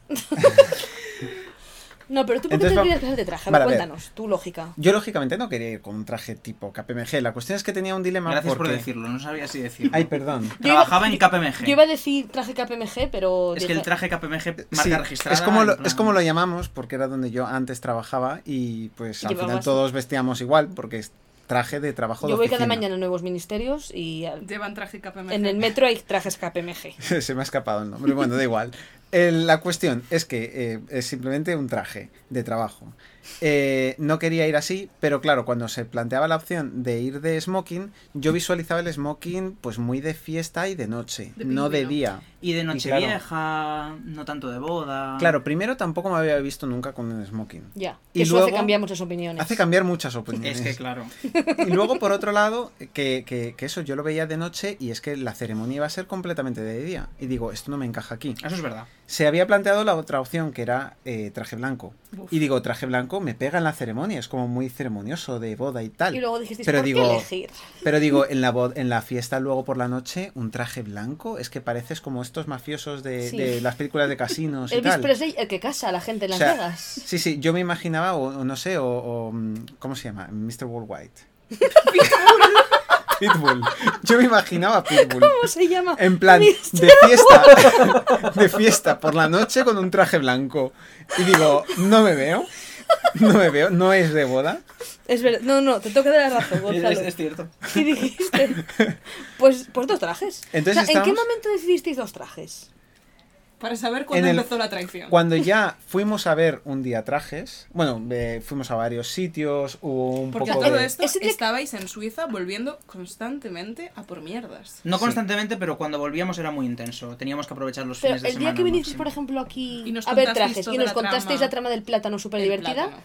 Speaker 3: No, pero tú por qué
Speaker 4: Entonces
Speaker 3: te
Speaker 4: va-
Speaker 3: querías casar de traje, A
Speaker 4: Vale,
Speaker 3: ver,
Speaker 4: a ver.
Speaker 3: cuéntanos, tu lógica.
Speaker 4: Yo lógicamente no quería ir con un traje tipo KPMG. La cuestión es que tenía un dilema
Speaker 5: Gracias por
Speaker 4: porque...
Speaker 5: decirlo, no sabía si decirlo.
Speaker 4: Ay, perdón.
Speaker 3: Yo iba-
Speaker 5: Trabajaba en KPMG.
Speaker 3: Yo iba a decir traje KPMG, pero...
Speaker 5: Es que el
Speaker 3: dije-
Speaker 5: traje KPMG marca
Speaker 4: Sí,
Speaker 5: registrada.
Speaker 4: es, como
Speaker 5: en
Speaker 4: lo,
Speaker 5: plan-
Speaker 4: es como lo llamamos porque era donde yo antes trabajaba y pues al final
Speaker 3: Llevabas-
Speaker 4: todos vestíamos igual porque es traje de trabajo de
Speaker 3: Yo voy cada
Speaker 4: oficina.
Speaker 3: mañana a nuevos ministerios y al-
Speaker 2: Llevan traje KPMG.
Speaker 3: en el metro hay trajes KPMG.
Speaker 4: Se me ha escapado el nombre, bueno, da igual. Eh, la cuestión es que eh, es simplemente un traje de trabajo. Eh, no quería ir así, pero claro, cuando se planteaba la opción de ir de smoking, yo visualizaba el smoking pues muy de fiesta y de noche,
Speaker 2: De
Speaker 4: no de
Speaker 2: pingüino.
Speaker 4: día.
Speaker 5: Y de
Speaker 4: claro.
Speaker 5: Nochevieja, no tanto de boda.
Speaker 4: Claro, primero tampoco me había visto nunca con un smoking.
Speaker 3: Ya.
Speaker 4: Y
Speaker 3: eso hace
Speaker 4: luego-
Speaker 3: cambiar muchas opiniones.
Speaker 4: Hace cambiar muchas opiniones.
Speaker 5: Es que claro.
Speaker 4: Y luego, por otro lado, que, que- que eso yo lo veía de noche y es que la ceremonia iba a ser completamente de día. Y digo, esto no me encaja aquí.
Speaker 3: Ah.
Speaker 5: Eso es verdad.
Speaker 4: Se había planteado la otra opción que era eh, traje blanco.
Speaker 2: Uf.
Speaker 4: Y digo, traje blanco me pega en la ceremonia, es como muy ceremonioso de boda y tal.
Speaker 3: Y luego dijisteis,
Speaker 4: Pero
Speaker 3: ¿por qué
Speaker 4: digo-
Speaker 3: elegir?
Speaker 4: Pero digo, en la, bo- en la fiesta luego por la noche, un traje blanco, es que pareces como estos mafiosos de,
Speaker 3: Sí.
Speaker 4: de las películas de casinos y
Speaker 3: Elvis
Speaker 4: pues tal.
Speaker 3: Presley, el que casa a la gente en
Speaker 4: O
Speaker 3: Las
Speaker 4: sea,
Speaker 3: Vegas.
Speaker 4: Sí, sí, yo me imaginaba, o, o no sé, o, o, mm, ¿Cómo se llama? Mr. Worldwide. Pitbull. Yo me imaginaba Pitbull.
Speaker 3: ¿Cómo se llama?
Speaker 4: En plan, de
Speaker 3: Mis-
Speaker 4: fiesta, de fiesta por la noche con un traje blanco. Y digo, no me veo, no me veo, no es de boda.
Speaker 3: Es verdad. No, no, te tengo que dar la razón, Gonzalo.
Speaker 5: cierto.
Speaker 3: ¿Qué dijiste? Pues, pues dos trajes.
Speaker 4: Entonces
Speaker 3: O sea, ¿En qué
Speaker 4: estábamos-
Speaker 3: momento decidisteis dos trajes?
Speaker 2: Para saber cuándo
Speaker 4: en el-
Speaker 2: empezó la traición.
Speaker 4: Cuando ya fuimos a ver un día trajes, bueno, eh, fuimos a varios sitios, hubo un
Speaker 2: Porque a
Speaker 4: poco
Speaker 2: todo
Speaker 4: de...
Speaker 2: esto
Speaker 3: Ese día-
Speaker 2: estabais en Suiza volviendo constantemente a por mierdas.
Speaker 5: No
Speaker 4: Sí.
Speaker 5: constantemente, pero cuando volvíamos era muy intenso. Teníamos que aprovechar los
Speaker 3: Pero
Speaker 5: fines de
Speaker 3: el
Speaker 5: semana.
Speaker 3: día que
Speaker 5: al
Speaker 3: vinisteis,
Speaker 5: máximo.
Speaker 3: por ejemplo, aquí
Speaker 2: Y nos
Speaker 3: a ver
Speaker 2: contasteis
Speaker 3: trajes y
Speaker 2: toda
Speaker 3: nos
Speaker 2: la
Speaker 3: contasteis
Speaker 2: trama-
Speaker 3: la trama del plátano súper
Speaker 2: El
Speaker 3: divertida,
Speaker 2: plátano.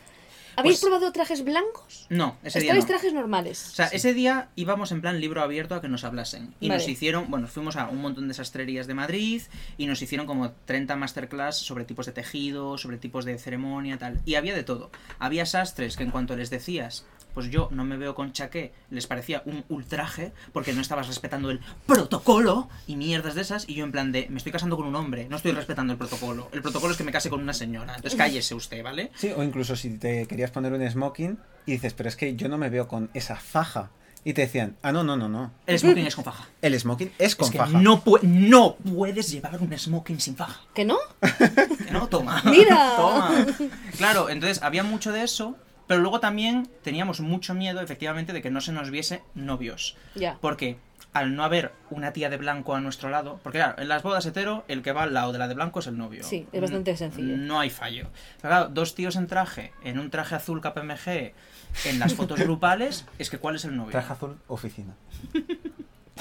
Speaker 3: ¿Habéis
Speaker 5: Pues-
Speaker 3: probado trajes blancos?
Speaker 5: No, ese día
Speaker 3: Estabais
Speaker 5: no.
Speaker 3: trajes normales.
Speaker 5: O sea, ese día íbamos en plan libro abierto a que nos hablasen. Y nos
Speaker 3: Vale.
Speaker 5: hicieron, bueno, fuimos a un montón de sastrerías de Madrid y nos hicieron como 30 masterclass sobre tipos de tejido, sobre tipos de ceremonia, tal. Y había de todo. Había sastres que en cuanto les decías, pues yo no me veo con chaqué, les parecía un ultraje porque no estabas respetando el protocolo y mierdas de esas. Y yo en plan de, me estoy casando con un hombre, no estoy respetando el protocolo. El protocolo es que me case con una señora. Entonces cállese usted, ¿vale?
Speaker 4: Sí, o incluso si te querías poner un smoking y dices, pero es que yo no me veo con esa faja. Y te decían, ah, no, no, no, no.
Speaker 5: El smoking es con faja.
Speaker 4: El smoking es con
Speaker 5: es que
Speaker 4: faja.
Speaker 5: No, pue- no puedes llevar un smoking sin faja.
Speaker 3: ¿Que no?
Speaker 5: Que no, toma.
Speaker 3: Mira.
Speaker 5: Toma. Claro, entonces había mucho de eso, pero luego también teníamos mucho miedo, efectivamente, de que no se nos viese novios.
Speaker 3: Ya.
Speaker 5: Porque al no haber una tía de blanco a nuestro lado, porque claro, en las bodas hetero, el que va al lado de la de blanco es el novio.
Speaker 3: Sí, es bastante
Speaker 5: Mm,
Speaker 3: sencillo.
Speaker 5: No hay fallo. Pero claro, dos tíos en traje, en un traje azul KPMG, en las fotos grupales, es que ¿cuál es el novio?
Speaker 4: Traje azul, oficina.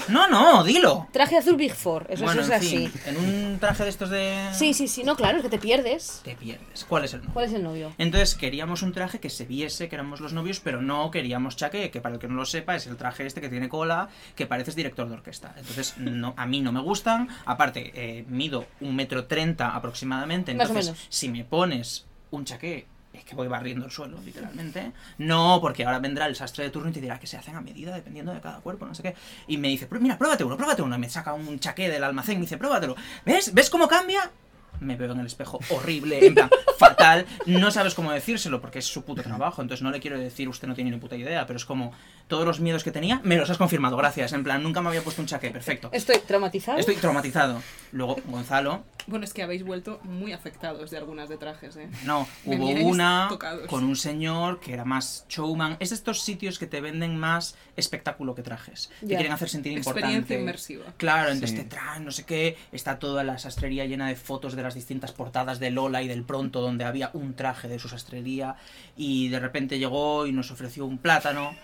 Speaker 5: No, no, dilo.
Speaker 3: Traje azul Big Four, eso,
Speaker 5: bueno,
Speaker 3: eso
Speaker 5: en
Speaker 3: es así.
Speaker 5: fin, en un traje de estos de...
Speaker 3: Sí, sí, sí, no, claro, es que te pierdes.
Speaker 5: Te pierdes. ¿Cuál es el novio?
Speaker 3: ¿Cuál es el novio?
Speaker 5: Entonces queríamos un traje que se viese que éramos los novios, pero no queríamos chaque, que para el que no lo sepa es el traje este que tiene cola, que pareces director de orquesta. Entonces no, a mí no me gustan, aparte eh, mido un metro treinta aproximadamente,
Speaker 3: Más o
Speaker 5: entonces
Speaker 3: menos.
Speaker 5: si me pones un chaqué es que voy barriendo el suelo, literalmente. No, porque ahora vendrá el sastre de turno y te dirá que se hacen a medida, dependiendo de cada cuerpo, no sé qué. Y me dice, "Pru- mira, pruébate uno, pruébate uno. Y me saca un chaqué del almacén y me dice, pruébatelo. ¿Ves? ¿Ves cómo cambia? Me veo en el espejo horrible, en plan, fatal. No sabes cómo decírselo porque es su puto trabajo. Entonces no le quiero decir, usted no tiene ni puta idea, pero es como todos los miedos que tenía, me los has confirmado, gracias. En plan, nunca me había puesto un chaqué, perfecto.
Speaker 3: Estoy traumatizado.
Speaker 5: Estoy traumatizado. Luego, Gonzalo,
Speaker 2: Bueno, es que habéis vuelto muy afectados de algunas de trajes, ¿eh?
Speaker 5: No,
Speaker 2: Me
Speaker 5: hubo
Speaker 2: miráis
Speaker 5: una
Speaker 2: tocados.
Speaker 5: con un señor que era más showman. Es de estos sitios que te venden más espectáculo que trajes. Te
Speaker 3: Ya.
Speaker 5: quieren hacer sentir importante.
Speaker 2: Experiencia inmersiva.
Speaker 5: Claro, entonces
Speaker 4: Sí.
Speaker 5: te traen, no sé qué. Está toda la sastrería llena de fotos de las distintas portadas de Lola y del Pronto, donde había un traje de su sastrería. Y de repente llegó y nos ofreció un plátano.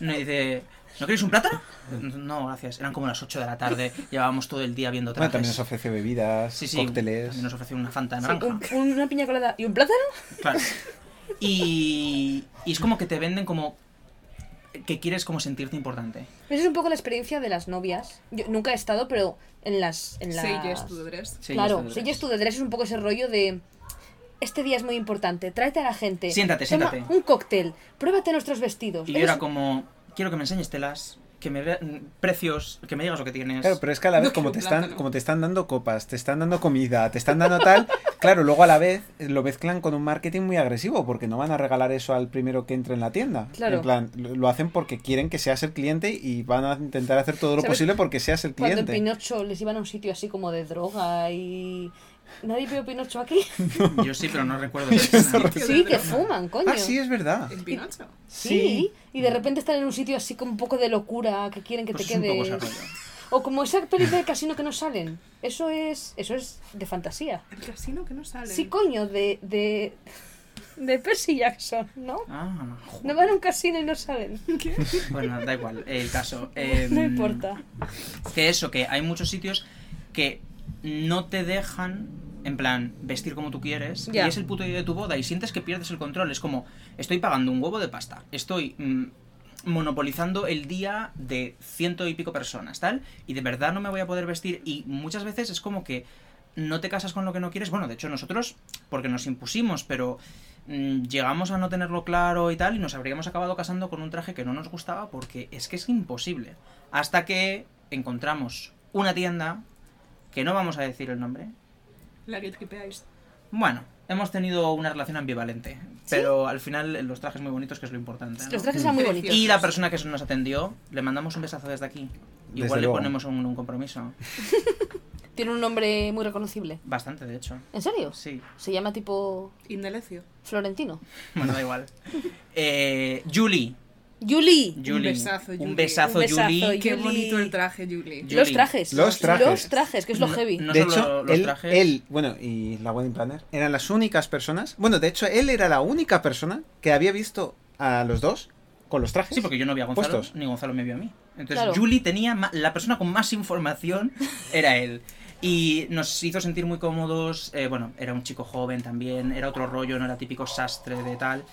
Speaker 5: Nos dice. ¿No queréis un plátano? No, gracias. Eran como las 8 de la tarde. Llevábamos todo el día viendo
Speaker 4: Bueno,
Speaker 5: trajes.
Speaker 4: también nos ofrece bebidas,
Speaker 5: Sí, sí,
Speaker 4: cócteles.
Speaker 5: también nos ofreció una fanta de
Speaker 3: Sí,
Speaker 5: naranja.
Speaker 3: un- una piña colada y un plátano.
Speaker 5: Claro. Y, y es como que te venden como que quieres como sentirte importante.
Speaker 3: Esa es un poco la experiencia de las novias. Yo nunca he estado, pero en las. En las...
Speaker 2: Say yes to the dress.
Speaker 5: Sí,
Speaker 3: claro,
Speaker 5: esto-
Speaker 3: si yo estudio dress es un poco ese rollo de. Este día es muy importante, tráete a la gente.
Speaker 5: Siéntate,
Speaker 3: toma
Speaker 5: siéntate.
Speaker 3: Un cóctel, pruébate nuestros vestidos.
Speaker 5: Y yo
Speaker 3: Eres-
Speaker 5: era como, quiero que me enseñes telas, que me veas precios, que me digas lo que tienes.
Speaker 4: Claro, pero es que a la vez
Speaker 2: No quiero
Speaker 4: como te
Speaker 2: un
Speaker 4: están
Speaker 2: plátano.
Speaker 4: como te están dando copas, te están dando comida, te están dando tal, claro, luego a la vez eh, lo mezclan con un marketing muy agresivo porque no van a regalar eso al primero que entre en la tienda.
Speaker 3: Claro.
Speaker 4: En plan, lo lo hacen porque quieren que seas el cliente y van a intentar hacer todo lo
Speaker 3: ¿Sabes?
Speaker 4: posible porque seas el
Speaker 3: Cuando en
Speaker 4: cliente.
Speaker 3: Pinocho les iban a un sitio así como de droga y. Nadie vio Pinocho aquí.
Speaker 5: Yo sí, pero no recuerdo. esa escena.
Speaker 2: Sitio
Speaker 3: sí,
Speaker 2: de
Speaker 3: que
Speaker 2: droga.
Speaker 3: fuman, coño. Eh,
Speaker 4: Ah, sí, es verdad.
Speaker 2: El Pinocho.
Speaker 3: Sí, y de repente están en un sitio así con un poco de locura que quieren que
Speaker 5: Pues
Speaker 3: te
Speaker 5: es un poco
Speaker 3: quedes.
Speaker 5: ese rollo.
Speaker 3: O como esa película de casino que no salen. Eso es. Eso es de fantasía.
Speaker 2: El casino que no sale.
Speaker 3: Sí, coño, de. de. de Percy Jackson, ¿no?
Speaker 5: Ah,
Speaker 3: No van a un casino y no salen.
Speaker 5: bueno, da igual, el caso. Em,
Speaker 3: No importa.
Speaker 5: Que eso, que hay muchos sitios que no te dejan, en plan, vestir como tú quieres.
Speaker 3: Ya.
Speaker 5: Y es el puto día de tu boda y sientes que pierdes el control. Es como, estoy pagando un huevo de pasta. Estoy mm, monopolizando el día de ciento y pico personas, tal. Y de verdad no me voy a poder vestir. Y muchas veces es como que no te casas con lo que no quieres. Bueno, de hecho nosotros, porque nos impusimos, pero mm, llegamos a no tenerlo claro y tal, y nos habríamos acabado casando con un traje que no nos gustaba porque es que es imposible. Hasta que encontramos una tienda, que no vamos a decir el nombre.
Speaker 2: La que tripeáis.
Speaker 5: Bueno, hemos tenido una relación ambivalente, pero al final los trajes muy bonitos, que es lo importante. ¿no?
Speaker 3: Los trajes eran muy bonitos.
Speaker 5: Y la persona que nos atendió, le mandamos un besazo desde aquí.
Speaker 4: Desde
Speaker 5: Igual le
Speaker 4: luego.
Speaker 5: ponemos un, un compromiso.
Speaker 3: Tiene un nombre muy reconocible.
Speaker 5: Bastante, de hecho.
Speaker 3: ¿En serio?
Speaker 5: Sí.
Speaker 3: Se llama tipo.
Speaker 2: Indelecio.
Speaker 3: Florentino.
Speaker 5: Bueno, da igual. Eh, Julie.
Speaker 3: ¡Julie!
Speaker 5: Julie.
Speaker 2: besazo, Julie.
Speaker 5: Un besazo,
Speaker 3: Un besazo,
Speaker 5: Julie.
Speaker 2: Qué
Speaker 3: Julie.
Speaker 2: bonito el traje, Julie.
Speaker 5: Julie.
Speaker 3: Los trajes.
Speaker 4: Los trajes.
Speaker 3: Los trajes, que es lo
Speaker 5: No-
Speaker 3: heavy.
Speaker 5: no
Speaker 4: de
Speaker 5: solo
Speaker 4: hecho,
Speaker 5: los
Speaker 4: él,
Speaker 5: trajes.
Speaker 4: él, bueno, y la wedding planner, eran las únicas personas. Bueno, de hecho, él era la única persona que había visto a los dos con los trajes.
Speaker 5: Sí, porque yo no vi a Gonzalo,
Speaker 4: Puestos.
Speaker 5: ni Gonzalo me vio a mí. Entonces,
Speaker 3: Claro.
Speaker 5: Julie tenía ma- la persona con más información era él. Y nos hizo sentir muy cómodos. eh, bueno, era un chico joven también, era otro rollo, no era típico sastre de tal.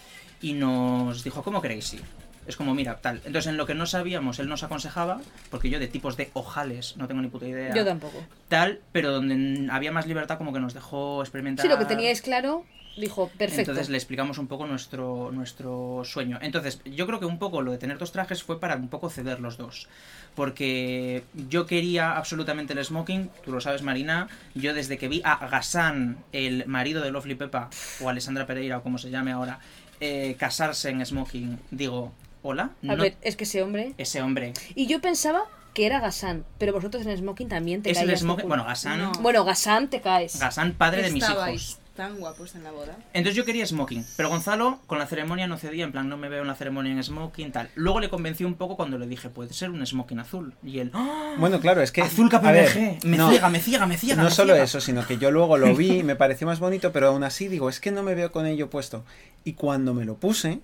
Speaker 5: Y nos dijo, ¿cómo queréis ir? Es como, mira, tal. Entonces, en lo que no sabíamos, él nos aconsejaba, porque yo de tipos de ojales no tengo ni puta idea.
Speaker 3: Yo tampoco.
Speaker 5: Tal, pero donde había más libertad, como que nos dejó experimentar.
Speaker 3: Sí, lo que teníais claro, dijo, perfecto.
Speaker 5: Entonces le explicamos un poco nuestro, nuestro sueño. Entonces, yo creo que un poco lo de tener dos trajes fue para un poco ceder los dos. Porque yo quería absolutamente el smoking, tú lo sabes Marina, yo desde que vi a Gassan, el marido de Lovely Pepa, o Alessandra Pereira, o como se llame ahora, eh, casarse en smoking, digo, hola,
Speaker 3: A
Speaker 5: no-
Speaker 3: ver, es que ese hombre...
Speaker 5: ese hombre.
Speaker 3: Y yo pensaba que era Gasán, pero vosotros en Smoking también te
Speaker 5: Es el
Speaker 3: caías de
Speaker 5: smoking,
Speaker 3: culo.
Speaker 5: bueno, Gassan,
Speaker 2: No.
Speaker 3: Bueno, Gasán te caes.
Speaker 5: Gassan, padre de mis
Speaker 2: Estabais
Speaker 5: hijos.
Speaker 2: tan guapos en la boda.
Speaker 5: Entonces yo quería smoking, pero Gonzalo con la ceremonia no cedía, en plan no me veo en la ceremonia en smoking, tal. Luego le convencí un poco cuando le dije, puede ser un smoking azul. Y él, ¡Ah!
Speaker 4: Bueno, claro, es que.
Speaker 5: azul
Speaker 4: a ver,
Speaker 5: KPMG, me
Speaker 4: no,
Speaker 5: ciega, me ciega, me ciega.
Speaker 4: No
Speaker 5: me
Speaker 4: solo
Speaker 5: ciega".
Speaker 4: eso, sino que yo luego lo vi, me pareció más bonito, pero aún así digo, es que no me veo con ello puesto. Y cuando me lo puse,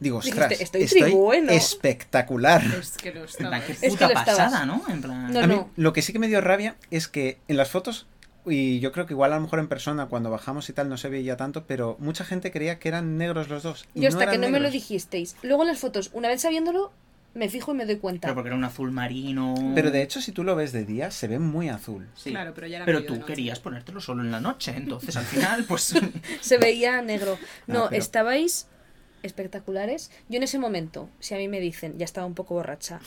Speaker 4: digo,
Speaker 3: Dijiste,
Speaker 4: ostras,
Speaker 3: "Estoy tribueno".
Speaker 4: espectacular.
Speaker 2: Es que lo
Speaker 5: En plan,
Speaker 2: estabais.
Speaker 5: qué
Speaker 3: que
Speaker 5: puta
Speaker 3: lo estabas.
Speaker 5: pasada, ¿no? En plan...
Speaker 3: No,
Speaker 4: A mí,
Speaker 3: no.
Speaker 4: lo que sí que me dio rabia es que en las fotos, y yo creo que igual a lo mejor en persona, cuando bajamos y tal, no se veía tanto, pero mucha gente creía que eran negros los dos. y
Speaker 3: Yo hasta
Speaker 4: eran
Speaker 3: que no me lo
Speaker 4: negros.
Speaker 3: dijisteis. Luego en las fotos, una vez sabiéndolo, me fijo y me doy cuenta.
Speaker 5: Pero porque era un azul marino...
Speaker 4: Pero de hecho, si tú lo ves de día, se ve muy azul.
Speaker 5: Sí.
Speaker 2: Claro, pero ya era
Speaker 5: Pero
Speaker 2: medio de
Speaker 5: tú
Speaker 2: noche.
Speaker 5: querías ponértelo solo en la noche, entonces al final, pues...
Speaker 3: Se veía negro. No,
Speaker 4: Ah, pero-
Speaker 3: estabais espectaculares. Yo en ese momento, si a mí me dicen, ya estaba un poco borracha,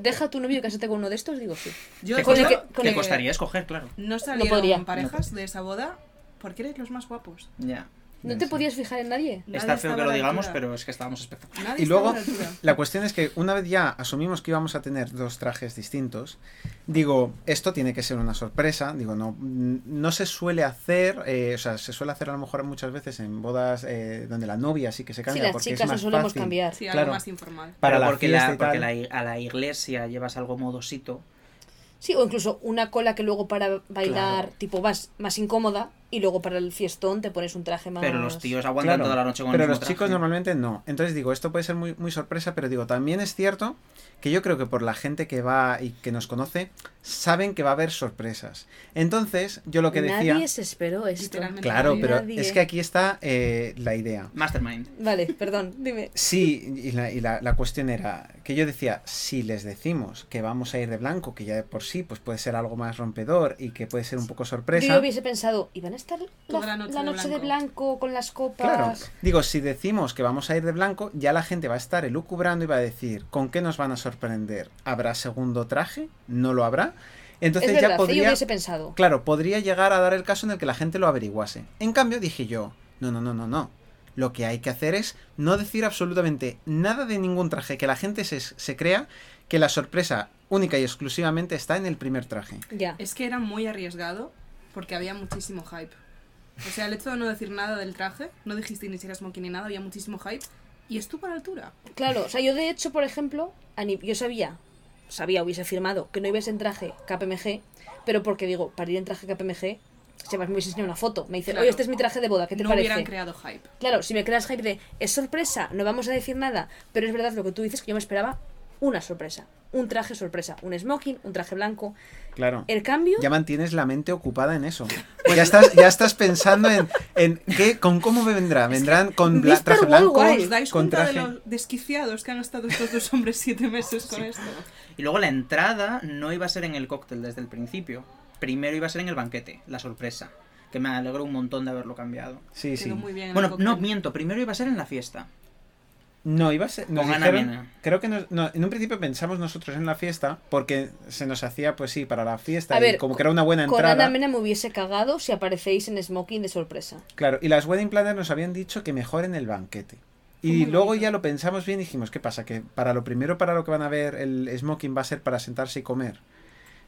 Speaker 3: deja a tu novio y cásate con uno de estos, digo sí.
Speaker 2: Yo
Speaker 5: te,
Speaker 2: os digo
Speaker 3: el
Speaker 5: costa-
Speaker 3: que- con
Speaker 5: te
Speaker 3: el-
Speaker 5: costaría escoger, claro.
Speaker 2: No salieron
Speaker 3: podría.
Speaker 2: parejas de esa boda porque erais los más guapos.
Speaker 5: Ya.
Speaker 3: ¿No
Speaker 4: Ya
Speaker 3: te
Speaker 4: sé.
Speaker 3: podías fijar en nadie?
Speaker 2: Nadie
Speaker 5: Está feo
Speaker 2: estaba
Speaker 5: que
Speaker 2: a
Speaker 5: lo
Speaker 2: la
Speaker 5: digamos,
Speaker 2: altura.
Speaker 5: pero es que estábamos espectaculares.
Speaker 2: Nadie
Speaker 4: Y luego,
Speaker 2: estaba a la altura.
Speaker 4: la cuestión es que una vez ya asumimos que íbamos a tener dos trajes distintos, digo, esto tiene que ser una sorpresa, digo, no, no se suele hacer, eh, o sea, se suele hacer a lo mejor muchas veces en bodas eh, donde la novia sí que se
Speaker 3: Si
Speaker 4: cambia.
Speaker 3: las
Speaker 4: porque
Speaker 3: chicas
Speaker 4: es
Speaker 3: nos
Speaker 4: más
Speaker 3: solemos
Speaker 4: fácil
Speaker 3: cambiar.
Speaker 2: Sí,
Speaker 4: claro.
Speaker 2: algo más informal.
Speaker 4: Para
Speaker 5: Pero
Speaker 4: la
Speaker 5: porque
Speaker 4: fiesta y
Speaker 5: porque
Speaker 4: tal.
Speaker 5: la- a la iglesia llevas algo modosito.
Speaker 3: Sí, o incluso una cola que luego para bailar,
Speaker 5: Claro.
Speaker 3: tipo, vas más incómoda y luego para el fiestón te pones un traje más...
Speaker 5: Pero los tíos aguantan
Speaker 4: Claro,
Speaker 5: toda la noche con
Speaker 4: pero
Speaker 5: el mismo
Speaker 4: los chicos
Speaker 5: traje.
Speaker 4: normalmente no. Entonces digo, esto puede ser muy, muy sorpresa, pero digo, también es cierto que yo creo que por la gente que va y que nos conoce, saben que va a haber sorpresas. Entonces, yo lo que decía...
Speaker 3: Nadie se esperó esto.
Speaker 2: Literalmente.
Speaker 4: Claro,
Speaker 3: Nadie.
Speaker 4: pero es que aquí está eh, la idea.
Speaker 5: Mastermind.
Speaker 3: Vale, perdón, dime.
Speaker 4: Sí, y, la, y la- la cuestión era que yo decía, si les decimos que vamos a ir de blanco, que ya de por sí pues puede ser algo más rompedor y que puede ser un poco
Speaker 3: Yo
Speaker 4: sorpresa,
Speaker 3: hubiese pensado, ¿iban a estar la,
Speaker 2: Toda la noche
Speaker 3: la
Speaker 2: de
Speaker 3: noche de, blanco.
Speaker 2: blanco.
Speaker 3: con las copas?
Speaker 4: claro, digo, si decimos que vamos a ir de blanco, ya la gente va a estar elucubrando y va a decir, ¿con qué nos van a sorprender? ¿Habrá segundo traje? ¿No lo habrá? Entonces
Speaker 3: es verdad,
Speaker 4: ya
Speaker 3: sí, yo
Speaker 4: podría...
Speaker 3: hubiese pensado.
Speaker 4: Claro, podría llegar a dar el caso en el que la gente lo averiguase. En cambio, dije yo, no, no, no, no, no. Lo que hay que hacer es no decir absolutamente nada de ningún traje, que la gente se, se crea que la sorpresa única y exclusivamente está en el primer traje.
Speaker 3: Ya.
Speaker 2: Es que era muy arriesgado porque había muchísimo hype. O sea, el hecho de no decir nada del traje, no dijiste ni si era smoking ni nada, había muchísimo hype y estuvo a la altura.
Speaker 3: Claro, o sea, yo de hecho, por ejemplo, a ni- yo sabía, sabía, hubiese firmado que no ibas en traje KPMG, pero porque digo, para ir en traje KPMG, se me hubiese enseñado una foto. Me dice,
Speaker 2: Claro.
Speaker 3: oye, este es mi traje de boda, ¿qué te
Speaker 2: no hubieran
Speaker 3: parece?
Speaker 2: creado hype.
Speaker 3: Claro, si me creas hype de, es sorpresa, no vamos a decir nada, pero es verdad lo que tú dices, que yo me esperaba una sorpresa, un traje sorpresa, un smoking, un traje blanco.
Speaker 4: Claro.
Speaker 3: El cambio,
Speaker 4: Ya mantienes la mente ocupada en eso. ya estás, ya estás pensando en, en qué, con cómo me vendrá. ¿Vendrán con bla-
Speaker 3: Mr.
Speaker 4: traje blanco?
Speaker 3: Worldwide,
Speaker 2: ¿Os dais
Speaker 4: ¿Con
Speaker 2: cuenta
Speaker 4: traje?
Speaker 2: de los desquiciados que han estado estos dos hombres siete meses con esto?
Speaker 5: Y luego la entrada no iba a ser en el cóctel desde el principio. Primero iba a ser en el banquete, la sorpresa. Que me alegro un montón de haberlo cambiado.
Speaker 4: Sí, sí.
Speaker 2: Quedó muy bien. en el
Speaker 5: Bueno,
Speaker 2: cóctel.
Speaker 5: no, miento, primero iba a ser en la fiesta.
Speaker 4: No, iba a ser. nos
Speaker 5: Con Ana
Speaker 4: dijeron-
Speaker 5: Mena.
Speaker 4: Creo que nos- no, en un principio pensamos nosotros en la fiesta, porque se nos hacía, pues sí, para la fiesta,
Speaker 3: A
Speaker 4: y
Speaker 3: ver,
Speaker 4: como que era una buena
Speaker 3: con
Speaker 4: entrada.
Speaker 3: Ana Mena me hubiese cagado si aparecéis en smoking de sorpresa.
Speaker 4: Claro, y las wedding planners nos habían dicho que mejor en el banquete.
Speaker 2: Fue
Speaker 4: Y
Speaker 2: muy
Speaker 4: luego
Speaker 2: bonito.
Speaker 4: ya lo pensamos bien y dijimos, ¿qué pasa? Que para lo primero, para lo que van a ver, el smoking va a ser para sentarse y comer.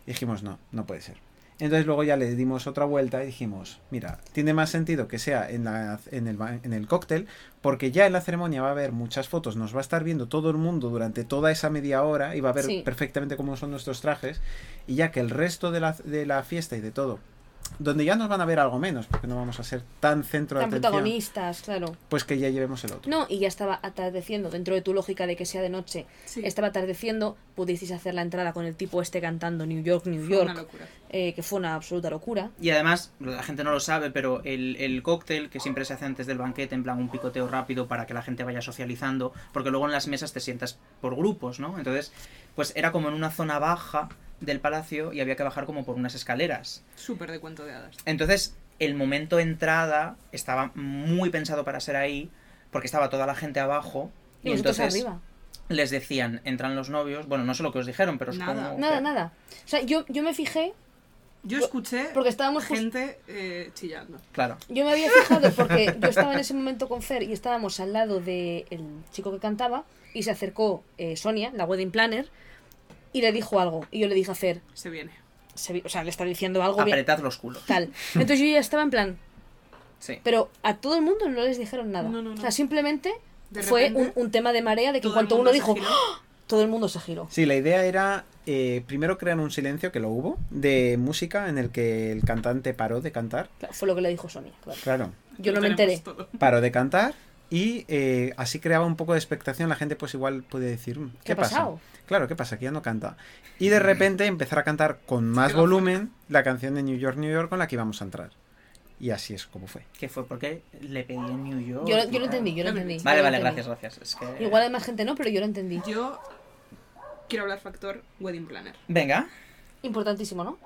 Speaker 4: Y dijimos, no, no puede ser. Entonces luego ya le dimos otra vuelta y dijimos, mira, tiene más sentido que sea en, la- en, el, ba- en el cóctel, porque ya en la ceremonia va a haber muchas fotos, nos va a estar viendo todo el mundo durante toda esa media hora y va a ver
Speaker 3: Sí.
Speaker 4: perfectamente cómo son nuestros trajes, y ya que el resto de la, de la fiesta y de todo donde ya nos van a ver algo menos, porque no vamos a ser tan centro
Speaker 3: Tan
Speaker 4: de atención,
Speaker 3: protagonistas, claro.
Speaker 4: pues que ya llevemos el otro.
Speaker 3: No, y ya estaba atardeciendo, dentro de tu lógica de que sea de noche,
Speaker 2: Sí.
Speaker 3: estaba atardeciendo, pudisteis hacer la entrada con el tipo este cantando New York, New
Speaker 2: Fue una
Speaker 3: York,
Speaker 2: locura.
Speaker 3: eh, que fue una absoluta locura.
Speaker 5: Y además, la gente no lo sabe, pero el, el cóctel que siempre se hace antes del banquete, en plan un picoteo rápido para que la gente vaya socializando, porque luego en las mesas te sientas por grupos, ¿no? Entonces, pues era como en una zona baja del palacio y había que bajar como por unas escaleras.
Speaker 2: Súper de cuento de hadas.
Speaker 5: Entonces, el momento entrada estaba muy pensado para ser ahí, porque estaba toda la gente abajo.
Speaker 3: Y,
Speaker 5: Y,
Speaker 3: vosotros
Speaker 5: entonces
Speaker 3: arriba.
Speaker 5: les decían, entran los novios. Bueno, no sé lo que os dijeron, pero
Speaker 2: Nada.
Speaker 5: supongo.
Speaker 3: Nada,
Speaker 5: que-
Speaker 3: nada. O sea, yo, yo me fijé,
Speaker 2: Yo escuché
Speaker 3: porque estábamos jus-
Speaker 2: gente eh, chillando.
Speaker 5: Claro.
Speaker 3: Yo me había fijado porque yo estaba en ese momento con Fer y estábamos al lado del chico que cantaba y se acercó eh, Sonia, la wedding planner, y le dijo algo. Y yo le dije a Fer,
Speaker 2: Se viene.
Speaker 3: se vi- o sea, le está diciendo algo bien,
Speaker 5: Apretad los culos.
Speaker 3: tal. Entonces yo ya estaba en plan,
Speaker 5: Sí.
Speaker 3: pero a todo el mundo no les dijeron nada.
Speaker 2: No, no, no.
Speaker 3: O sea, simplemente
Speaker 2: De
Speaker 3: fue un,
Speaker 2: repente,
Speaker 3: un tema de marea de que
Speaker 2: todo
Speaker 3: en
Speaker 2: el
Speaker 3: cuanto
Speaker 2: mundo
Speaker 3: uno
Speaker 2: se
Speaker 3: dijo,
Speaker 2: giró.
Speaker 3: ¡Ah! todo el mundo se giró.
Speaker 4: Sí, la idea era eh, primero crear un silencio, que lo hubo, de música en el que el cantante paró de cantar.
Speaker 3: Claro, fue lo que le dijo Sonia. claro.
Speaker 4: Claro,
Speaker 3: Yo
Speaker 2: Lo
Speaker 3: no me
Speaker 2: tenemos
Speaker 3: enteré.
Speaker 2: todo.
Speaker 4: paró de cantar y eh, así creaba un poco de expectación. La gente pues igual puede decir, "Mm,
Speaker 3: ¿Qué
Speaker 4: ¿qué,
Speaker 3: ha
Speaker 4: pasa?
Speaker 3: pasado?
Speaker 4: Claro, ¿qué pasa? Que ya no canta. Y de repente empezar a cantar con más
Speaker 2: quedó
Speaker 4: volumen la canción de New York, New York con la que íbamos a entrar. Y así es como fue.
Speaker 5: Que fue porque le pedí en New York.
Speaker 3: Yo, lo-
Speaker 5: y
Speaker 3: yo lo
Speaker 5: tal.
Speaker 3: entendí, yo lo entendí.
Speaker 5: Vale,
Speaker 3: yo lo
Speaker 5: vale,
Speaker 3: entendí.
Speaker 5: gracias, gracias. Es que...
Speaker 3: Igual además gente no, pero yo lo entendí.
Speaker 2: Yo quiero hablar factor wedding planner.
Speaker 5: Venga,
Speaker 3: Importantísimo, ¿no?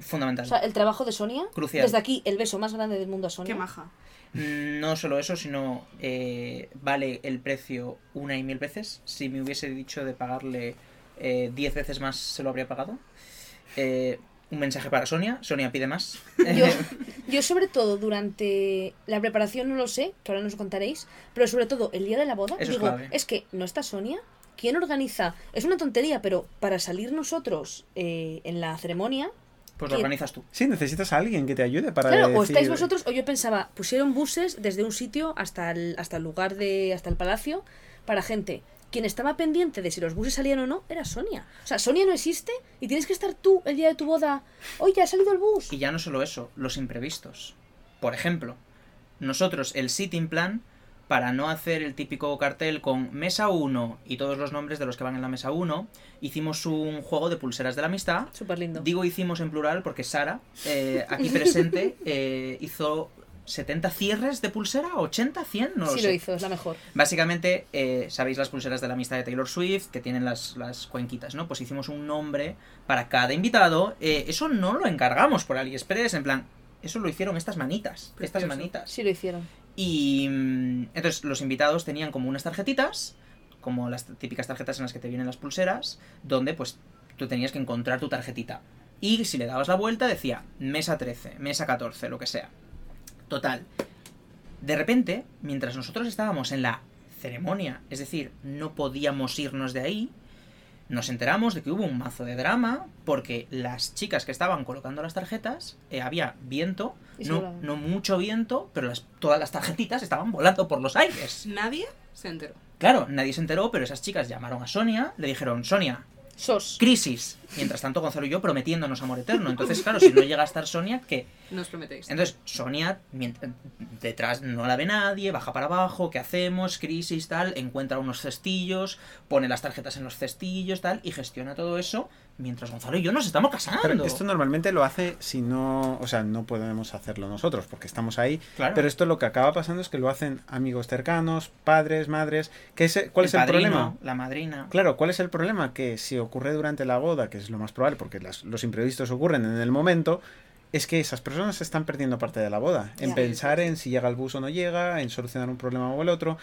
Speaker 5: fundamental.
Speaker 3: O sea, el trabajo de Sonia.
Speaker 5: Crucial.
Speaker 3: Desde aquí, el beso más grande del mundo a Sonia.
Speaker 2: Qué maja.
Speaker 5: Mm, No solo eso, sino eh, vale el precio una y mil veces. Si me hubiese dicho de pagarle eh, diez veces más, se lo habría pagado. Eh, un mensaje para Sonia. Sonia pide más. Pues
Speaker 3: Yo, yo sobre todo durante la preparación, no lo sé, que ahora nos contaréis, pero sobre todo el día de la boda,
Speaker 5: Eso es
Speaker 3: digo,
Speaker 5: clave.
Speaker 3: es que no está Sonia. ¿Quién organiza? Es una tontería, pero para salir nosotros eh, en la ceremonia,
Speaker 5: Pues lo
Speaker 3: ¿Qué?
Speaker 5: organizas tú.
Speaker 4: Sí, necesitas a alguien que te ayude para
Speaker 3: claro, o
Speaker 4: decir-
Speaker 3: estáis vosotros, o yo pensaba, pusieron buses desde un sitio hasta el, hasta el lugar de, hasta el palacio, para gente. Quien estaba pendiente de si los buses salían o no era Sonia. O sea, Sonia no existe y tienes que estar tú el día de tu boda. Oye, ha salido el bus.
Speaker 5: Y ya no solo eso, los imprevistos. Por ejemplo, nosotros el sitting plan, para no hacer el típico cartel con mesa 1 y todos los nombres de los que van en la mesa 1, hicimos un juego de pulseras de la amistad.
Speaker 3: Súper lindo.
Speaker 5: Digo hicimos en plural porque Sara, eh, aquí presente, eh, hizo 70 cierres de pulsera, 80, 100, no lo
Speaker 3: sí
Speaker 5: sé.
Speaker 3: lo hizo, es la mejor.
Speaker 5: Básicamente, eh, sabéis las pulseras de la amistad de Taylor Swift, que tienen las, las cuenquitas, ¿no? Pues hicimos un nombre para cada invitado. Eh, eso no lo encargamos por AliExpress, en plan, eso lo hicieron estas manitas,
Speaker 2: Precioso.
Speaker 5: estas manitas.
Speaker 3: Sí lo hicieron.
Speaker 5: Y mm, entonces los invitados tenían como unas tarjetitas, como las típicas tarjetas en las que te vienen las pulseras, donde pues tú tenías que encontrar tu tarjetita. Y si le dabas la vuelta decía mesa 13, mesa 14, lo que sea. Total. De repente, mientras nosotros estábamos en la ceremonia, es decir, no podíamos irnos de ahí, nos enteramos de que hubo un mazo de drama porque las chicas que estaban colocando las tarjetas, eh, había viento,
Speaker 3: Y se
Speaker 5: no,
Speaker 3: volaban.
Speaker 5: no mucho viento, pero las, todas las tarjetitas estaban volando por los aires.
Speaker 2: Nadie se enteró.
Speaker 5: Claro, nadie se enteró, pero esas chicas llamaron a Sonia, le dijeron, Sonia,
Speaker 3: Sos.
Speaker 5: crisis. Mientras tanto, Gonzalo y yo prometiéndonos amor eterno. Entonces, claro, si no llega a estar Sonia, ¿qué?
Speaker 2: No os prometéis.
Speaker 5: Entonces, Sonia, mient- detrás no la ve nadie, baja para abajo, ¿qué hacemos? Crisis, tal, encuentra unos cestillos, pone las tarjetas en los cestillos, tal, y gestiona todo eso mientras Gonzalo y yo nos estamos
Speaker 4: Pero
Speaker 5: casando.
Speaker 4: esto normalmente lo hace si no, o sea, no podemos hacerlo nosotros porque estamos ahí.
Speaker 5: Claro.
Speaker 4: Pero esto lo que acaba pasando es que lo hacen amigos cercanos, padres, madres. ¿Qué es, ¿Cuál
Speaker 5: El
Speaker 4: es el
Speaker 5: padrino,
Speaker 4: problema?
Speaker 5: La madrina.
Speaker 4: Claro, ¿cuál es el problema? Que si ocurre durante la boda, que es lo más probable, porque las- los imprevistos ocurren en el momento, es que esas personas están perdiendo parte de la boda. En
Speaker 3: Ya.
Speaker 4: pensar en si llega el bus o no llega, en solucionar un problema o el otro.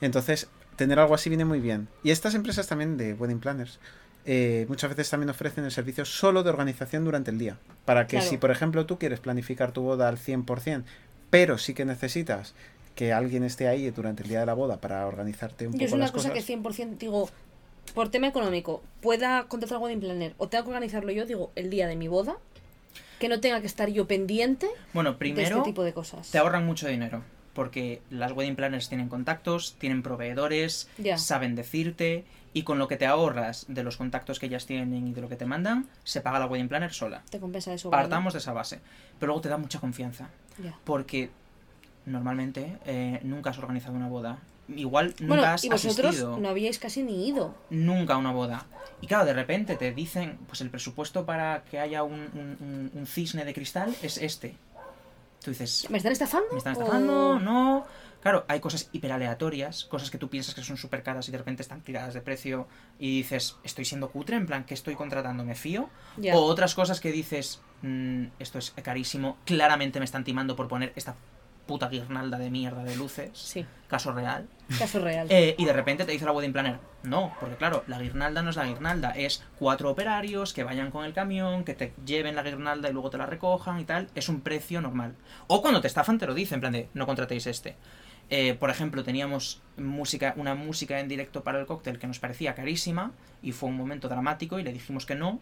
Speaker 4: Entonces, tener algo así viene muy bien. Y estas empresas también de wedding planners. eh, muchas veces también ofrecen el servicio solo de organización durante el día. Para que
Speaker 3: Claro.
Speaker 4: si, por ejemplo, tú quieres planificar tu boda al 100%, pero sí que necesitas que alguien esté ahí durante el día de la boda para organizarte un poco
Speaker 3: Yo es una
Speaker 4: las
Speaker 3: cosa
Speaker 4: cosas.
Speaker 3: que 100% digo, por tema económico, pueda contratar algo de planner o tenga que organizarlo yo, digo, el día de mi boda, que no tenga que estar yo pendiente
Speaker 5: Bueno,
Speaker 3: de
Speaker 5: primero
Speaker 3: este tipo de cosas.
Speaker 5: te ahorran mucho dinero. porque las wedding planners tienen contactos, tienen proveedores,
Speaker 3: Ya.
Speaker 5: saben decirte y con lo que te ahorras de los contactos que ellas tienen y de lo que te mandan, se paga la wedding planner sola.
Speaker 3: Te compensa eso. ¿vale?
Speaker 5: Partamos de esa base, pero luego te da mucha confianza
Speaker 3: Ya.
Speaker 5: porque normalmente eh, nunca has organizado una boda. Igual nunca
Speaker 3: Bueno,
Speaker 5: has
Speaker 3: y vosotros
Speaker 5: asistido
Speaker 3: no habíais casi ni ido.
Speaker 5: nunca a una boda. Y claro, de repente te dicen, pues el presupuesto para que haya un, un- un- un cisne de cristal es este. Tú dices,
Speaker 3: ¿Me están estafando?
Speaker 5: ¿me están
Speaker 3: o-
Speaker 5: estafando? No. Claro, hay cosas hiperaleatorias, cosas que tú piensas que son súper caras y de repente están tiradas de precio y dices, estoy siendo cutre, en plan, que estoy contratando? ¿Me fío?
Speaker 3: Ya.
Speaker 5: O otras cosas que dices, "Mm, esto es carísimo, claramente me están timando por poner esta puta guirnalda de mierda de luces,
Speaker 3: Sí,
Speaker 5: caso real.
Speaker 3: caso real.
Speaker 5: Eh, y de repente te dice la wedding planner, no, porque claro, la guirnalda no es la guirnalda, es cuatro operarios que vayan con el camión, que te lleven la guirnalda y luego te la recojan y tal, es un precio normal. O cuando te estafan te lo dicen, en plan de, no contratéis este. Eh, por ejemplo, teníamos música, una música en directo para el cóctel que nos parecía carísima y fue un momento dramático y le dijimos que no.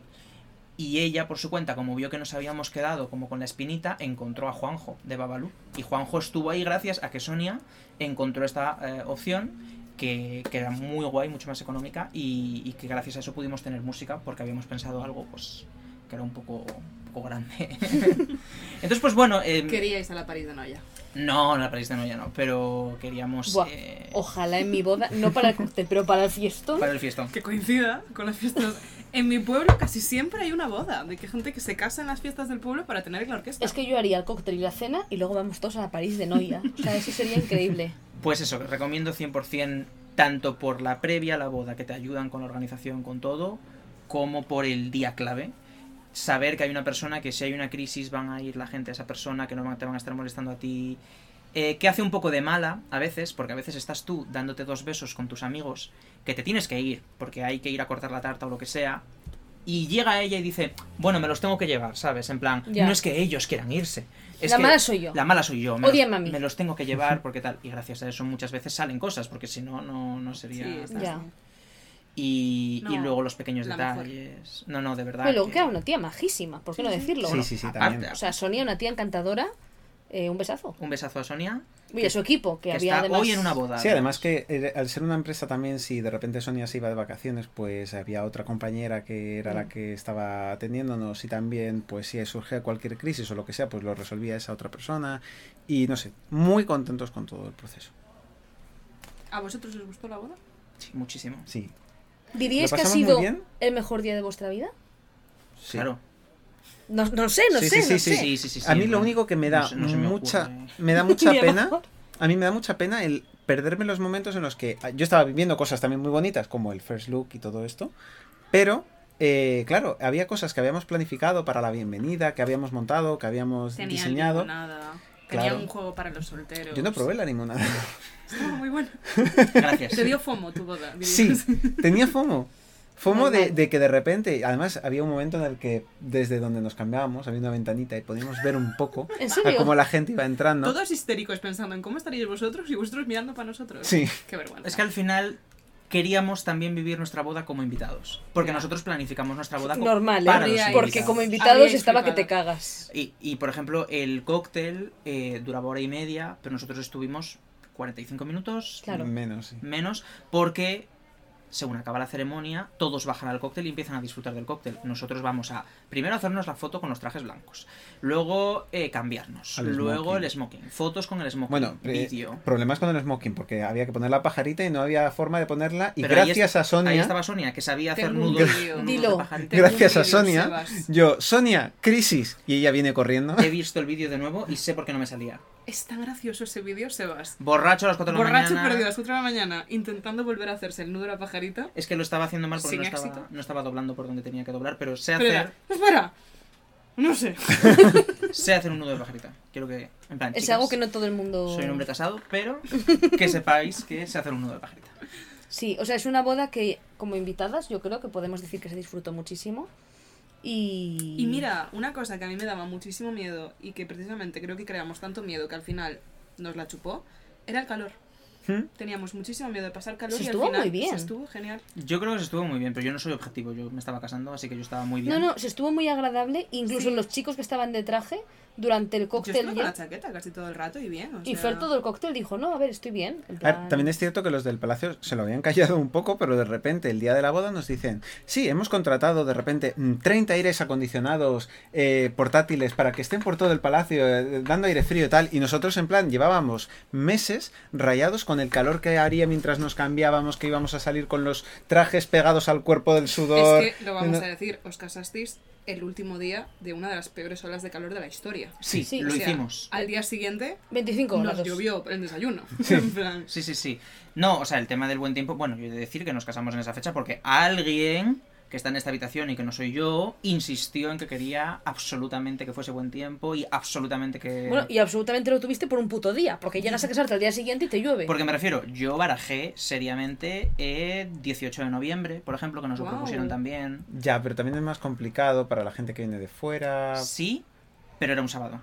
Speaker 5: Y ella, por su cuenta, como vio que nos habíamos quedado como con la espinita, encontró a Juanjo de Babalu. Y Juanjo estuvo ahí gracias a que Sonia encontró esta eh, opción que, que era muy guay, mucho más económica y, y que gracias a eso pudimos tener música porque habíamos pensado algo pues que era un poco, un poco grande. Entonces, pues bueno... em,
Speaker 2: Queríais a la París de Noia.
Speaker 5: no, la París de Noia no, pero queríamos...
Speaker 3: Buah,
Speaker 5: eh,
Speaker 3: Ojalá en mi boda, no para el cóctel, pero para el fiestón.
Speaker 5: para el fiestón.
Speaker 2: Que coincida con las fiestas. En mi pueblo casi siempre hay una boda, de que gente que se casa en las fiestas del pueblo para tener la orquesta.
Speaker 3: Es que yo haría el cóctel y la cena y luego vamos todos a la París de Noia. O sea, eso sería increíble.
Speaker 5: Pues eso, que recomiendo 100% tanto por la previa a la boda, que te ayudan con la organización, con todo, como por el día clave. Saber que hay una persona, que si hay una crisis van a ir la gente a esa persona, que no van- te van a estar molestando a ti. eh, que hace un poco de mala a veces, porque a veces estás tú dándote dos besos con tus amigos, que te tienes que ir, porque hay que ir a cortar la tarta o lo que sea. Y llega ella y dice, bueno, me los tengo que llevar, ¿sabes? En plan,
Speaker 3: Ya.
Speaker 5: no es que ellos quieran irse. Es
Speaker 3: La
Speaker 5: que
Speaker 3: mala soy yo.
Speaker 5: La mala soy yo. Me
Speaker 3: Odien
Speaker 5: los-
Speaker 3: a mí.
Speaker 5: me los tengo que llevar porque tal. Y gracias a eso muchas veces salen cosas, porque si no, no, no sería.
Speaker 2: Sí, está-
Speaker 3: Ya.
Speaker 5: Y, y
Speaker 2: No,
Speaker 5: luego los pequeños
Speaker 2: la mejor.
Speaker 5: detalles. No, no, de verdad.
Speaker 3: Pero luego
Speaker 5: que-
Speaker 3: queda una tía majísima, ¿por qué no decirlo?
Speaker 4: Sí, sí, sí,
Speaker 2: Ah,
Speaker 5: aparte,
Speaker 4: también.
Speaker 3: O sea, Sonia, una tía encantadora, eh, un besazo.
Speaker 5: Un besazo a Sonia.
Speaker 3: Y a su equipo, que,
Speaker 5: que
Speaker 3: había
Speaker 5: está
Speaker 3: además...
Speaker 5: hoy en una boda.
Speaker 4: Sí, además que eh, al ser una empresa también, si de repente Sonia se iba de vacaciones, pues había otra compañera que era
Speaker 5: Mm.
Speaker 4: la que estaba atendiéndonos y también, pues si surgía cualquier crisis o lo que sea, pues lo resolvía esa otra persona y no sé, muy contentos con todo el proceso.
Speaker 2: ¿A vosotros os gustó la boda?
Speaker 5: Sí, muchísimo.
Speaker 4: Sí,
Speaker 3: ¿Diríais
Speaker 4: ¿Lo
Speaker 3: que ha
Speaker 4: pasamos muy
Speaker 3: sido
Speaker 4: bien?
Speaker 3: el mejor día de vuestra vida?
Speaker 4: sí.
Speaker 5: Claro.
Speaker 3: No, no sé, no
Speaker 4: Sí,
Speaker 3: sé,
Speaker 4: sí,
Speaker 3: no
Speaker 4: sí,
Speaker 3: sé.
Speaker 5: Sí, sí, sí. sí,
Speaker 4: a mí
Speaker 5: no,
Speaker 4: lo único que me da
Speaker 5: no se- no se me
Speaker 4: mucha,
Speaker 5: ocurre.
Speaker 4: me da mucha
Speaker 3: Ni a
Speaker 4: pena,
Speaker 3: mejor.
Speaker 4: a mí me da mucha pena el perderme los momentos en los que ah, yo estaba viviendo cosas también muy bonitas, como el first look y todo esto, pero eh, claro, había cosas que habíamos planificado para la bienvenida, que habíamos montado, que habíamos diseñado.
Speaker 2: nada.
Speaker 4: Claro.
Speaker 2: Tenía un juego para los solteros.
Speaker 4: Yo no probé la limonada.
Speaker 2: Estaba muy bueno.
Speaker 5: Gracias.
Speaker 2: Te dio fomo tu boda. dirías.
Speaker 4: Sí, tenía FOMO. FOMO de,
Speaker 3: Normal.
Speaker 4: de que de repente, además había un momento en el que desde donde nos cambiábamos había una ventanita y podíamos ver un poco
Speaker 3: ¿En
Speaker 5: Ah,
Speaker 4: a
Speaker 3: serio?
Speaker 4: cómo la gente iba entrando.
Speaker 2: Todos histéricos pensando en cómo estaríais vosotros y vosotros mirando para nosotros.
Speaker 4: Sí.
Speaker 2: Qué vergüenza.
Speaker 5: Es que al final queríamos también vivir nuestra boda como invitados. Porque
Speaker 2: Ya.
Speaker 5: nosotros planificamos nuestra boda como
Speaker 3: Normal, ¿eh?
Speaker 5: para los
Speaker 2: Habría-
Speaker 3: porque
Speaker 5: invitados.
Speaker 3: como invitados
Speaker 2: Habríais
Speaker 3: estaba que
Speaker 2: flipado.
Speaker 3: te cagas.
Speaker 5: Y, y, por ejemplo, el cóctel eh, duraba hora y media, pero nosotros estuvimos 45 minutos
Speaker 3: Claro.
Speaker 4: Menos, sí.
Speaker 5: menos, porque según acaba la ceremonia, todos bajan al cóctel y empiezan a disfrutar del cóctel. Nosotros vamos a primero hacernos la foto con los trajes blancos, luego eh, cambiarnos,
Speaker 4: Al
Speaker 5: luego
Speaker 4: smoking.
Speaker 5: el smoking, fotos con el smoking,
Speaker 4: Bueno, eh,
Speaker 5: vídeo.
Speaker 4: problemas con el smoking, porque había que poner la pajarita y no había forma de ponerla. Y
Speaker 5: Pero ahí
Speaker 4: gracias
Speaker 5: es-
Speaker 4: a Sonia,
Speaker 5: Ahí estaba Sonia, que sabía hacer
Speaker 2: Tengo un
Speaker 5: nudos,
Speaker 2: vídeo.
Speaker 5: nudos
Speaker 3: Dilo.
Speaker 5: de pajarita.
Speaker 2: Tengo un
Speaker 4: gracias a
Speaker 2: vídeo,
Speaker 4: Sonia,
Speaker 2: Sebas.
Speaker 4: yo, Sonia, crisis. Y ella viene corriendo.
Speaker 5: He visto el vídeo de nuevo y sé por qué no me salía.
Speaker 2: Es tan gracioso ese vídeo, Sebas.
Speaker 5: Borracho a las 4 de la
Speaker 2: Borracho
Speaker 5: mañana.
Speaker 2: perdido a las 4 de la mañana intentando volver a hacerse el nudo de la pajarita.
Speaker 5: Es que lo estaba haciendo mal porque
Speaker 2: Sin
Speaker 5: no estaba,
Speaker 2: éxito.
Speaker 5: no estaba doblando por donde tenía que doblar, pero sé
Speaker 2: Pero era,
Speaker 5: hacer,
Speaker 2: espera, no sé.
Speaker 5: sé hacer un nudo de pajarita. Quiero que. En plan,
Speaker 3: Es
Speaker 5: chicas,
Speaker 3: algo que no todo el mundo...
Speaker 5: Soy un hombre casado, pero que sepáis que sé hacer un nudo de pajarita.
Speaker 3: Sí, o sea, es una boda que como invitadas yo creo que podemos decir que se disfrutó muchísimo. Y...
Speaker 2: Y mira, una cosa que a mí me daba muchísimo miedo y que precisamente creo que creamos tanto miedo que al final nos la chupó, era el calor.
Speaker 5: Eh,
Speaker 4: ¿Mm?
Speaker 2: Teníamos muchísimo miedo de pasar calor
Speaker 3: Se
Speaker 2: y al
Speaker 3: estuvo
Speaker 2: final
Speaker 3: muy bien.
Speaker 2: se estuvo genial.
Speaker 5: Yo creo que se estuvo muy bien, pero yo no soy objetivo. Yo me estaba casando, así que yo estaba muy bien.
Speaker 3: No, no, se estuvo muy agradable, incluso
Speaker 2: Sí.
Speaker 3: los chicos que estaban de traje durante el
Speaker 2: Yo estuve
Speaker 3: cóctel.
Speaker 2: con
Speaker 3: ya-
Speaker 2: la chaqueta casi todo el rato y bien. o
Speaker 3: y
Speaker 2: sea,
Speaker 3: Fer todo el cóctel dijo, no, a ver, estoy bien. en
Speaker 4: A ver,
Speaker 3: plan-
Speaker 4: Ah, también es cierto que los del palacio se lo habían callado un poco, pero de repente, el día de la boda, nos dicen: Sí, hemos contratado de repente mm, 30 aires acondicionados eh, portátiles para que estén por todo el palacio eh, dando aire frío y tal. Y nosotros, en plan, llevábamos meses rayados con el calor que haría mientras nos cambiábamos, que íbamos a salir con los trajes pegados al cuerpo del sudor.
Speaker 2: Es que lo vamos
Speaker 4: No-
Speaker 2: a decir, os casasteis el último día de una de las peores olas de calor de la historia.
Speaker 5: Sí,
Speaker 3: Sí.
Speaker 5: lo
Speaker 2: O sea,
Speaker 5: hicimos.
Speaker 2: Al día siguiente
Speaker 3: 25
Speaker 2: nos
Speaker 3: grados.
Speaker 2: llovió el desayuno. En plan,
Speaker 5: Sí, sí, sí. No, o sea, el tema del buen tiempo, bueno, yo he de decir que nos casamos en esa fecha porque alguien que está en esta habitación y que no soy yo, insistió en que quería absolutamente que fuese buen tiempo y absolutamente que...
Speaker 3: Bueno, y absolutamente lo tuviste por un puto día, porque llegas a casarte al día siguiente y te llueve.
Speaker 5: Porque me refiero, yo barajé seriamente el 18 de noviembre, por ejemplo, que nos lo
Speaker 2: Guau.
Speaker 5: propusieron también.
Speaker 4: Ya, pero también es más complicado para la gente que viene de fuera.
Speaker 5: Sí, pero era un sábado.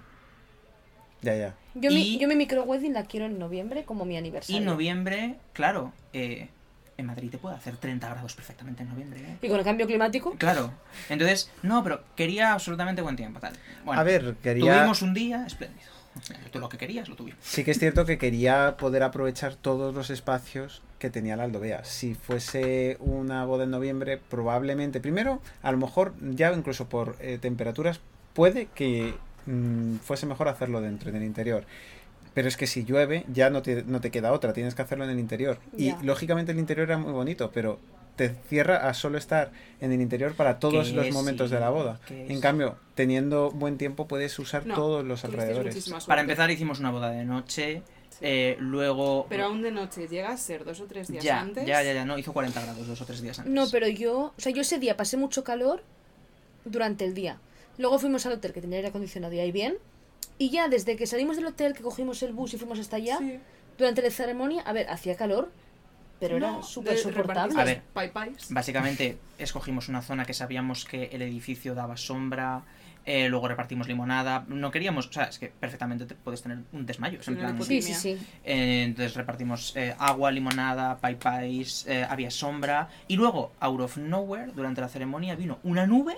Speaker 4: Ya, ya.
Speaker 3: Yo, mi,
Speaker 5: y-
Speaker 3: yo mi micro wedding la quiero en noviembre como mi
Speaker 5: Y
Speaker 3: aniversario.
Speaker 5: noviembre, claro, eh, en Madrid te puede hacer 30 grados perfectamente en noviembre. ¿eh?
Speaker 3: Y con el cambio climático,
Speaker 5: Claro. Entonces, no, pero quería absolutamente buen tiempo, tal. Bueno,
Speaker 4: a ver, quería.
Speaker 5: Tuvimos un día espléndido. O sea, Tú lo que querías lo tuvimos.
Speaker 4: Sí que es cierto que quería poder aprovechar todos los espacios que tenía la aldovea. Si fuese una boda en noviembre, probablemente, primero, a lo mejor ya incluso por eh, temperaturas, puede que mm, fuese mejor hacerlo dentro, en el interior. Pero es que si llueve, ya no te, no te queda otra, tienes que hacerlo en el interior.
Speaker 3: Ya.
Speaker 4: Y lógicamente el interior era muy bonito, pero te cierra a solo estar en el interior para todos
Speaker 5: Que
Speaker 4: los momentos
Speaker 5: sí,
Speaker 4: de la boda.
Speaker 5: que
Speaker 4: En
Speaker 5: sí.
Speaker 4: cambio, teniendo buen tiempo, puedes usar
Speaker 2: No,
Speaker 4: todos los
Speaker 2: tuvisteis
Speaker 4: alrededores.
Speaker 2: muchísima suerte.
Speaker 5: Para empezar hicimos una boda de noche, eh, luego...
Speaker 2: Pero aún de noche llega a ser dos o tres días
Speaker 5: ya,
Speaker 2: antes.
Speaker 5: ya, ya, ya, no, hizo 40 grados dos o tres días antes.
Speaker 3: no, pero yo, o sea, yo ese día pasé mucho calor durante el día. Luego fuimos al hotel que tenía aire acondicionado y ahí bien. Y ya desde que salimos del hotel, que cogimos el bus y fuimos hasta allá,
Speaker 2: Sí.
Speaker 3: durante la ceremonia, a ver, hacía calor, pero
Speaker 2: No,
Speaker 3: era súper
Speaker 2: de-
Speaker 3: soportable.
Speaker 5: A ver.
Speaker 2: repartisteis pay-pays.
Speaker 5: Básicamente escogimos una zona que sabíamos que el edificio daba sombra, eh, luego repartimos limonada, no queríamos, o sea, es que perfectamente te puedes tener un desmayo, es en
Speaker 2: Sí,
Speaker 5: plan...
Speaker 2: no
Speaker 3: Sí, sí, sí.
Speaker 5: Eh, entonces repartimos eh, agua, limonada, pay pies, eh, había sombra. Y luego, out of nowhere, durante la ceremonia vino una nube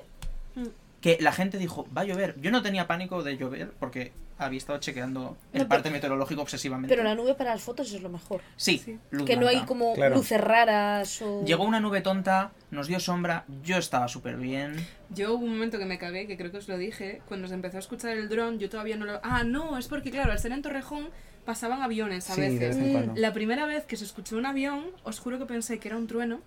Speaker 2: Mm.
Speaker 5: que la gente dijo, va a llover. Yo no tenía pánico de llover porque había estado chequeando el
Speaker 3: No,
Speaker 5: parte meteorológico obsesivamente.
Speaker 3: Pero la nube para las fotos es lo mejor.
Speaker 5: Sí,
Speaker 2: Sí.
Speaker 5: luz
Speaker 3: que no hay
Speaker 5: blanca.
Speaker 3: como
Speaker 4: Claro.
Speaker 3: luces raras o...
Speaker 5: Llegó una nube tonta, nos dio sombra, yo estaba súper bien.
Speaker 2: Yo hubo un momento que me cagué, que creo que os lo dije, cuando se empezó a escuchar el dron, yo todavía no lo... Ah, no, es porque claro, al ser en Torrejón pasaban aviones a
Speaker 4: Sí, de vez
Speaker 2: veces.
Speaker 4: en
Speaker 3: Mm,
Speaker 4: cuando.
Speaker 2: La primera vez que se escuchó un avión, os juro que pensé que era un trueno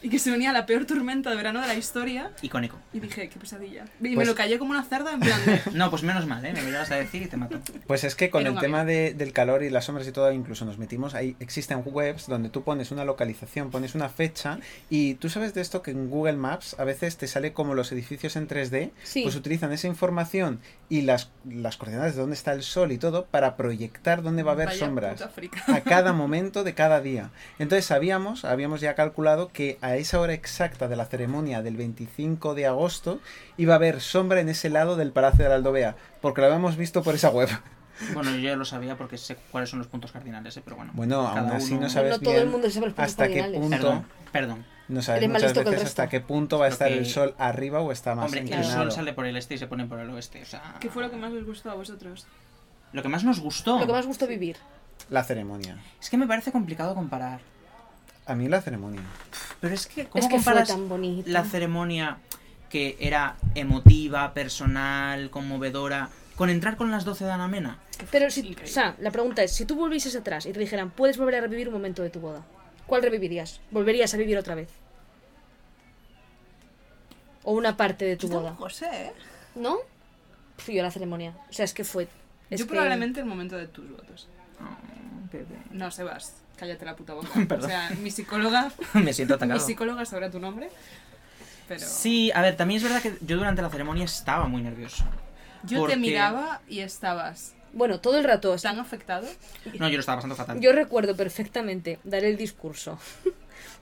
Speaker 2: y que se venía la peor tormenta de verano de la historia
Speaker 5: Icónico.
Speaker 2: y dije, qué pesadilla. Y me
Speaker 4: Pues-
Speaker 2: lo callé como una cerda en plan de...
Speaker 5: No, pues menos mal, ¿eh? Me lo llegas a decir y te mato.
Speaker 4: Pues es que con
Speaker 2: Era
Speaker 4: el
Speaker 2: un
Speaker 4: tema de- del calor y las sombras y todo, incluso nos metimos, ahí existen webs donde tú pones una localización, pones una fecha y tú sabes de esto que en Google Maps a veces te sale como los edificios en 3D,
Speaker 3: Sí.
Speaker 4: pues utilizan esa información y las, las coordenadas de dónde está el sol y todo para proyectar dónde va a haber
Speaker 2: "Vaya
Speaker 4: sombras
Speaker 2: puta frica".
Speaker 4: a cada momento de cada día. Entonces sabíamos, habíamos ya calculado que a esa hora exacta de la ceremonia del 25 de agosto iba a haber sombra en ese lado del Palacio de la Aldovea, porque lo habíamos visto por esa web.
Speaker 5: Bueno, yo ya lo sabía porque sé cuáles son los puntos cardinales, ¿eh? Pero bueno.
Speaker 4: Bueno, aún
Speaker 5: cada
Speaker 4: así
Speaker 5: uno-
Speaker 4: no
Speaker 3: Pero
Speaker 4: sabes
Speaker 3: no todo
Speaker 4: bien
Speaker 3: el mundo sabe los puntos
Speaker 4: hasta qué
Speaker 3: cardinales.
Speaker 4: punto.
Speaker 5: Perdón, perdón.
Speaker 4: No sabes
Speaker 3: Eres más
Speaker 4: muchas
Speaker 3: listo que el
Speaker 4: veces hasta
Speaker 3: resto.
Speaker 4: qué punto va a estar
Speaker 5: Porque-
Speaker 4: el sol arriba o está más
Speaker 5: Hombre, el
Speaker 4: inclinado.
Speaker 5: sol sale por el este y se pone por el oeste. O sea,
Speaker 2: ¿Qué fue lo que más os gustó a vosotros?
Speaker 5: Lo que más nos gustó
Speaker 3: Lo que más gustó vivir.
Speaker 4: La ceremonia.
Speaker 5: es que me parece complicado comparar.
Speaker 4: A mí la ceremonia.
Speaker 5: Pero es que, ¿cómo
Speaker 3: es que fue
Speaker 5: comparas
Speaker 3: tan bonito.
Speaker 5: la ceremonia que era emotiva, personal, conmovedora, con entrar con las 12 de Anamena?
Speaker 3: Pero si,
Speaker 2: Increíble.
Speaker 3: o sea, la pregunta es, si tú volvieses atrás y te dijeran, puedes volver a revivir un momento de tu boda, ¿cuál revivirías? ¿Volverías a vivir otra vez? ¿O una parte de tu
Speaker 2: Yo
Speaker 3: boda?
Speaker 2: tampoco sé, ¿eh?
Speaker 3: ¿No? Fui yo a la ceremonia. O sea, es que fue... es
Speaker 2: Yo
Speaker 3: que-
Speaker 2: probablemente el momento de tus votos. Oh, No, Sebas, cállate la puta boca. o sea, mi psicóloga,
Speaker 5: me siento
Speaker 2: mi
Speaker 5: atacado.
Speaker 2: psicóloga sabrá tu nombre, pero...
Speaker 5: Sí, a ver, también es verdad que yo durante la ceremonia estaba muy nervioso.
Speaker 2: Yo
Speaker 5: Porque-
Speaker 2: te miraba y estabas
Speaker 3: Bueno, todo el rato. o sea,
Speaker 2: tan afectado.
Speaker 5: No, yo lo estaba pasando fatal.
Speaker 3: Yo recuerdo perfectamente dar el discurso.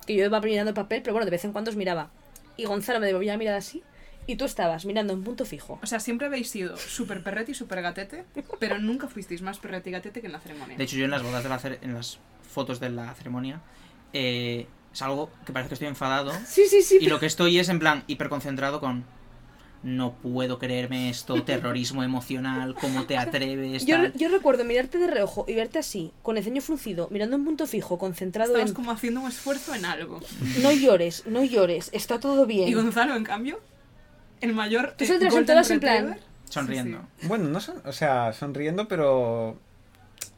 Speaker 3: que yo iba mirando el papel, pero bueno, de vez en cuando os miraba. Y Gonzalo me devolvía la mirada así. Y tú estabas mirando en punto fijo.
Speaker 2: O sea, siempre habéis sido súper perrete y súper gatete, pero nunca fuisteis más perrete y gatete que en la ceremonia.
Speaker 5: De hecho, yo en las bodas de la cere- en las fotos de la ceremonia, eh, salgo que parece que estoy enfadado.
Speaker 3: Sí, sí, sí.
Speaker 5: Y lo que estoy es en plan hiperconcentrado con. No puedo creerme esto, terrorismo emocional, cómo te atreves.
Speaker 3: Yo,
Speaker 5: tal".
Speaker 3: yo recuerdo mirarte de reojo y verte así, con el ceño fruncido, mirando en punto fijo, concentrado
Speaker 2: Estabas
Speaker 3: en...
Speaker 2: como haciendo un esfuerzo en algo.
Speaker 3: No llores, no llores, está todo bien.
Speaker 2: Y Gonzalo, en cambio, el mayor.
Speaker 3: Tú
Speaker 2: eh,
Speaker 3: solo te lo
Speaker 2: Golden
Speaker 3: sentabas en plan-
Speaker 2: Retriever-
Speaker 5: Sonriendo.
Speaker 2: Sí,
Speaker 4: Bueno, no son, o sea, sonriendo, pero
Speaker 2: sí.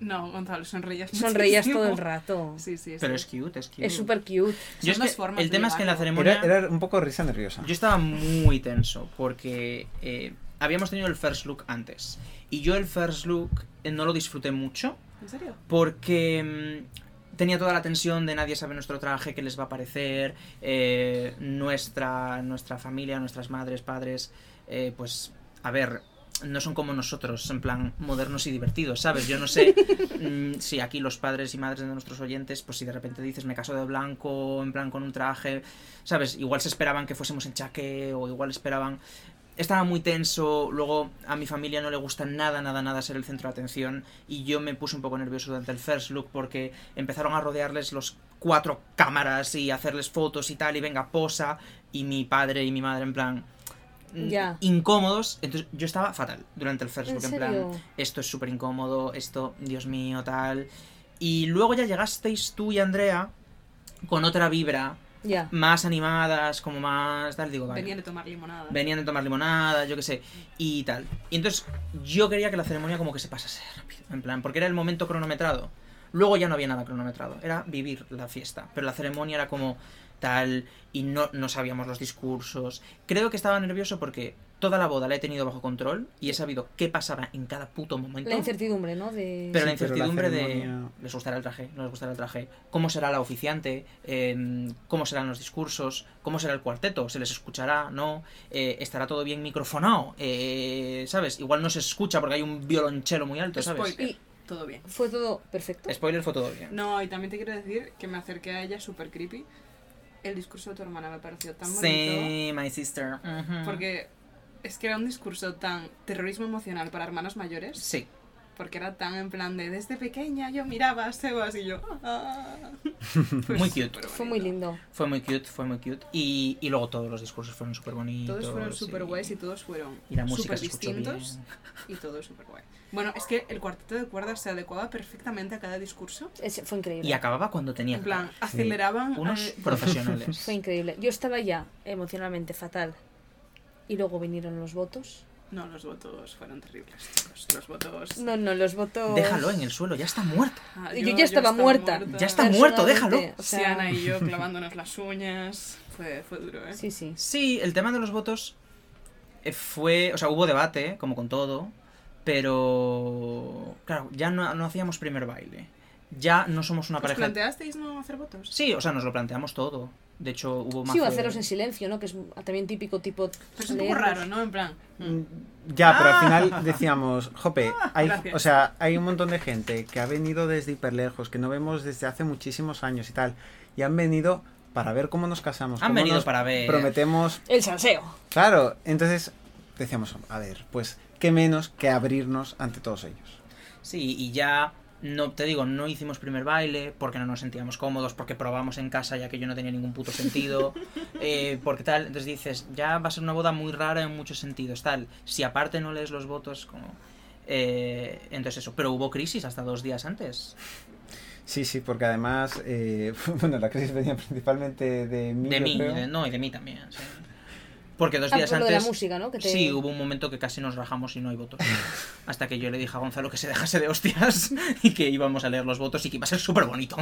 Speaker 2: No, Gonzalo, sonreías.
Speaker 3: Sonreías
Speaker 2: muchísimo.
Speaker 3: todo el rato.
Speaker 2: Sí, sí, sí.
Speaker 5: Pero es cute, es cute.
Speaker 3: Es súper cute.
Speaker 5: Yo es
Speaker 2: Son dos
Speaker 5: que-
Speaker 2: formas
Speaker 5: el
Speaker 2: de
Speaker 5: tema es que en la
Speaker 2: llevarlo.
Speaker 5: ceremonia.
Speaker 4: era, era un poco risa nerviosa.
Speaker 5: Yo estaba muy tenso porque eh, habíamos tenido el first look antes. Y yo el first look eh, no lo disfruté mucho
Speaker 2: ¿En serio?
Speaker 5: porque mm, tenía toda la tensión de nadie sabe nuestro traje, qué les va a parecer, eh, nuestra, nuestra familia, nuestras madres, padres, eh, pues a ver, no son como nosotros, en plan modernos y divertidos, ¿sabes? Yo no sé mm, si aquí los padres y madres de nuestros oyentes, pues si de repente dices me caso de blanco, en plan con un traje, ¿sabes? Igual se esperaban que fuésemos en chaque o igual esperaban... Estaba muy tenso, luego a mi familia no le gusta nada, nada, nada ser el centro de atención y yo me puse un poco nervioso durante el first look porque empezaron a rodearles los cuatro cámaras y hacerles fotos y tal y venga posa y mi padre y mi madre en plan mm,
Speaker 3: Ya.
Speaker 5: incómodos, entonces yo estaba fatal durante el first
Speaker 3: ¿En
Speaker 5: look en plan
Speaker 3: serio?
Speaker 5: esto es súper incómodo, esto, Dios mío, tal. Y luego ya llegasteis tú y Andrea con otra vibra,
Speaker 3: Ya.
Speaker 5: más animadas, como más tal, digo, vale.
Speaker 2: Venían de tomar limonada.
Speaker 5: Venían de tomar limonada, yo qué sé, y tal. Y entonces yo quería que la ceremonia como que se pasase rápido, en plan, porque era el momento cronometrado. Luego ya no había nada cronometrado, era vivir la fiesta, pero la ceremonia era como tal y no, no sabíamos los discursos. Creo que estaba nervioso porque toda la boda la he tenido bajo control y he sabido qué pasaba en cada puto momento.
Speaker 3: La incertidumbre, ¿no? De...
Speaker 5: Pero la
Speaker 4: Sí, pero la
Speaker 5: incertidumbre
Speaker 4: ceremonia-
Speaker 5: de les gustará el traje, no les gustará el traje, cómo será la oficiante, Eh, cómo serán los discursos, cómo será el cuarteto, se les escuchará, no, Eh, estará todo bien microfonado, Eh, ¿sabes? Igual no se escucha porque hay un violonchelo muy alto, ¿sabes?
Speaker 2: Spoiler.
Speaker 3: Y-
Speaker 2: Todo bien.
Speaker 3: Fue todo perfecto.
Speaker 5: Spoiler fue todo bien.
Speaker 2: No, y también te quiero decir que me acerqué a ella súper creepy. El discurso de tu hermana me pareció tan bonito.
Speaker 5: Sí, my sister. Ujú.
Speaker 2: Porque es que era un discurso tan terrorismo emocional para hermanas mayores.
Speaker 5: Sí.
Speaker 2: Porque era tan en plan de desde pequeña yo miraba a Sebas y yo. "Ah". Fue
Speaker 5: Muy cute.
Speaker 2: superbonito.
Speaker 3: Fue muy lindo.
Speaker 5: Fue muy cute, fue muy cute. Y, y luego todos los discursos fueron súper bonitos.
Speaker 2: Todos fueron súper guays y todos fueron
Speaker 5: y la música
Speaker 2: súper
Speaker 5: se escuchó
Speaker 2: distintos
Speaker 5: bien.
Speaker 2: y todo súper guay. Bueno, es que el cuarteto de cuerdas se adecuaba perfectamente a cada discurso.
Speaker 3: Ese- fue increíble.
Speaker 5: Y acababa cuando tenía
Speaker 2: En
Speaker 5: que
Speaker 2: plan,
Speaker 5: acabar.
Speaker 2: aceleraban.
Speaker 5: Unos
Speaker 2: eh,
Speaker 5: profesionales.
Speaker 3: Fue increíble. Yo estaba ya emocionalmente fatal. Y luego vinieron los votos.
Speaker 2: No, los votos fueron terribles, chicos. Los votos.
Speaker 3: No, no, los votos.
Speaker 5: Déjalo en el suelo, ya está muerto.
Speaker 2: Ah,
Speaker 3: Yo ya estaba muerta.
Speaker 5: Ya está
Speaker 3: Personalmente,
Speaker 5: muerto, déjalo.
Speaker 3: o sea,
Speaker 2: Siana y yo clavándonos las uñas. Fue, fue duro, ¿eh?
Speaker 3: Sí, sí.
Speaker 5: Sí, el tema de los votos eh, fue. O sea, hubo debate, eh, como con todo. Pero. Claro, ya no, no hacíamos primer baile. Ya no somos una
Speaker 2: ¿Os
Speaker 5: pareja.
Speaker 2: planteasteis no hacer votos?
Speaker 5: Sí, o sea, nos lo planteamos todo. De hecho, hubo más.
Speaker 3: Sí, o haceros en silencio, ¿no? Que es también típico tipo.
Speaker 2: Pero Pues es un poco
Speaker 3: leerlos.
Speaker 2: raro, ¿no? En plan.
Speaker 4: Mm, Ya, pero
Speaker 5: Ah.
Speaker 4: al final decíamos, jope, hay,
Speaker 2: Gracias.
Speaker 4: o sea, hay un montón de gente que ha venido desde hiperlejos, que no vemos desde hace muchísimos años y tal, y han venido para ver cómo nos casamos.
Speaker 5: Han
Speaker 4: cómo
Speaker 5: venido
Speaker 4: nos
Speaker 5: para ver.
Speaker 4: Prometemos,
Speaker 3: El salseo.
Speaker 4: claro, entonces decíamos, a ver, pues qué menos que abrirnos ante todos ellos.
Speaker 5: Sí, y ya. No, te digo, no hicimos primer baile porque no nos sentíamos cómodos, porque probamos en casa ya que yo no tenía ningún puto sentido, eh, porque tal, entonces dices, ya va a ser una boda muy rara en muchos sentidos, tal, si aparte no lees los votos, como... eh, entonces eso, pero hubo crisis hasta dos días antes.
Speaker 4: Sí, sí, porque además, eh, bueno, la crisis venía principalmente de mí.
Speaker 5: De
Speaker 4: yo
Speaker 5: mí,
Speaker 4: creo.
Speaker 5: de- no, y de mí también. sí. Porque dos
Speaker 3: Ah,
Speaker 5: días
Speaker 3: por lo de
Speaker 5: antes.
Speaker 3: la música, ¿no? Que te-
Speaker 5: Sí, hubo un momento que casi nos rajamos y no hay votos. Hasta que yo le dije a Gonzalo que se dejase de hostias y que íbamos a leer los votos y que iba a ser súper bonito.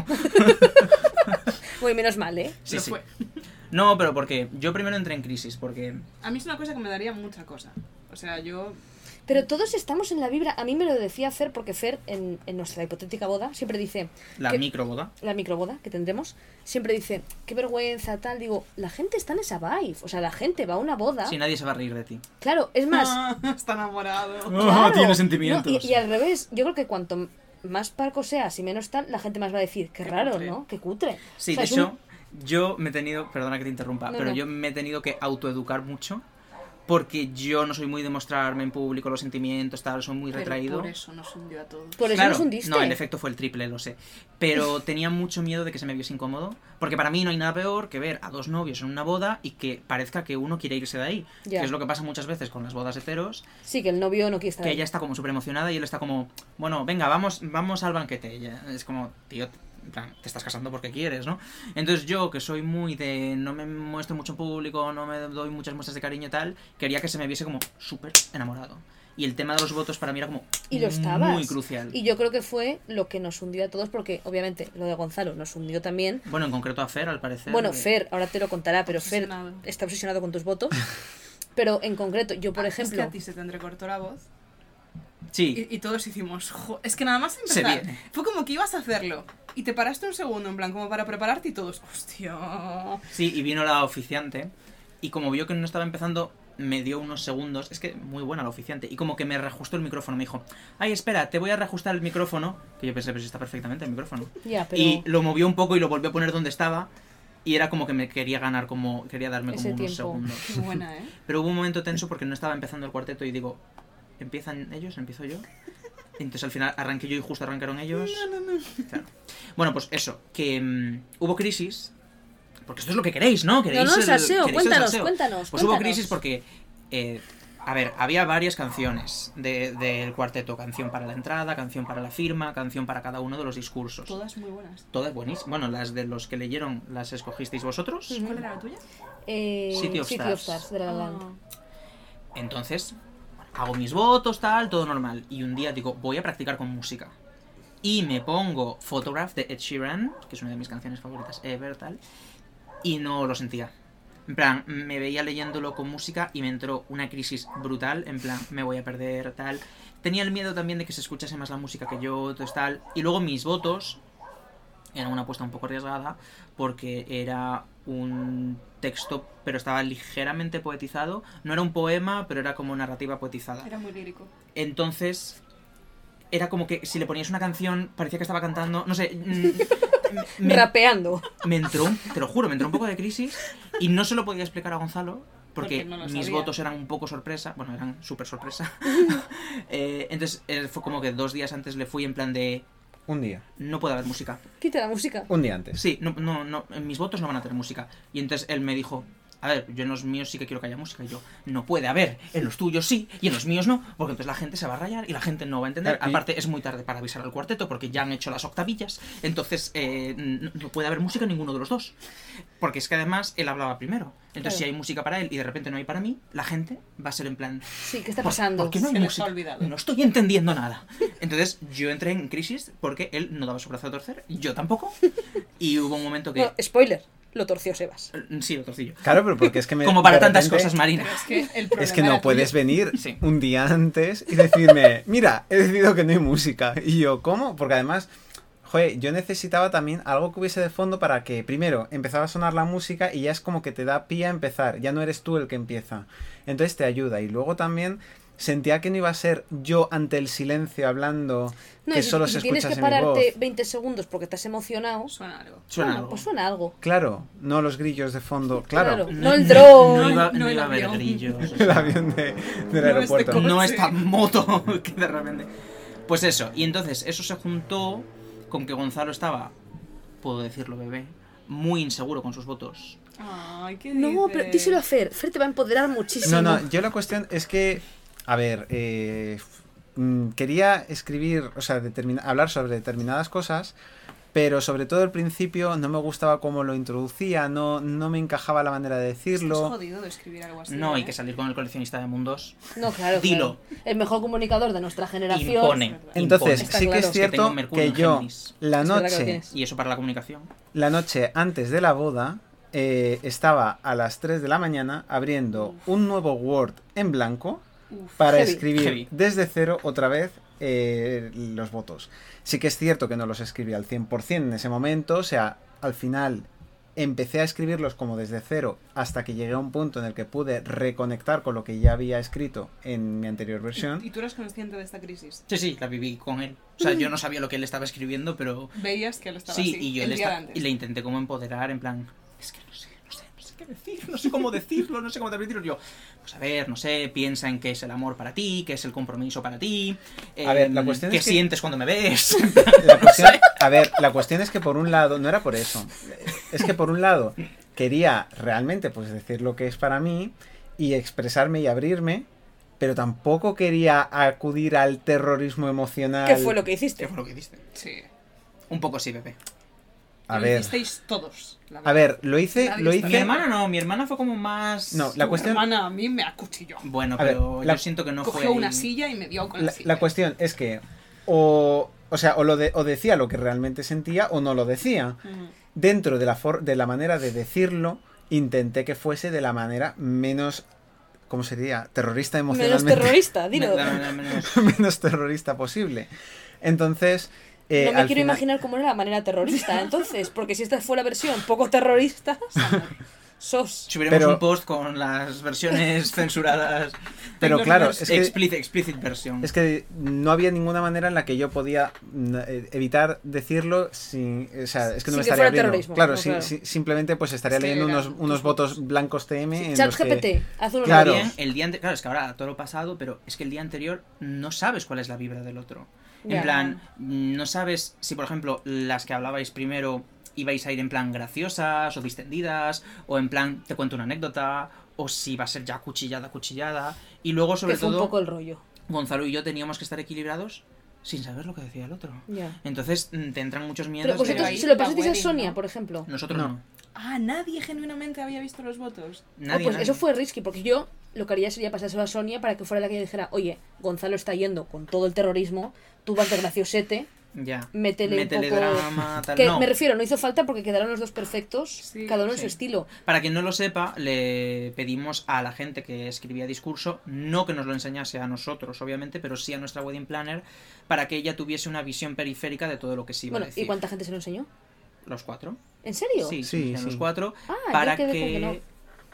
Speaker 3: Uy, menos mal, ¿eh?
Speaker 5: Sí,
Speaker 2: no
Speaker 5: sí.
Speaker 2: fue.
Speaker 5: No, pero porque yo primero entré en crisis, porque.
Speaker 2: A mí es una cosa que me daría mucha cosa. O sea, yo.
Speaker 3: Pero todos estamos en la vibra. A mí me lo decía Fer, porque Fer, en, en nuestra hipotética boda, siempre dice.
Speaker 5: La
Speaker 3: que-
Speaker 5: microboda.
Speaker 3: la microboda que tendremos, siempre dice, qué vergüenza, tal. Digo, la gente está en esa vibe. O sea, la gente va a una boda.
Speaker 5: Si nadie se va a reír de ti.
Speaker 3: Claro, es más.
Speaker 2: Ah, está enamorado.
Speaker 5: No,
Speaker 3: claro.
Speaker 5: tiene
Speaker 3: No,
Speaker 5: sentimientos.
Speaker 3: y, y al revés, yo creo que cuanto más parco seas y menos tal, la gente más va a decir, qué,
Speaker 2: Qué
Speaker 3: raro,
Speaker 2: cutre".
Speaker 3: ¿no? Qué cutre.
Speaker 5: Sí,
Speaker 3: O sea,
Speaker 5: de
Speaker 3: es un-
Speaker 5: hecho, yo me he tenido. Perdona que te interrumpa,
Speaker 3: No,
Speaker 5: pero
Speaker 3: no.
Speaker 5: yo me he tenido que autoeducar mucho porque yo no soy muy de mostrarme en público los sentimientos, tal, soy muy
Speaker 2: Pero
Speaker 5: retraído.
Speaker 2: Por eso nos hundió a todos.
Speaker 3: Por eso
Speaker 5: Claro,
Speaker 3: nos hundiste.
Speaker 5: No, el efecto fue el triple, lo sé. Pero tenía mucho miedo de que se me viese incómodo. Porque para mí no hay nada peor que ver a dos novios en una boda y que parezca que uno quiere irse de ahí.
Speaker 3: Ya.
Speaker 5: Que es lo que pasa muchas veces con las bodas heteros.
Speaker 3: Sí, que el novio no quiere estar
Speaker 5: Que
Speaker 3: ahí.
Speaker 5: ella está como súper emocionada y él está como, bueno, venga, vamos, vamos al banquete. Ella es como, tío, en plan, te estás casando porque quieres, ¿no? Entonces yo, que soy muy de, no me muestro mucho en público, no me doy muchas muestras de cariño y tal, quería que se me viese como súper enamorado. Y el tema de los votos para mí era como
Speaker 3: Y lo estabas.
Speaker 5: muy crucial.
Speaker 3: Y yo creo que fue lo que nos hundió a todos, porque obviamente lo de Gonzalo nos hundió también.
Speaker 5: Bueno, en concreto a Fer, al parecer.
Speaker 3: Bueno,
Speaker 5: que-
Speaker 3: Fer, ahora te lo contará, pero Fer
Speaker 2: Obsesionado.
Speaker 3: está obsesionado con tus votos. Pero en concreto, yo por
Speaker 2: Ah, Es que
Speaker 3: ejemplo.
Speaker 2: a ti se te entrecortó la voz.
Speaker 5: Sí,
Speaker 2: Y, y todos hicimos, "Jo". es que nada más
Speaker 5: Se
Speaker 2: empezar.
Speaker 5: viene.
Speaker 2: Fue como que ibas a hacerlo. Y te paraste un segundo, en plan, como para prepararte y todos, hostia.
Speaker 5: sí, y vino la oficiante. Y como vio que no estaba empezando, me dio unos segundos. Es que muy buena la oficiante. Y como que me reajustó el micrófono. Me dijo, ay, espera, te voy a reajustar el micrófono. Que yo pensé, pero si está perfectamente el micrófono.
Speaker 3: Ya, pero.
Speaker 5: Y lo movió un poco y lo volvió a poner donde estaba. Y era como que me quería ganar, como quería darme como
Speaker 3: Ese
Speaker 5: unos
Speaker 3: tiempo.
Speaker 5: segundos.
Speaker 2: Qué buena, ¿eh?
Speaker 5: Pero hubo un momento tenso porque no estaba empezando el cuarteto y digo, ¿empiezan ellos? ¿Empiezo yo? Y Entonces al final arranqué yo y justo arrancaron ellos. Claro. Bueno, pues eso, que mm, hubo crisis. Porque esto es lo que queréis, ¿no?
Speaker 3: No,
Speaker 5: ¿Queréis
Speaker 3: no,
Speaker 5: el-
Speaker 3: salseo,
Speaker 5: queréis el
Speaker 3: cuéntanos,
Speaker 5: salseo.
Speaker 3: cuéntanos.
Speaker 5: Pues hubo
Speaker 3: cuéntanos.
Speaker 5: crisis porque, eh, a ver, había varias canciones de- del cuarteto. Canción para la entrada, canción para la firma, canción para cada uno de los discursos.
Speaker 2: Todas muy buenas.
Speaker 5: Todas buenísimas. Bueno, las de los que leyeron las escogisteis vosotros.
Speaker 3: Ujú.
Speaker 2: ¿Cuál era la tuya?
Speaker 3: Eh,
Speaker 5: City of Stars.
Speaker 3: de
Speaker 2: Ah.
Speaker 3: La La Land.
Speaker 5: Entonces, hago mis votos, tal, todo normal. Y un día digo, voy a practicar con música. Y me pongo Photograph de Ed Sheeran, que es una de mis canciones favoritas ever, tal. Y no lo sentía. En plan, me veía leyéndolo con música y me entró una crisis brutal. En plan, me voy a perder, tal. Tenía el miedo también de que se escuchase más la música que yo, entonces tal. Y luego mis votos eran una apuesta un poco arriesgada porque era un texto, pero estaba ligeramente poetizado. No era un poema, pero era como narrativa poetizada.
Speaker 2: Ah, Era muy lírico.
Speaker 5: Entonces, era como que si le ponías una canción, parecía que estaba cantando. No sé. mm, me-
Speaker 3: Rapeando.
Speaker 5: me entró, un- te lo juro, me entró un poco de crisis y no se lo podía explicar a Gonzalo porque,
Speaker 2: Porque no lo
Speaker 5: mis
Speaker 2: sabía.
Speaker 5: votos eran un poco sorpresa, bueno, eran súper sorpresa. Eh, entonces eh, fue como que dos días antes le fui en plan de
Speaker 4: Un día.
Speaker 5: no puede haber música.
Speaker 3: Quita la música.
Speaker 4: Un día antes.
Speaker 5: Sí, no, no, no, en mis votos no van a tener música. Y entonces él me dijo, a ver, yo en los míos sí que quiero que haya música. Y yo, no puede haber, en los tuyos sí y en los míos no, porque entonces la gente se va a rayar y la gente no va a entender.
Speaker 4: Claro, y-
Speaker 5: Aparte, es muy tarde para avisar al cuarteto porque ya han hecho las octavillas. Entonces, eh, no, no puede haber música en ninguno de los dos. Porque es que además él hablaba primero. Entonces,
Speaker 3: Claro.
Speaker 5: si hay música para él y de repente no hay para mí, la gente va a ser en plan,
Speaker 3: Sí, ¿qué está
Speaker 5: ¿Por-
Speaker 3: pasando?
Speaker 5: por qué no hay
Speaker 2: Se les
Speaker 5: música?
Speaker 2: ha olvidado.
Speaker 5: No estoy entendiendo nada. Entonces yo entré en crisis porque él no daba su brazo a torcer, yo tampoco. Y hubo un momento que... Mm,
Speaker 3: No, spoiler, lo torció Sebas.
Speaker 5: Sí, lo torcí yo.
Speaker 4: Claro, pero porque es que me.
Speaker 5: Como para
Speaker 4: de
Speaker 5: tantas
Speaker 4: repente-
Speaker 5: cosas, Marina.
Speaker 2: Pero es que el problema
Speaker 4: Es que
Speaker 2: era
Speaker 4: no
Speaker 2: tuyo.
Speaker 4: puedes venir
Speaker 5: Sí.
Speaker 4: un día antes y decirme, mira, he decidido que no hay música. Y yo, ¿cómo? Porque además, joder, yo necesitaba también algo que hubiese de fondo para que, primero, empezaba a sonar la música y ya es como que te da pie a empezar, ya no eres tú el que empieza. Entonces te ayuda. Y luego también sentía que no iba a ser yo ante el silencio hablando,
Speaker 3: No,
Speaker 4: que
Speaker 3: y si-
Speaker 4: solo
Speaker 3: y
Speaker 4: se
Speaker 3: si tienes
Speaker 4: escuchase
Speaker 3: que
Speaker 4: mi voz.
Speaker 3: pararte 20 segundos porque te has emocionado.
Speaker 2: Suena algo.
Speaker 5: Suena
Speaker 3: bueno,
Speaker 5: algo.
Speaker 3: pues suena algo.
Speaker 4: Claro, no los grillos de fondo, claro.
Speaker 3: No el dron.
Speaker 5: No iba, no
Speaker 2: No el
Speaker 5: iba a haber
Speaker 2: avión.
Speaker 5: grillos. o
Speaker 4: El
Speaker 5: sea,
Speaker 4: avión de- del
Speaker 2: No, este
Speaker 4: aeropuerto.
Speaker 2: coche.
Speaker 5: No esta moto que de repente... Pues eso, y entonces eso se juntó con que Gonzalo estaba, puedo decirlo bebé, muy inseguro con sus votos.
Speaker 2: Ay, qué
Speaker 3: No, pero
Speaker 2: dices?
Speaker 3: díselo a Fer. Fer te va a empoderar muchísimo.
Speaker 4: No, no, yo la cuestión es que, a ver, eh, mm, quería escribir, o sea, determina- hablar sobre determinadas cosas, pero sobre todo al principio no me gustaba cómo lo introducía, no, no me encajaba la manera de
Speaker 2: Estás
Speaker 4: decirlo.
Speaker 2: jodido de escribir algo así.
Speaker 5: No,
Speaker 2: ¿eh?
Speaker 5: y que salir con el coleccionista de mundos
Speaker 3: No, claro.
Speaker 5: Dilo.
Speaker 3: claro. El mejor comunicador de nuestra generación.
Speaker 5: impone.
Speaker 4: Entonces,
Speaker 5: impone.
Speaker 3: Está
Speaker 4: sí que
Speaker 3: claro.
Speaker 4: es
Speaker 3: Es que
Speaker 5: tengo
Speaker 4: cierto que,
Speaker 5: Mercurio en
Speaker 4: yo,
Speaker 5: Géminis.
Speaker 4: la
Speaker 3: Es verdad que lo
Speaker 4: noche,
Speaker 3: tienes.
Speaker 5: Y eso para la comunicación.
Speaker 4: la noche antes de la boda, eh, estaba a las 3 de la mañana abriendo un nuevo Word en blanco
Speaker 2: Uf.
Speaker 4: para
Speaker 3: Heavy.
Speaker 4: escribir
Speaker 5: Heavy.
Speaker 4: desde cero otra vez eh, los votos. Sí que es cierto que no los escribí al 100% en ese momento, o sea, al final empecé a escribirlos como desde cero hasta que llegué a un punto en el que pude reconectar con lo que ya había escrito en mi anterior
Speaker 2: Y
Speaker 4: versión.
Speaker 2: tú eras consciente de esta crisis.
Speaker 5: Sí, sí, la viví con él. O sea, yo no sabía lo que él estaba escribiendo, pero
Speaker 2: Veías que lo estaba
Speaker 5: sí,
Speaker 2: así.
Speaker 5: y yo
Speaker 2: el
Speaker 5: le,
Speaker 2: día
Speaker 5: esta-
Speaker 2: de antes.
Speaker 5: y le intenté como empoderar, en plan, es que no sé, no sé, no sé. sé qué decir, no sé cómo decirlo, no sé cómo transmitirlo. Yo, pues a ver, no sé, piensa en qué es el amor para ti, qué es el compromiso para ti,
Speaker 4: A ver, la
Speaker 5: em,
Speaker 4: cuestión
Speaker 5: qué
Speaker 4: es que-
Speaker 5: sientes cuando me ves.
Speaker 4: La cuestión- a ver, la cuestión es que por un lado, no era por eso, es que por un lado quería realmente pues decir lo que es para mí y expresarme y abrirme, pero tampoco quería acudir al terrorismo emocional.
Speaker 3: ¿Qué fue lo que hiciste?
Speaker 5: ¿Qué fue lo que hiciste?
Speaker 2: Sí.
Speaker 5: Un poco sí, Pepe.
Speaker 4: A
Speaker 2: Lo
Speaker 4: ver,
Speaker 2: hicisteis todos. la
Speaker 4: a
Speaker 2: verdad.
Speaker 4: ver, lo hice,
Speaker 2: Nadie
Speaker 4: lo
Speaker 2: está-
Speaker 5: Mi
Speaker 4: hice.
Speaker 5: hermana no, mi hermana fue como más...
Speaker 4: No, la
Speaker 2: Tu
Speaker 4: cuestión,
Speaker 2: hermana a mí me acuchilló.
Speaker 5: Bueno,
Speaker 4: A ver,
Speaker 5: pero
Speaker 4: la-
Speaker 5: yo siento que no fue...
Speaker 2: Cogió una
Speaker 5: ahí.
Speaker 2: silla y me dio con la,
Speaker 4: la,
Speaker 2: silla.
Speaker 4: la cuestión es que o, o sea, o lo de- o decía lo que realmente sentía o no lo decía.
Speaker 2: Ujú.
Speaker 4: dentro de la, for- de la manera de decirlo, intenté que fuese de la manera menos, ¿cómo sería? Terrorista
Speaker 3: Menos
Speaker 4: emocionalmente.
Speaker 3: terrorista, dilo.
Speaker 5: Me- me- me- me-
Speaker 4: menos terrorista posible. Entonces... eh,
Speaker 3: no me
Speaker 4: al
Speaker 3: quiero
Speaker 4: final-
Speaker 3: imaginar cómo era la manera terrorista, entonces, porque si esta fue la versión poco terrorista, sos.
Speaker 5: Subiremos
Speaker 4: Pero-
Speaker 5: un post con las versiones censuradas.
Speaker 4: Pero
Speaker 5: Los
Speaker 4: claro,
Speaker 5: vers-
Speaker 4: es que-
Speaker 5: explicit, explicit version.
Speaker 4: Es que no había ninguna manera en la que yo podía mm, eh, evitar decirlo sin... O sea, es que
Speaker 3: Sin
Speaker 4: no me
Speaker 3: que
Speaker 4: estaría
Speaker 3: fuera
Speaker 4: abriendo.
Speaker 3: terrorismo,
Speaker 4: Claro,
Speaker 3: no,
Speaker 4: sí-
Speaker 3: claro.
Speaker 4: sí, simplemente pues estaría
Speaker 2: Es que
Speaker 4: leyendo
Speaker 2: eran
Speaker 4: unos,
Speaker 2: tus
Speaker 4: unos votos blancos TM en
Speaker 3: Chat
Speaker 4: los que-
Speaker 3: GPT, haz unos
Speaker 4: eh, Claro.
Speaker 3: vídeos.
Speaker 5: El día ante- claro, es que ahora todo lo pasado, pero es que el día anterior no sabes cuál es la vibra del otro.
Speaker 3: Ya.
Speaker 5: En plan, no sabes si, por ejemplo, las que hablabais primero ibais a ir en plan graciosas o distendidas, o en plan te cuento una anécdota, o si va a ser ya cuchillada, cuchillada. Y luego, sobre
Speaker 3: que fue
Speaker 5: todo,
Speaker 3: un poco el rollo.
Speaker 5: Gonzalo y yo teníamos que estar equilibrados sin saber lo que decía el otro.
Speaker 3: Ya.
Speaker 5: Entonces mm, te entran muchos miedos.
Speaker 3: Pero
Speaker 5: de-
Speaker 3: vosotros
Speaker 2: ahí
Speaker 3: se lo
Speaker 2: la
Speaker 3: pasasteis a
Speaker 2: wedding,
Speaker 3: Sonia,
Speaker 2: ¿no?
Speaker 3: por ejemplo.
Speaker 5: Nosotros
Speaker 4: No.
Speaker 5: no.
Speaker 2: Ah, nadie genuinamente había visto los votos.
Speaker 5: Nadie,
Speaker 3: Oh, pues
Speaker 5: nadie.
Speaker 3: eso fue risky, porque yo lo que haría sería pasárselo a Sonia para que fuera la que yo dijera, oye, Gonzalo está yendo con todo el terrorismo, tú vas de graciosete,
Speaker 5: Ya.
Speaker 3: métele, un
Speaker 5: Métele
Speaker 3: poco...
Speaker 5: drama, tal.
Speaker 3: Que
Speaker 5: No.
Speaker 3: me refiero, no hizo falta porque quedaron los dos perfectos,
Speaker 2: Sí,
Speaker 3: cada uno en
Speaker 5: sí.
Speaker 3: su estilo.
Speaker 5: Para quien no lo sepa, le pedimos a la gente que escribía discurso, no que nos lo enseñase a nosotros, obviamente, pero sí a nuestra wedding planner, para que ella tuviese una visión periférica de todo lo que se iba
Speaker 3: bueno,
Speaker 5: a decir.
Speaker 3: ¿y cuánta gente se lo enseñó?
Speaker 5: Los cuatro.
Speaker 3: ¿En serio?
Speaker 5: Sí,
Speaker 4: Sí,
Speaker 5: eran
Speaker 4: sí.
Speaker 5: los cuatro.
Speaker 3: Ah, yo
Speaker 5: para
Speaker 3: quedé
Speaker 5: que,
Speaker 3: con que no.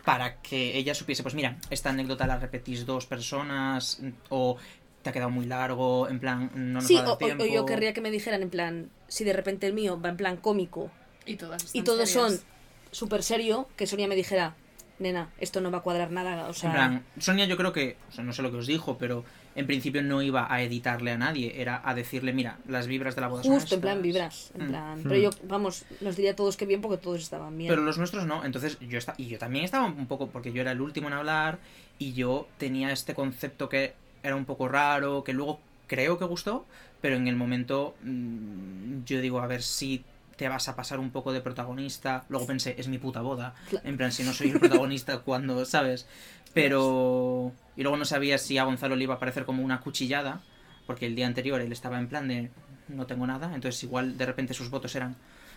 Speaker 5: para que ella supiese, pues mira, esta anécdota la repetís dos personas, o te ha quedado muy largo, en plan, no nos
Speaker 3: Sí,
Speaker 5: va a dar
Speaker 3: o, o- o
Speaker 5: tiempo.
Speaker 3: yo querría que me dijeran en plan, si de repente el mío va en plan cómico
Speaker 2: Y todas. están
Speaker 3: y todos son
Speaker 2: serias.
Speaker 3: súper serio, que Sonia me dijera, nena, esto no va a cuadrar nada, o sea...
Speaker 5: En plan, Sonia yo creo que, o sea, no sé lo que os dijo, pero en principio no iba a editarle a nadie, era a decirle, mira, las vibras de la boda son
Speaker 3: Justo, en plan
Speaker 5: estas".
Speaker 3: vibras, en
Speaker 5: Mm.
Speaker 3: plan... Pero yo, vamos, nos diría a todos que bien porque todos estaban bien.
Speaker 5: Pero los nuestros no, entonces yo estaba, y yo también estaba un poco, porque yo era el último en hablar, y yo tenía este concepto que era un poco raro, que luego creo que gustó, pero en el momento mm, yo digo, a ver si te vas a pasar un poco de protagonista, luego pensé, es mi puta boda,
Speaker 3: Cla-
Speaker 5: en plan, si no soy el protagonista, cuando, ¿sabes? Pero... Y luego no sabía si a Gonzalo le iba a parecer como una cuchillada, porque el día anterior él estaba en plan de no tengo nada, entonces igual de repente sus votos eran,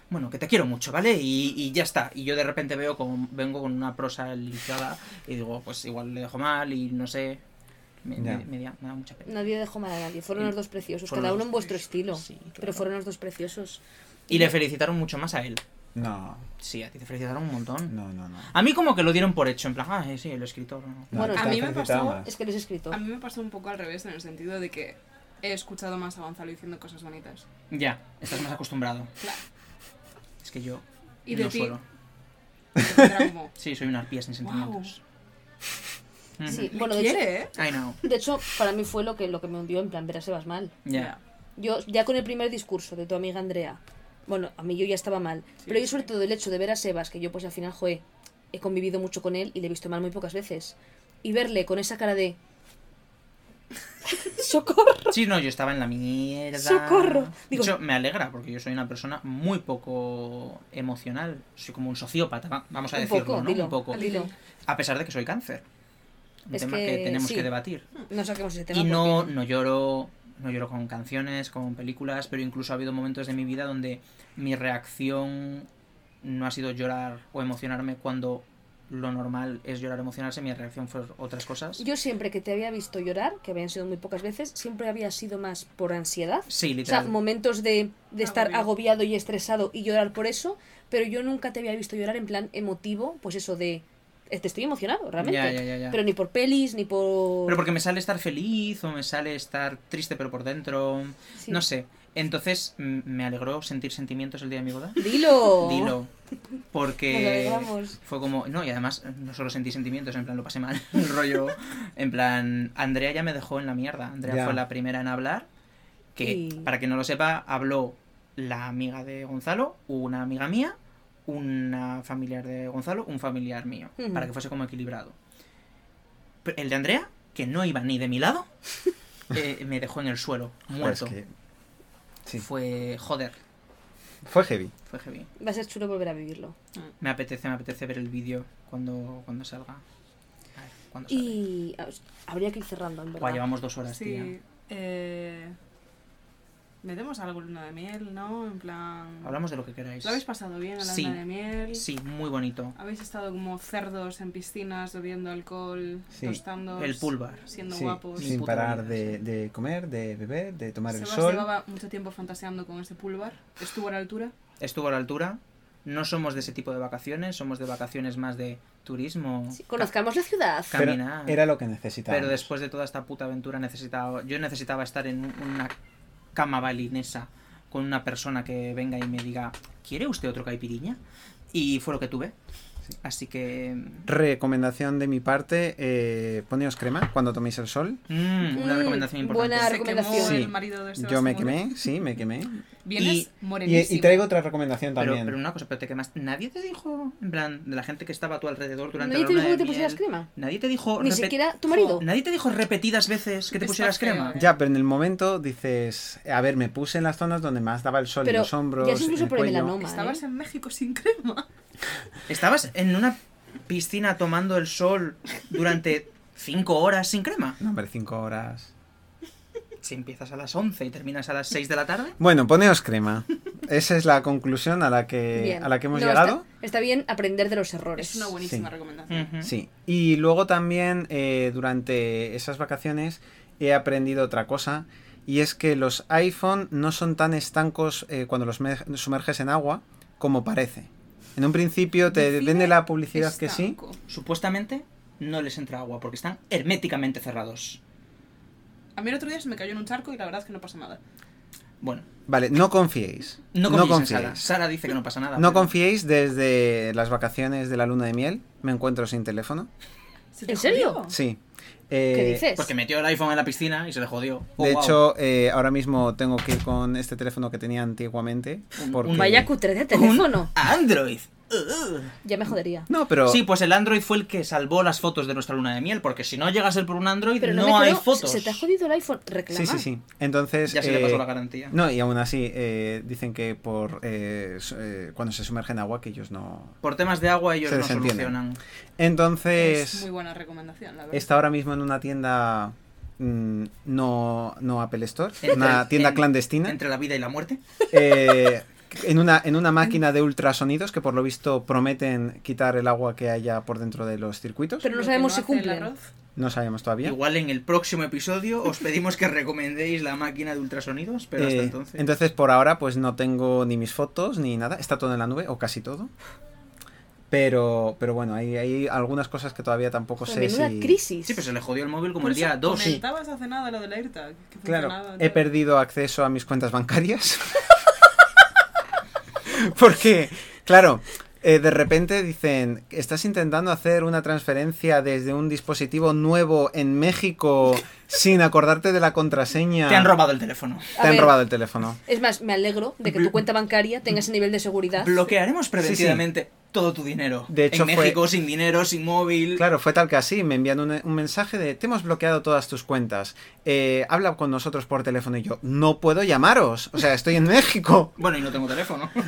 Speaker 5: bueno, que te quiero mucho, ¿vale? Y, y ya está. Y yo de repente veo como, vengo con una prosa limpiada y digo, pues igual le dejo mal y no sé. Me,
Speaker 4: Ya.
Speaker 5: me- me da, me da mucha pena.
Speaker 3: Nadie dejó mal a nadie, fueron
Speaker 5: Y-
Speaker 3: los dos preciosos,
Speaker 5: fueron
Speaker 3: cada
Speaker 5: los
Speaker 3: uno
Speaker 5: dos
Speaker 3: en vuestro estilo,
Speaker 5: preciosos, sí, claro.
Speaker 3: pero fueron los dos preciosos.
Speaker 5: Y le felicitaron mucho más a él.
Speaker 4: No,
Speaker 5: Sí, a ti te felicitaron un montón.
Speaker 4: no, no, no.
Speaker 5: A mí como que lo dieron por hecho, en plan, ah, eh, sí, el escritor. ¿no?".
Speaker 4: No,
Speaker 3: Bueno,
Speaker 4: te
Speaker 3: a
Speaker 4: han
Speaker 2: mí me
Speaker 4: felicitado
Speaker 5: Ah.
Speaker 2: pasó-
Speaker 4: más.
Speaker 3: Es que les he escrito.
Speaker 2: A mí me pasó un poco al revés en el sentido de que he escuchado más a Gonzalo diciendo cosas bonitas.
Speaker 5: Ya, estás más acostumbrado.
Speaker 2: Claro.
Speaker 5: Es que yo
Speaker 2: Y de
Speaker 5: no
Speaker 2: ti.
Speaker 5: suelo.
Speaker 2: Era como,
Speaker 5: Sí, soy un arpía sin sentimientos. Ujú.
Speaker 3: Sí,
Speaker 2: "Le
Speaker 3: bueno, de hecho,
Speaker 2: quiere, ¿eh?
Speaker 5: I know.
Speaker 3: de hecho, para mí fue lo que, lo que me hundió en plan ver a Sebas mal.
Speaker 5: Ya.
Speaker 3: Yo, ya con el primer discurso de tu amiga Andrea, bueno, a mí yo ya estaba mal, pero yo sobre todo el hecho de ver a Sebas, que yo pues al final, joe, he convivido mucho con él y le he visto mal muy pocas veces, y verle con esa cara de... ¡Socorro!
Speaker 5: Sí, no, yo estaba en la mierda.
Speaker 3: ¡Socorro!
Speaker 5: De
Speaker 3: Digo-
Speaker 5: hecho, me alegra porque yo soy una persona muy poco emocional. Soy como un sociópata, va- vamos a
Speaker 3: Un
Speaker 5: decirlo,
Speaker 3: poco,
Speaker 5: ¿no?
Speaker 3: dilo,
Speaker 5: un poco.
Speaker 3: dilo.
Speaker 5: A pesar de que soy cáncer. Un
Speaker 3: Es
Speaker 5: tema
Speaker 3: que
Speaker 5: que, tenemos
Speaker 3: sí.
Speaker 5: que debatir.
Speaker 3: No saquemos ese tema.
Speaker 5: Y no,
Speaker 3: porque-
Speaker 5: no lloro. No lloro con canciones, con películas, pero incluso ha habido momentos de mi vida donde mi reacción no ha sido llorar o emocionarme cuando lo normal es llorar o emocionarse, mi reacción fue otras cosas.
Speaker 3: Yo siempre que te había visto llorar, que habían sido muy pocas veces, siempre había sido más por ansiedad
Speaker 5: Sí,
Speaker 3: O sea,
Speaker 5: literal.
Speaker 3: momentos de, de estar
Speaker 2: Agobio.
Speaker 3: agobiado y estresado y llorar por eso, pero yo nunca te había visto llorar en plan emotivo, pues eso de... eh, Te estoy emocionado, realmente.
Speaker 5: Ya, ya, ya, ya.
Speaker 3: Pero ni por pelis, ni por...
Speaker 5: Pero porque me sale estar feliz o me sale estar triste pero por dentro.
Speaker 3: Sí.
Speaker 5: No sé. Entonces mm, me alegró sentir sentimientos el día de mi boda.
Speaker 3: Dilo.
Speaker 5: Dilo.
Speaker 3: Nos
Speaker 5: Porque
Speaker 3: alegramos.
Speaker 5: fue como. No, y además no solo sentí sentimientos, en plan lo pasé mal. El rollo. En plan, Andrea ya me dejó en la mierda. Andrea
Speaker 4: Ya.
Speaker 5: fue la primera en hablar. Que,
Speaker 3: Y-
Speaker 5: para que no lo sepa, habló la amiga de Gonzalo, una amiga mía, una familiar de Gonzalo, un familiar mío.
Speaker 3: Ujú.
Speaker 5: Para que fuese como equilibrado. Pero el de Andrea, que no iba ni de mi lado, eh, me dejó en el suelo,
Speaker 4: Pues
Speaker 5: muerto.
Speaker 4: que- sí.
Speaker 5: Fue. Joder,
Speaker 4: Fue heavy.
Speaker 5: fue heavy.
Speaker 3: Va a ser chulo volver a vivirlo.
Speaker 5: Me apetece, me apetece ver el vídeo cuando, cuando salga. A ver, cuando salga.
Speaker 3: Y ah, habría que ir cerrando, en
Speaker 5: Guau,
Speaker 3: verdad.
Speaker 5: llevamos dos horas,
Speaker 2: Sí.
Speaker 5: tía.
Speaker 2: Eh, ¿Metemos algo luna de miel, no? En plan...
Speaker 5: Hablamos de lo que queráis.
Speaker 2: ¿Lo habéis pasado bien a la
Speaker 5: Sí.
Speaker 2: luna de miel?
Speaker 5: Sí, muy bonito.
Speaker 2: ¿Habéis estado como cerdos en piscinas, bebiendo alcohol,
Speaker 4: Sí.
Speaker 2: tostando?
Speaker 5: El pulvar.
Speaker 2: Siendo
Speaker 4: Sí,
Speaker 2: guapos.
Speaker 5: Ni
Speaker 4: sin
Speaker 5: puta
Speaker 4: parar
Speaker 5: vida,
Speaker 4: de, de comer, de beber, de tomar el
Speaker 2: Sebas
Speaker 4: sol.
Speaker 2: llevaba mucho tiempo fantaseando con ese pulvar. ¿Estuvo a la altura?
Speaker 5: Estuvo a la altura. No somos de ese tipo de vacaciones, somos de vacaciones más de turismo.
Speaker 3: Sí, conozcamos la ciudad.
Speaker 5: Ca-
Speaker 4: Pero
Speaker 5: caminar.
Speaker 4: era lo que necesitaba.
Speaker 5: Pero después de toda esta puta aventura necesitaba, yo necesitaba estar en un- una cama balinesa con una persona que venga y me diga, ¿quiere usted otro caipiriña? Y fue lo que tuve. Así que...
Speaker 4: Recomendación de mi parte, eh, poneos crema cuando toméis el sol.
Speaker 5: mm, una
Speaker 3: Mm,
Speaker 5: recomendación importante.
Speaker 3: buena- La
Speaker 2: Se
Speaker 3: recomendación.
Speaker 2: quemó
Speaker 4: Sí.
Speaker 2: el marido de Sebas
Speaker 4: Yo me
Speaker 2: Amor.
Speaker 4: quemé, sí, me quemé.
Speaker 2: Vienes
Speaker 4: Y,
Speaker 2: morenísimo.
Speaker 4: y traigo otra recomendación
Speaker 5: Pero,
Speaker 4: también.
Speaker 5: pero una cosa, pero te quemas. Nadie te dijo, en plan, de la gente que estaba a tu alrededor durante
Speaker 3: Nadie
Speaker 5: la
Speaker 3: te
Speaker 5: luna
Speaker 3: dijo que
Speaker 5: de
Speaker 3: te pusieras
Speaker 5: miel,
Speaker 3: crema.
Speaker 5: Nadie te dijo.
Speaker 3: Ni
Speaker 5: repet- Oh,
Speaker 3: siquiera tu marido.
Speaker 5: Jo, Nadie te dijo repetidas veces que te
Speaker 2: Está
Speaker 5: pusieras
Speaker 2: feo,
Speaker 5: crema.
Speaker 2: ¿eh?
Speaker 4: Ya, pero en el momento dices, a ver, me puse en las zonas donde más daba el sol, en
Speaker 3: Pero
Speaker 4: los hombros,
Speaker 3: ya es incluso
Speaker 4: el
Speaker 3: por el
Speaker 4: cuello.
Speaker 3: melanoma.
Speaker 2: Estabas
Speaker 3: ¿eh?
Speaker 2: en México sin crema.
Speaker 5: Estabas en una piscina tomando el sol durante cinco horas sin crema.
Speaker 4: No, hombre, cinco horas.
Speaker 5: Si empiezas a las 11 y terminas a las 6 de la tarde.
Speaker 4: Bueno, poneos crema. Esa es la conclusión a la que,
Speaker 3: Bien.
Speaker 4: Eh, a la que hemos
Speaker 3: No,
Speaker 4: llegado.
Speaker 3: Está, está bien aprender de los errores.
Speaker 2: Es una buenísima
Speaker 4: Sí.
Speaker 2: recomendación.
Speaker 5: Ujú.
Speaker 4: Sí, y luego también eh, durante esas vacaciones he aprendido otra cosa y es que los iPhone no son tan estancos eh, cuando los me- sumerges en agua como parece. En un principio te
Speaker 2: Define
Speaker 4: vende la publicidad que sí.
Speaker 2: Estanco.
Speaker 5: Supuestamente no les entra agua porque están herméticamente cerrados.
Speaker 2: A mí el otro día se me cayó en un charco y la verdad es que no pasa nada.
Speaker 5: Bueno,
Speaker 4: Vale, no confiéis.
Speaker 5: no confíes, en
Speaker 4: confiéis.
Speaker 5: Sara. Sara dice que no pasa nada.
Speaker 4: No
Speaker 5: pero-
Speaker 4: confiéis desde las vacaciones de la luna de miel. Me encuentro sin teléfono.
Speaker 2: ¿Se te
Speaker 3: ¿En serio?
Speaker 5: Ah.
Speaker 2: jodió?
Speaker 4: Sí.
Speaker 3: ¿Qué
Speaker 4: Eh,
Speaker 3: dices?
Speaker 5: Porque metió el iPhone en la piscina y se le jodió. Oh,
Speaker 4: De
Speaker 5: wow.
Speaker 4: hecho, eh, ahora mismo tengo que ir con este teléfono que tenía antiguamente.
Speaker 5: Un-
Speaker 4: Porque...
Speaker 5: un-
Speaker 3: Vaya cutre de teléfono.
Speaker 5: Android. Ugh.
Speaker 3: Ya me jodería.
Speaker 4: No, pero...
Speaker 5: Sí, pues el Android fue el que salvó las fotos de nuestra luna de miel, porque si no llega a ser por un Android,
Speaker 3: Pero
Speaker 5: no,
Speaker 3: no, me
Speaker 5: hay
Speaker 3: creo-
Speaker 5: fotos.
Speaker 3: Se te ha jodido el iPhone. Reclama.
Speaker 4: Sí, sí, sí. Entonces.
Speaker 5: Ya se le
Speaker 4: eh,
Speaker 5: pasó la garantía.
Speaker 4: No, y aún así eh, dicen que por eh, su- eh, cuando se sumerge en agua que ellos no.
Speaker 5: Por temas de agua ellos
Speaker 4: Se
Speaker 5: no
Speaker 4: desentienden.
Speaker 5: solucionan.
Speaker 2: Es
Speaker 4: Entonces
Speaker 2: muy buena recomendación, la verdad.
Speaker 4: está ahora mismo en una tienda mm, no no Apple Store,
Speaker 5: Entre-
Speaker 4: una tienda
Speaker 5: en-
Speaker 4: clandestina,
Speaker 5: Entre la vida y la muerte.
Speaker 4: eh, en una en una máquina de ultrasonidos que por lo visto prometen quitar el agua que haya por dentro de los circuitos.
Speaker 3: Pero no
Speaker 2: Lo que
Speaker 3: sabemos
Speaker 2: hace
Speaker 3: si
Speaker 2: el
Speaker 3: cumplen.
Speaker 2: arroz.
Speaker 4: No sabemos todavía.
Speaker 5: Igual en el próximo episodio os pedimos que recomendéis la máquina de ultrasonidos, pero hasta
Speaker 4: Eh,
Speaker 5: entonces.
Speaker 4: por ahora, pues no tengo ni mis fotos ni nada. Está todo en la nube, o casi todo. Pero, pero bueno, hay, hay algunas cosas que todavía tampoco
Speaker 3: Joder,
Speaker 4: sé
Speaker 3: menuda
Speaker 4: si.
Speaker 3: crisis.
Speaker 5: Sí, pero se le jodió el móvil como
Speaker 2: Por
Speaker 5: el día
Speaker 2: eso
Speaker 5: 2.
Speaker 2: Comentabas hace nada lo del AirTag. Que
Speaker 4: Claro,
Speaker 2: funcionaba,
Speaker 4: he
Speaker 2: tal.
Speaker 4: perdido acceso a mis cuentas bancarias. Porque, claro, eh, de repente dicen, estás intentando hacer una transferencia desde un dispositivo nuevo en México sin acordarte de la contraseña.
Speaker 5: Te han robado el teléfono.
Speaker 4: Te
Speaker 3: A
Speaker 4: han
Speaker 3: ver,
Speaker 4: robado el teléfono.
Speaker 3: Es más, me alegro de que tu cuenta bancaria tenga ese nivel de seguridad.
Speaker 5: Bloquearemos preventivamente todo tu dinero.
Speaker 4: De hecho,
Speaker 5: en
Speaker 4: fue-
Speaker 5: México, sin dinero, sin móvil.
Speaker 4: Claro, fue tal que así. Me envían un, un mensaje de: Te hemos bloqueado todas tus cuentas. Eh, habla con nosotros por teléfono. Y yo: No puedo llamaros. O sea, estoy en México.
Speaker 5: Bueno, y no tengo teléfono.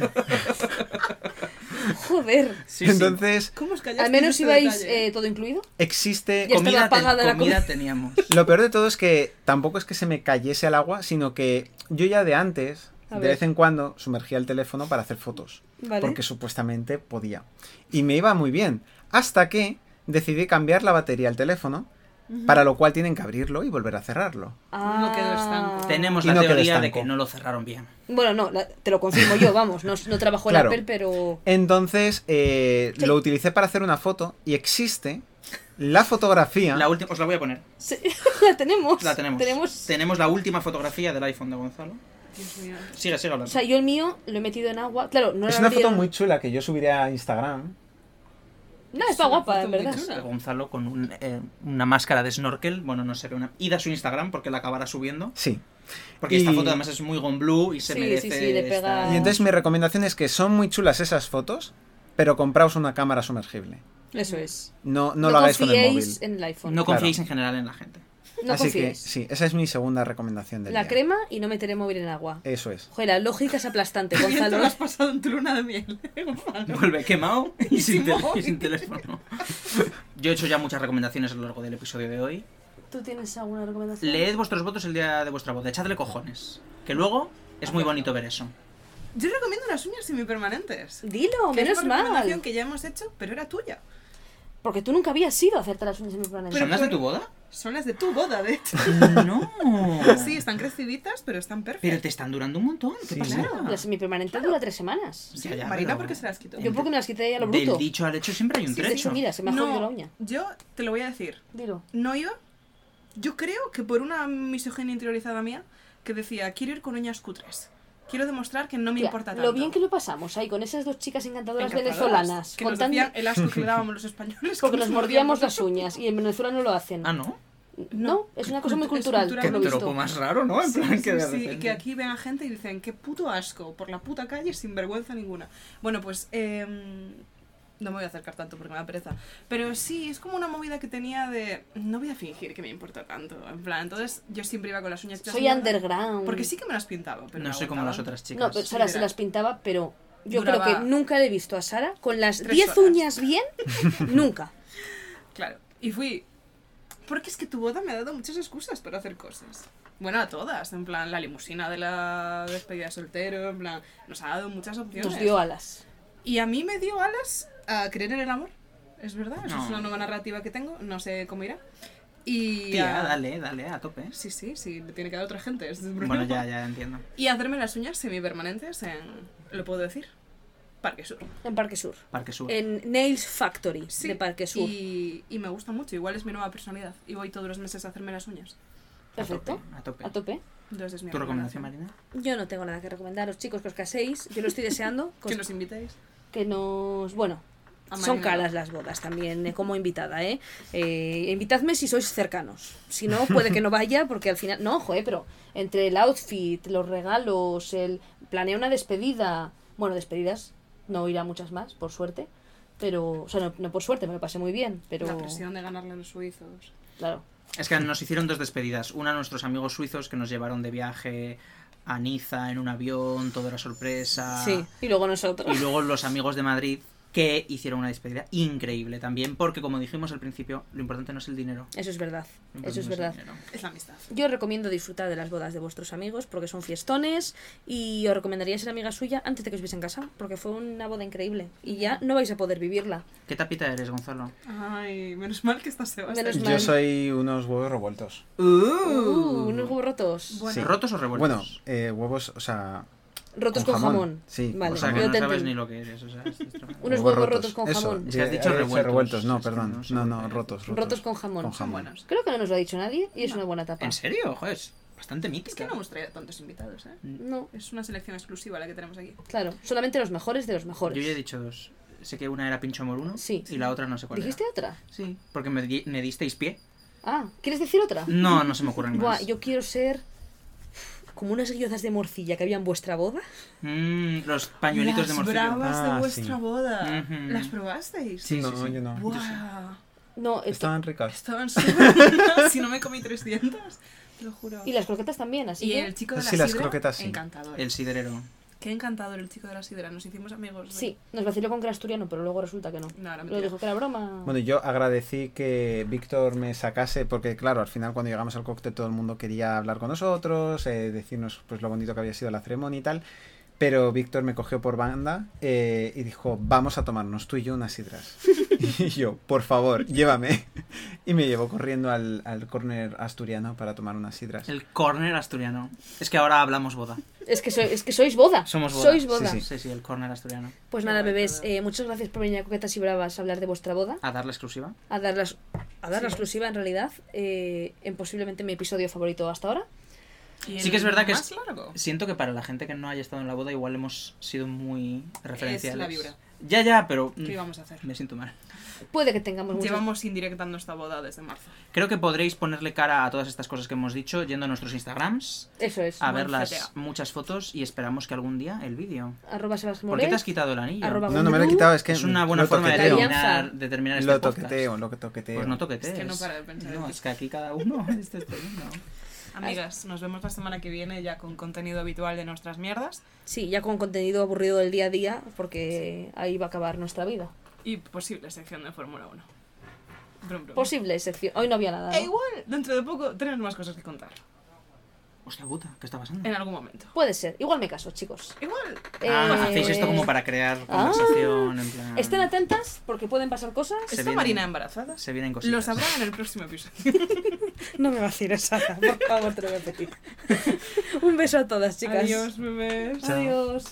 Speaker 3: Joder.
Speaker 5: Sí, sí.
Speaker 4: Entonces,
Speaker 2: ¿Cómo os callasteis
Speaker 3: Al menos
Speaker 2: este
Speaker 3: ibais
Speaker 2: detalle?
Speaker 3: eh, todo incluido.
Speaker 4: existe.
Speaker 3: Ya estaba
Speaker 5: comida, te-
Speaker 3: pagada la
Speaker 5: comida
Speaker 3: comida.
Speaker 5: teníamos.
Speaker 4: Lo peor de todo es que tampoco es que se me cayese al agua, sino que yo ya de antes,
Speaker 3: A
Speaker 4: de
Speaker 3: ver.
Speaker 4: vez en cuando, sumergía el teléfono para hacer fotos.
Speaker 2: ¿eh?
Speaker 3: Vale.
Speaker 4: Porque supuestamente podía. Y me iba muy bien. Hasta que decidí cambiar la batería al teléfono, para lo cual tienen que abrirlo y volver a cerrarlo.
Speaker 2: No quedó estanco.
Speaker 5: Tenemos
Speaker 4: Y
Speaker 5: la
Speaker 4: no quedó
Speaker 5: teoría de
Speaker 4: estanco.
Speaker 5: que no lo cerraron bien.
Speaker 3: Ah. Bueno, no, la- te lo confirmo yo, vamos. No, no trabajo en
Speaker 4: Claro.
Speaker 3: Apple, pero.
Speaker 4: Entonces eh,
Speaker 3: Sí.
Speaker 4: lo utilicé para hacer una foto y existe la fotografía.
Speaker 5: La última, os la voy a poner.
Speaker 3: Sí, la tenemos.
Speaker 5: La tenemos.
Speaker 3: Pues, Tenemos.
Speaker 5: la última fotografía del iPhone de Gonzalo.
Speaker 2: Dios mío.
Speaker 5: Sigue, sigue
Speaker 3: O
Speaker 5: hablando.
Speaker 3: sea, yo el mío lo he metido en agua. Claro, no
Speaker 4: Es
Speaker 3: lo
Speaker 4: una
Speaker 3: abrí
Speaker 4: foto
Speaker 3: en-
Speaker 4: muy chula que yo subiré a Instagram.
Speaker 3: No, está
Speaker 2: Es una
Speaker 3: guapa,
Speaker 2: foto
Speaker 3: en
Speaker 2: muy
Speaker 3: verdad.
Speaker 2: chula.
Speaker 5: Gonzalo con un, eh, una máscara de snorkel. Bueno, no sé, una... Id a su Instagram porque la acabará subiendo.
Speaker 4: Sí.
Speaker 5: Porque
Speaker 4: Y-
Speaker 5: esta foto además es muy Gonblue y se
Speaker 3: Sí, sí,
Speaker 5: merece.
Speaker 3: sí, le pega-
Speaker 5: esta-
Speaker 4: Y entonces mi recomendación es que son muy chulas esas fotos, pero compraos una cámara sumergible.
Speaker 3: Eso es.
Speaker 4: No, no, lo hagáis con el móvil.
Speaker 3: confiéis en el iPhone.
Speaker 5: No
Speaker 3: No,
Speaker 5: confiéis en general en la gente.
Speaker 4: Así
Speaker 3: confiéis.
Speaker 4: que sí, esa es mi segunda recomendación del
Speaker 3: La
Speaker 4: día.
Speaker 3: crema y no meter el móvil en agua.
Speaker 4: Eso es.
Speaker 3: Joder, la lógica es aplastante,
Speaker 2: Y esto
Speaker 3: Gonzalo.
Speaker 2: lo has pasado en tu luna de miel, ¿eh, Gonzalo.
Speaker 5: Vuelve quemado y sin,
Speaker 2: sin
Speaker 5: tel-
Speaker 2: móvil.
Speaker 5: y sin teléfono. Yo he hecho ya muchas recomendaciones a lo largo del episodio de hoy.
Speaker 3: ¿Tú tienes alguna recomendación?
Speaker 5: Leed vuestros votos el día de vuestra boda. Echadle cojones. Que luego es muy bonito ver eso.
Speaker 2: Yo recomiendo las uñas semipermanentes.
Speaker 3: Dilo,
Speaker 2: que es
Speaker 3: menos
Speaker 2: una recomendación
Speaker 3: mal.
Speaker 2: que ya hemos hecho, pero era tuya.
Speaker 3: Porque tú nunca habías ido a hacerte las uñas en mi planeta.
Speaker 5: ¿Son las de tu boda?
Speaker 2: Son las de tu boda, de hecho.
Speaker 5: No.
Speaker 2: Sí, están creciditas, pero están
Speaker 5: Pero
Speaker 2: perfectas.
Speaker 5: te están durando un montón. ¿Qué
Speaker 4: Sí.
Speaker 5: pasa?
Speaker 3: La semipermanente dura tres semanas.
Speaker 5: Ya, ya,
Speaker 2: Marina,
Speaker 5: pero-
Speaker 2: ¿por qué se las quitó?
Speaker 3: Yo porque me las quité a lo bruto.
Speaker 5: Del dicho al hecho siempre hay un
Speaker 3: De hecho,
Speaker 5: trecho.
Speaker 3: mira, se me ha jodido la uña.
Speaker 2: yo te lo voy a decir.
Speaker 3: Dilo.
Speaker 2: No iba, yo creo que por una misoginia interiorizada mía, que decía, quiero ir con uñas cutres. Quiero demostrar que no me
Speaker 3: Mira,
Speaker 2: importa tanto.
Speaker 3: lo bien que lo pasamos ahí con esas dos chicas encantadoras,
Speaker 2: Encantadoras,
Speaker 3: venezolanas.
Speaker 2: pues, Que nos
Speaker 3: con tan-
Speaker 2: decían el asco que le dábamos los españoles.
Speaker 3: Porque
Speaker 2: que
Speaker 3: nos mordíamos las uñas y en Venezuela no lo hacen.
Speaker 5: Ah, ¿no?
Speaker 3: No, es una cosa muy
Speaker 2: Es
Speaker 3: cultural,
Speaker 2: cultural.
Speaker 5: Qué
Speaker 3: por lo
Speaker 2: Haberlo
Speaker 5: tropo
Speaker 3: visto.
Speaker 5: más raro, ¿no? En
Speaker 2: Sí,
Speaker 5: plan
Speaker 2: sí,
Speaker 5: que de
Speaker 2: sí, y
Speaker 5: repente-
Speaker 2: que aquí ven a gente y dicen, qué puto asco, por la puta calle sin vergüenza ninguna. Bueno, pues eh, no me voy a acercar tanto porque me da pereza. Pero sí, es como una movida que tenía de, no voy a fingir que me importa tanto. En plan, entonces yo siempre iba con las uñas hechas
Speaker 3: Soy
Speaker 2: mierda,
Speaker 3: underground.
Speaker 2: Porque sí que me las pintaba. Pero
Speaker 5: No
Speaker 2: me
Speaker 5: soy como las
Speaker 2: aguantaban.
Speaker 5: otras chicas.
Speaker 3: No, pero Sara
Speaker 2: Sí,
Speaker 3: se
Speaker 2: verá.
Speaker 3: las pintaba, pero yo
Speaker 2: Duraba-
Speaker 3: creo que nunca le he visto a Sara con las
Speaker 2: Tres
Speaker 3: 10
Speaker 2: horas.
Speaker 3: uñas bien, nunca.
Speaker 2: Claro. Y fui. Porque es que tu boda me ha dado muchas excusas para hacer cosas. Bueno, a todas. En plan, la limusina de la despedida de soltero. En plan, nos ha dado muchas opciones.
Speaker 3: Nos dio alas.
Speaker 2: Y a mí me dio alas a creer en el amor. Es verdad. Esa
Speaker 5: No.
Speaker 2: es una nueva narrativa que tengo. No sé cómo irá. Y.
Speaker 5: Tía,
Speaker 2: a-
Speaker 5: dale, dale, a tope.
Speaker 2: Sí, sí, sí. Le tiene que dar otra gente. este es broma.
Speaker 5: Bueno, ya, ya entiendo.
Speaker 2: Y hacerme las uñas semipermanentes en. ¿Lo puedo decir? Parque Sur.
Speaker 3: En Parque Sur.
Speaker 5: Parque Sur.
Speaker 3: En Nails Factory
Speaker 2: Sí,
Speaker 3: de Parque Sur.
Speaker 2: Y, y me gusta mucho, igual es mi nueva personalidad. Y voy todos los meses a hacerme las uñas.
Speaker 3: Perfecto.
Speaker 5: A tope.
Speaker 3: A tope.
Speaker 2: Entonces es mi
Speaker 5: ¿Tu recomendación, Marina?
Speaker 3: Yo no tengo nada que recomendaros, chicos, que os caséis. Yo lo estoy deseando.
Speaker 2: Que
Speaker 3: Cos-
Speaker 2: nos invitéis.
Speaker 3: que nos. Bueno.
Speaker 2: A
Speaker 3: Son
Speaker 2: Marina.
Speaker 3: caras las bodas también, eh, como invitada, ¿eh? Eh, Invitadme si sois cercanos. Si no, puede que no vaya, porque al final. No, joder, pero entre el outfit, los regalos, el. Planea una despedida. Bueno, despedidas, no irá muchas más, por suerte. Pero. O sea, no, no por suerte, me lo pasé muy bien, pero.
Speaker 2: La presión de ganarle a los suizos.
Speaker 3: Claro.
Speaker 5: Es que nos hicieron dos despedidas. Una a nuestros amigos suizos que nos llevaron de viaje a Niza en un avión, todo era sorpresa.
Speaker 3: Sí, y luego nosotros.
Speaker 5: Y luego los amigos de Madrid que hicieron una despedida increíble también, porque como dijimos al principio, lo importante no es el dinero.
Speaker 3: Eso es verdad,
Speaker 5: lo importante
Speaker 3: eso es
Speaker 5: no el
Speaker 3: verdad.
Speaker 5: dinero.
Speaker 2: Es la amistad.
Speaker 3: Yo recomiendo disfrutar de las bodas de vuestros amigos porque son fiestones y os recomendaría ser amiga suya antes de que os veis en casa porque fue una boda increíble y ya no vais a poder vivirla.
Speaker 5: ¿Qué tapita eres, Gonzalo?
Speaker 2: Ay, menos mal que estás Sebastián.
Speaker 3: Menos
Speaker 4: Yo
Speaker 3: Pues mal.
Speaker 4: soy unos huevos revueltos.
Speaker 3: Uh, unos huevos rotos.
Speaker 2: Bueno,
Speaker 4: Sí.
Speaker 5: ¿Rotos o revueltos?
Speaker 4: Bueno, eh, huevos, o sea,
Speaker 3: rotos
Speaker 4: con
Speaker 3: con, jamón.
Speaker 4: jamón. Sí,
Speaker 3: vale,
Speaker 5: o sea que
Speaker 3: yo
Speaker 5: no
Speaker 3: te
Speaker 5: sabes
Speaker 3: entendí.
Speaker 5: ni lo que eres. O sea, es- es tremendo.
Speaker 3: Unos huevos rotos con
Speaker 4: Eso,
Speaker 3: jamón.
Speaker 5: Es que has
Speaker 4: ya-
Speaker 5: dicho
Speaker 4: he
Speaker 5: revueltos.
Speaker 4: No,
Speaker 5: Es que
Speaker 4: perdón.
Speaker 5: no sé
Speaker 4: No,
Speaker 5: por
Speaker 4: no,
Speaker 5: qué.
Speaker 4: rotos, rotos.
Speaker 3: Rotos con jamón.
Speaker 4: Con jamón.
Speaker 2: buenos.
Speaker 3: Creo que no nos lo ha dicho nadie y es una buena tapa.
Speaker 5: ¿En serio? Joder, es bastante mítico.
Speaker 2: Es que no hemos traído tantos invitados, ¿eh?
Speaker 3: No,
Speaker 2: Es una selección exclusiva la que tenemos aquí.
Speaker 3: claro, solamente los mejores de los mejores.
Speaker 5: Yo ya he dicho dos. Sé que una era Pincho Moruno
Speaker 3: Sí.
Speaker 5: y la otra no sé cuál
Speaker 3: ¿Dijiste otra?
Speaker 5: era. Sí, porque me, di- me disteis pie.
Speaker 3: Ah, ¿quieres decir otra?
Speaker 5: No, no se me ocurren
Speaker 3: Buah,
Speaker 5: más.
Speaker 3: yo quiero ser como unas guiozas de morcilla que había en vuestra boda.
Speaker 5: Mm, los pañuelitos
Speaker 2: Las
Speaker 5: de morcillo.
Speaker 2: bravas de
Speaker 4: Ah,
Speaker 2: vuestra
Speaker 4: sí.
Speaker 2: boda.
Speaker 5: Ujú.
Speaker 2: ¿Las probasteis?
Speaker 5: Sí,
Speaker 4: no,
Speaker 5: sí, sí.
Speaker 4: yo no.
Speaker 2: ¡Guau!
Speaker 3: No, esto-
Speaker 4: Estaban ricas.
Speaker 2: Estaban súper buenas. si no me comí 300, te lo juro.
Speaker 3: Y las croquetas también, así
Speaker 2: Y
Speaker 3: que...
Speaker 2: el chico de la
Speaker 4: Pues Sí, las
Speaker 2: sidra,
Speaker 4: croquetas, sí.
Speaker 2: encantador.
Speaker 5: El siderero.
Speaker 2: Qué encantador el chico de la sidra. Nos hicimos amigos. de-
Speaker 3: Sí, nos vaciló con que era asturiano, pero luego resulta que no.
Speaker 2: No, era
Speaker 3: Lo
Speaker 2: mentira.
Speaker 3: dijo que era broma.
Speaker 4: Bueno, yo agradecí que Víctor me sacase, porque claro, al final cuando llegamos al cóctel todo el mundo quería hablar con nosotros, eh, decirnos pues lo bonito que había sido la ceremonia y tal, pero Víctor me cogió por banda eh, y dijo, vamos a tomarnos tú y yo unas sidras. y yo, por favor, llévame. Y me llevó corriendo al, al corner asturiano para tomar unas sidras.
Speaker 5: El corner asturiano. Es que ahora hablamos boda.
Speaker 3: Es, que so- es que sois boda.
Speaker 5: Somos boda.
Speaker 3: Sois boda.
Speaker 4: Sí,
Speaker 5: Sí, sí, el corner asturiano.
Speaker 3: Pues nada,
Speaker 2: Qué
Speaker 3: bebés,
Speaker 2: barbaridad.
Speaker 3: eh, muchas gracias por venir a Coquetas y Bravas a hablar de vuestra boda,
Speaker 5: A dar la exclusiva.
Speaker 3: a dar, las- a dar la
Speaker 2: Sí.
Speaker 3: exclusiva en realidad, eh, en posiblemente mi episodio favorito hasta ahora.
Speaker 2: Y
Speaker 5: Sí que
Speaker 2: el
Speaker 5: es verdad que
Speaker 2: más
Speaker 5: es-
Speaker 2: largo.
Speaker 5: Siento que para la gente que no haya estado en la boda igual hemos sido muy referenciales.
Speaker 2: la vibra.
Speaker 5: Ya, ya, pero mm,
Speaker 2: ¿Qué íbamos a hacer?
Speaker 5: me siento mal.
Speaker 3: Puede que tengamos muchos-
Speaker 2: Llevamos indirectando esta boda desde marzo.
Speaker 5: Creo que podréis ponerle cara a todas estas cosas que hemos dicho yendo a nuestros Instagrams,
Speaker 3: Eso es.
Speaker 5: a
Speaker 4: Ah.
Speaker 2: Buen
Speaker 5: ver las
Speaker 2: CTA.
Speaker 5: muchas fotos y esperamos que algún día el vídeo.
Speaker 3: Arroba Sebastián
Speaker 5: ¿Por qué
Speaker 3: Moret,
Speaker 5: te has quitado el anillo?
Speaker 3: arroba
Speaker 4: No, no me lo he quitado, es que
Speaker 5: Es una buena
Speaker 4: lo
Speaker 5: forma de
Speaker 3: toqueteo.
Speaker 5: terminar,
Speaker 3: Alianza.
Speaker 5: de terminar este
Speaker 4: Lo
Speaker 5: podcast.
Speaker 4: toqueteo, lo que toqueteo.
Speaker 5: Pues no toquetees.
Speaker 2: Es que no para de pensar en
Speaker 5: No,
Speaker 2: ti.
Speaker 5: es que aquí cada uno. Esto es este, tremendo.
Speaker 2: Amigas, nos vemos la semana que viene ya con contenido habitual de nuestras mierdas.
Speaker 3: Sí, ya con contenido aburrido del día a día, porque ahí va a acabar nuestra vida.
Speaker 2: Y posible sección de Fórmula 1. Brum, brum.
Speaker 3: Posible sección. Hoy no había nada. ¿no?
Speaker 2: E igual, dentro de poco, tenemos más cosas que contar.
Speaker 5: Hostia puta, ¿qué está pasando?
Speaker 2: En algún momento.
Speaker 3: Puede ser. Igual me caso, chicos.
Speaker 2: Igual.
Speaker 5: Ah,
Speaker 3: Eh, Este
Speaker 5: hacéis esto como para crear conversación. en
Speaker 4: Ah.
Speaker 5: plan...
Speaker 3: Estén atentas porque pueden pasar cosas.
Speaker 5: Se pues
Speaker 2: ¿Está
Speaker 5: vienen-
Speaker 2: Marina embarazada?
Speaker 5: Se vienen cositas.
Speaker 2: Lo sabrá en el próximo episodio.
Speaker 3: No me vaciles, Por favor, te lo voy a pedir. Un beso a todas, chicas.
Speaker 2: Adiós, bebés.
Speaker 3: Adiós.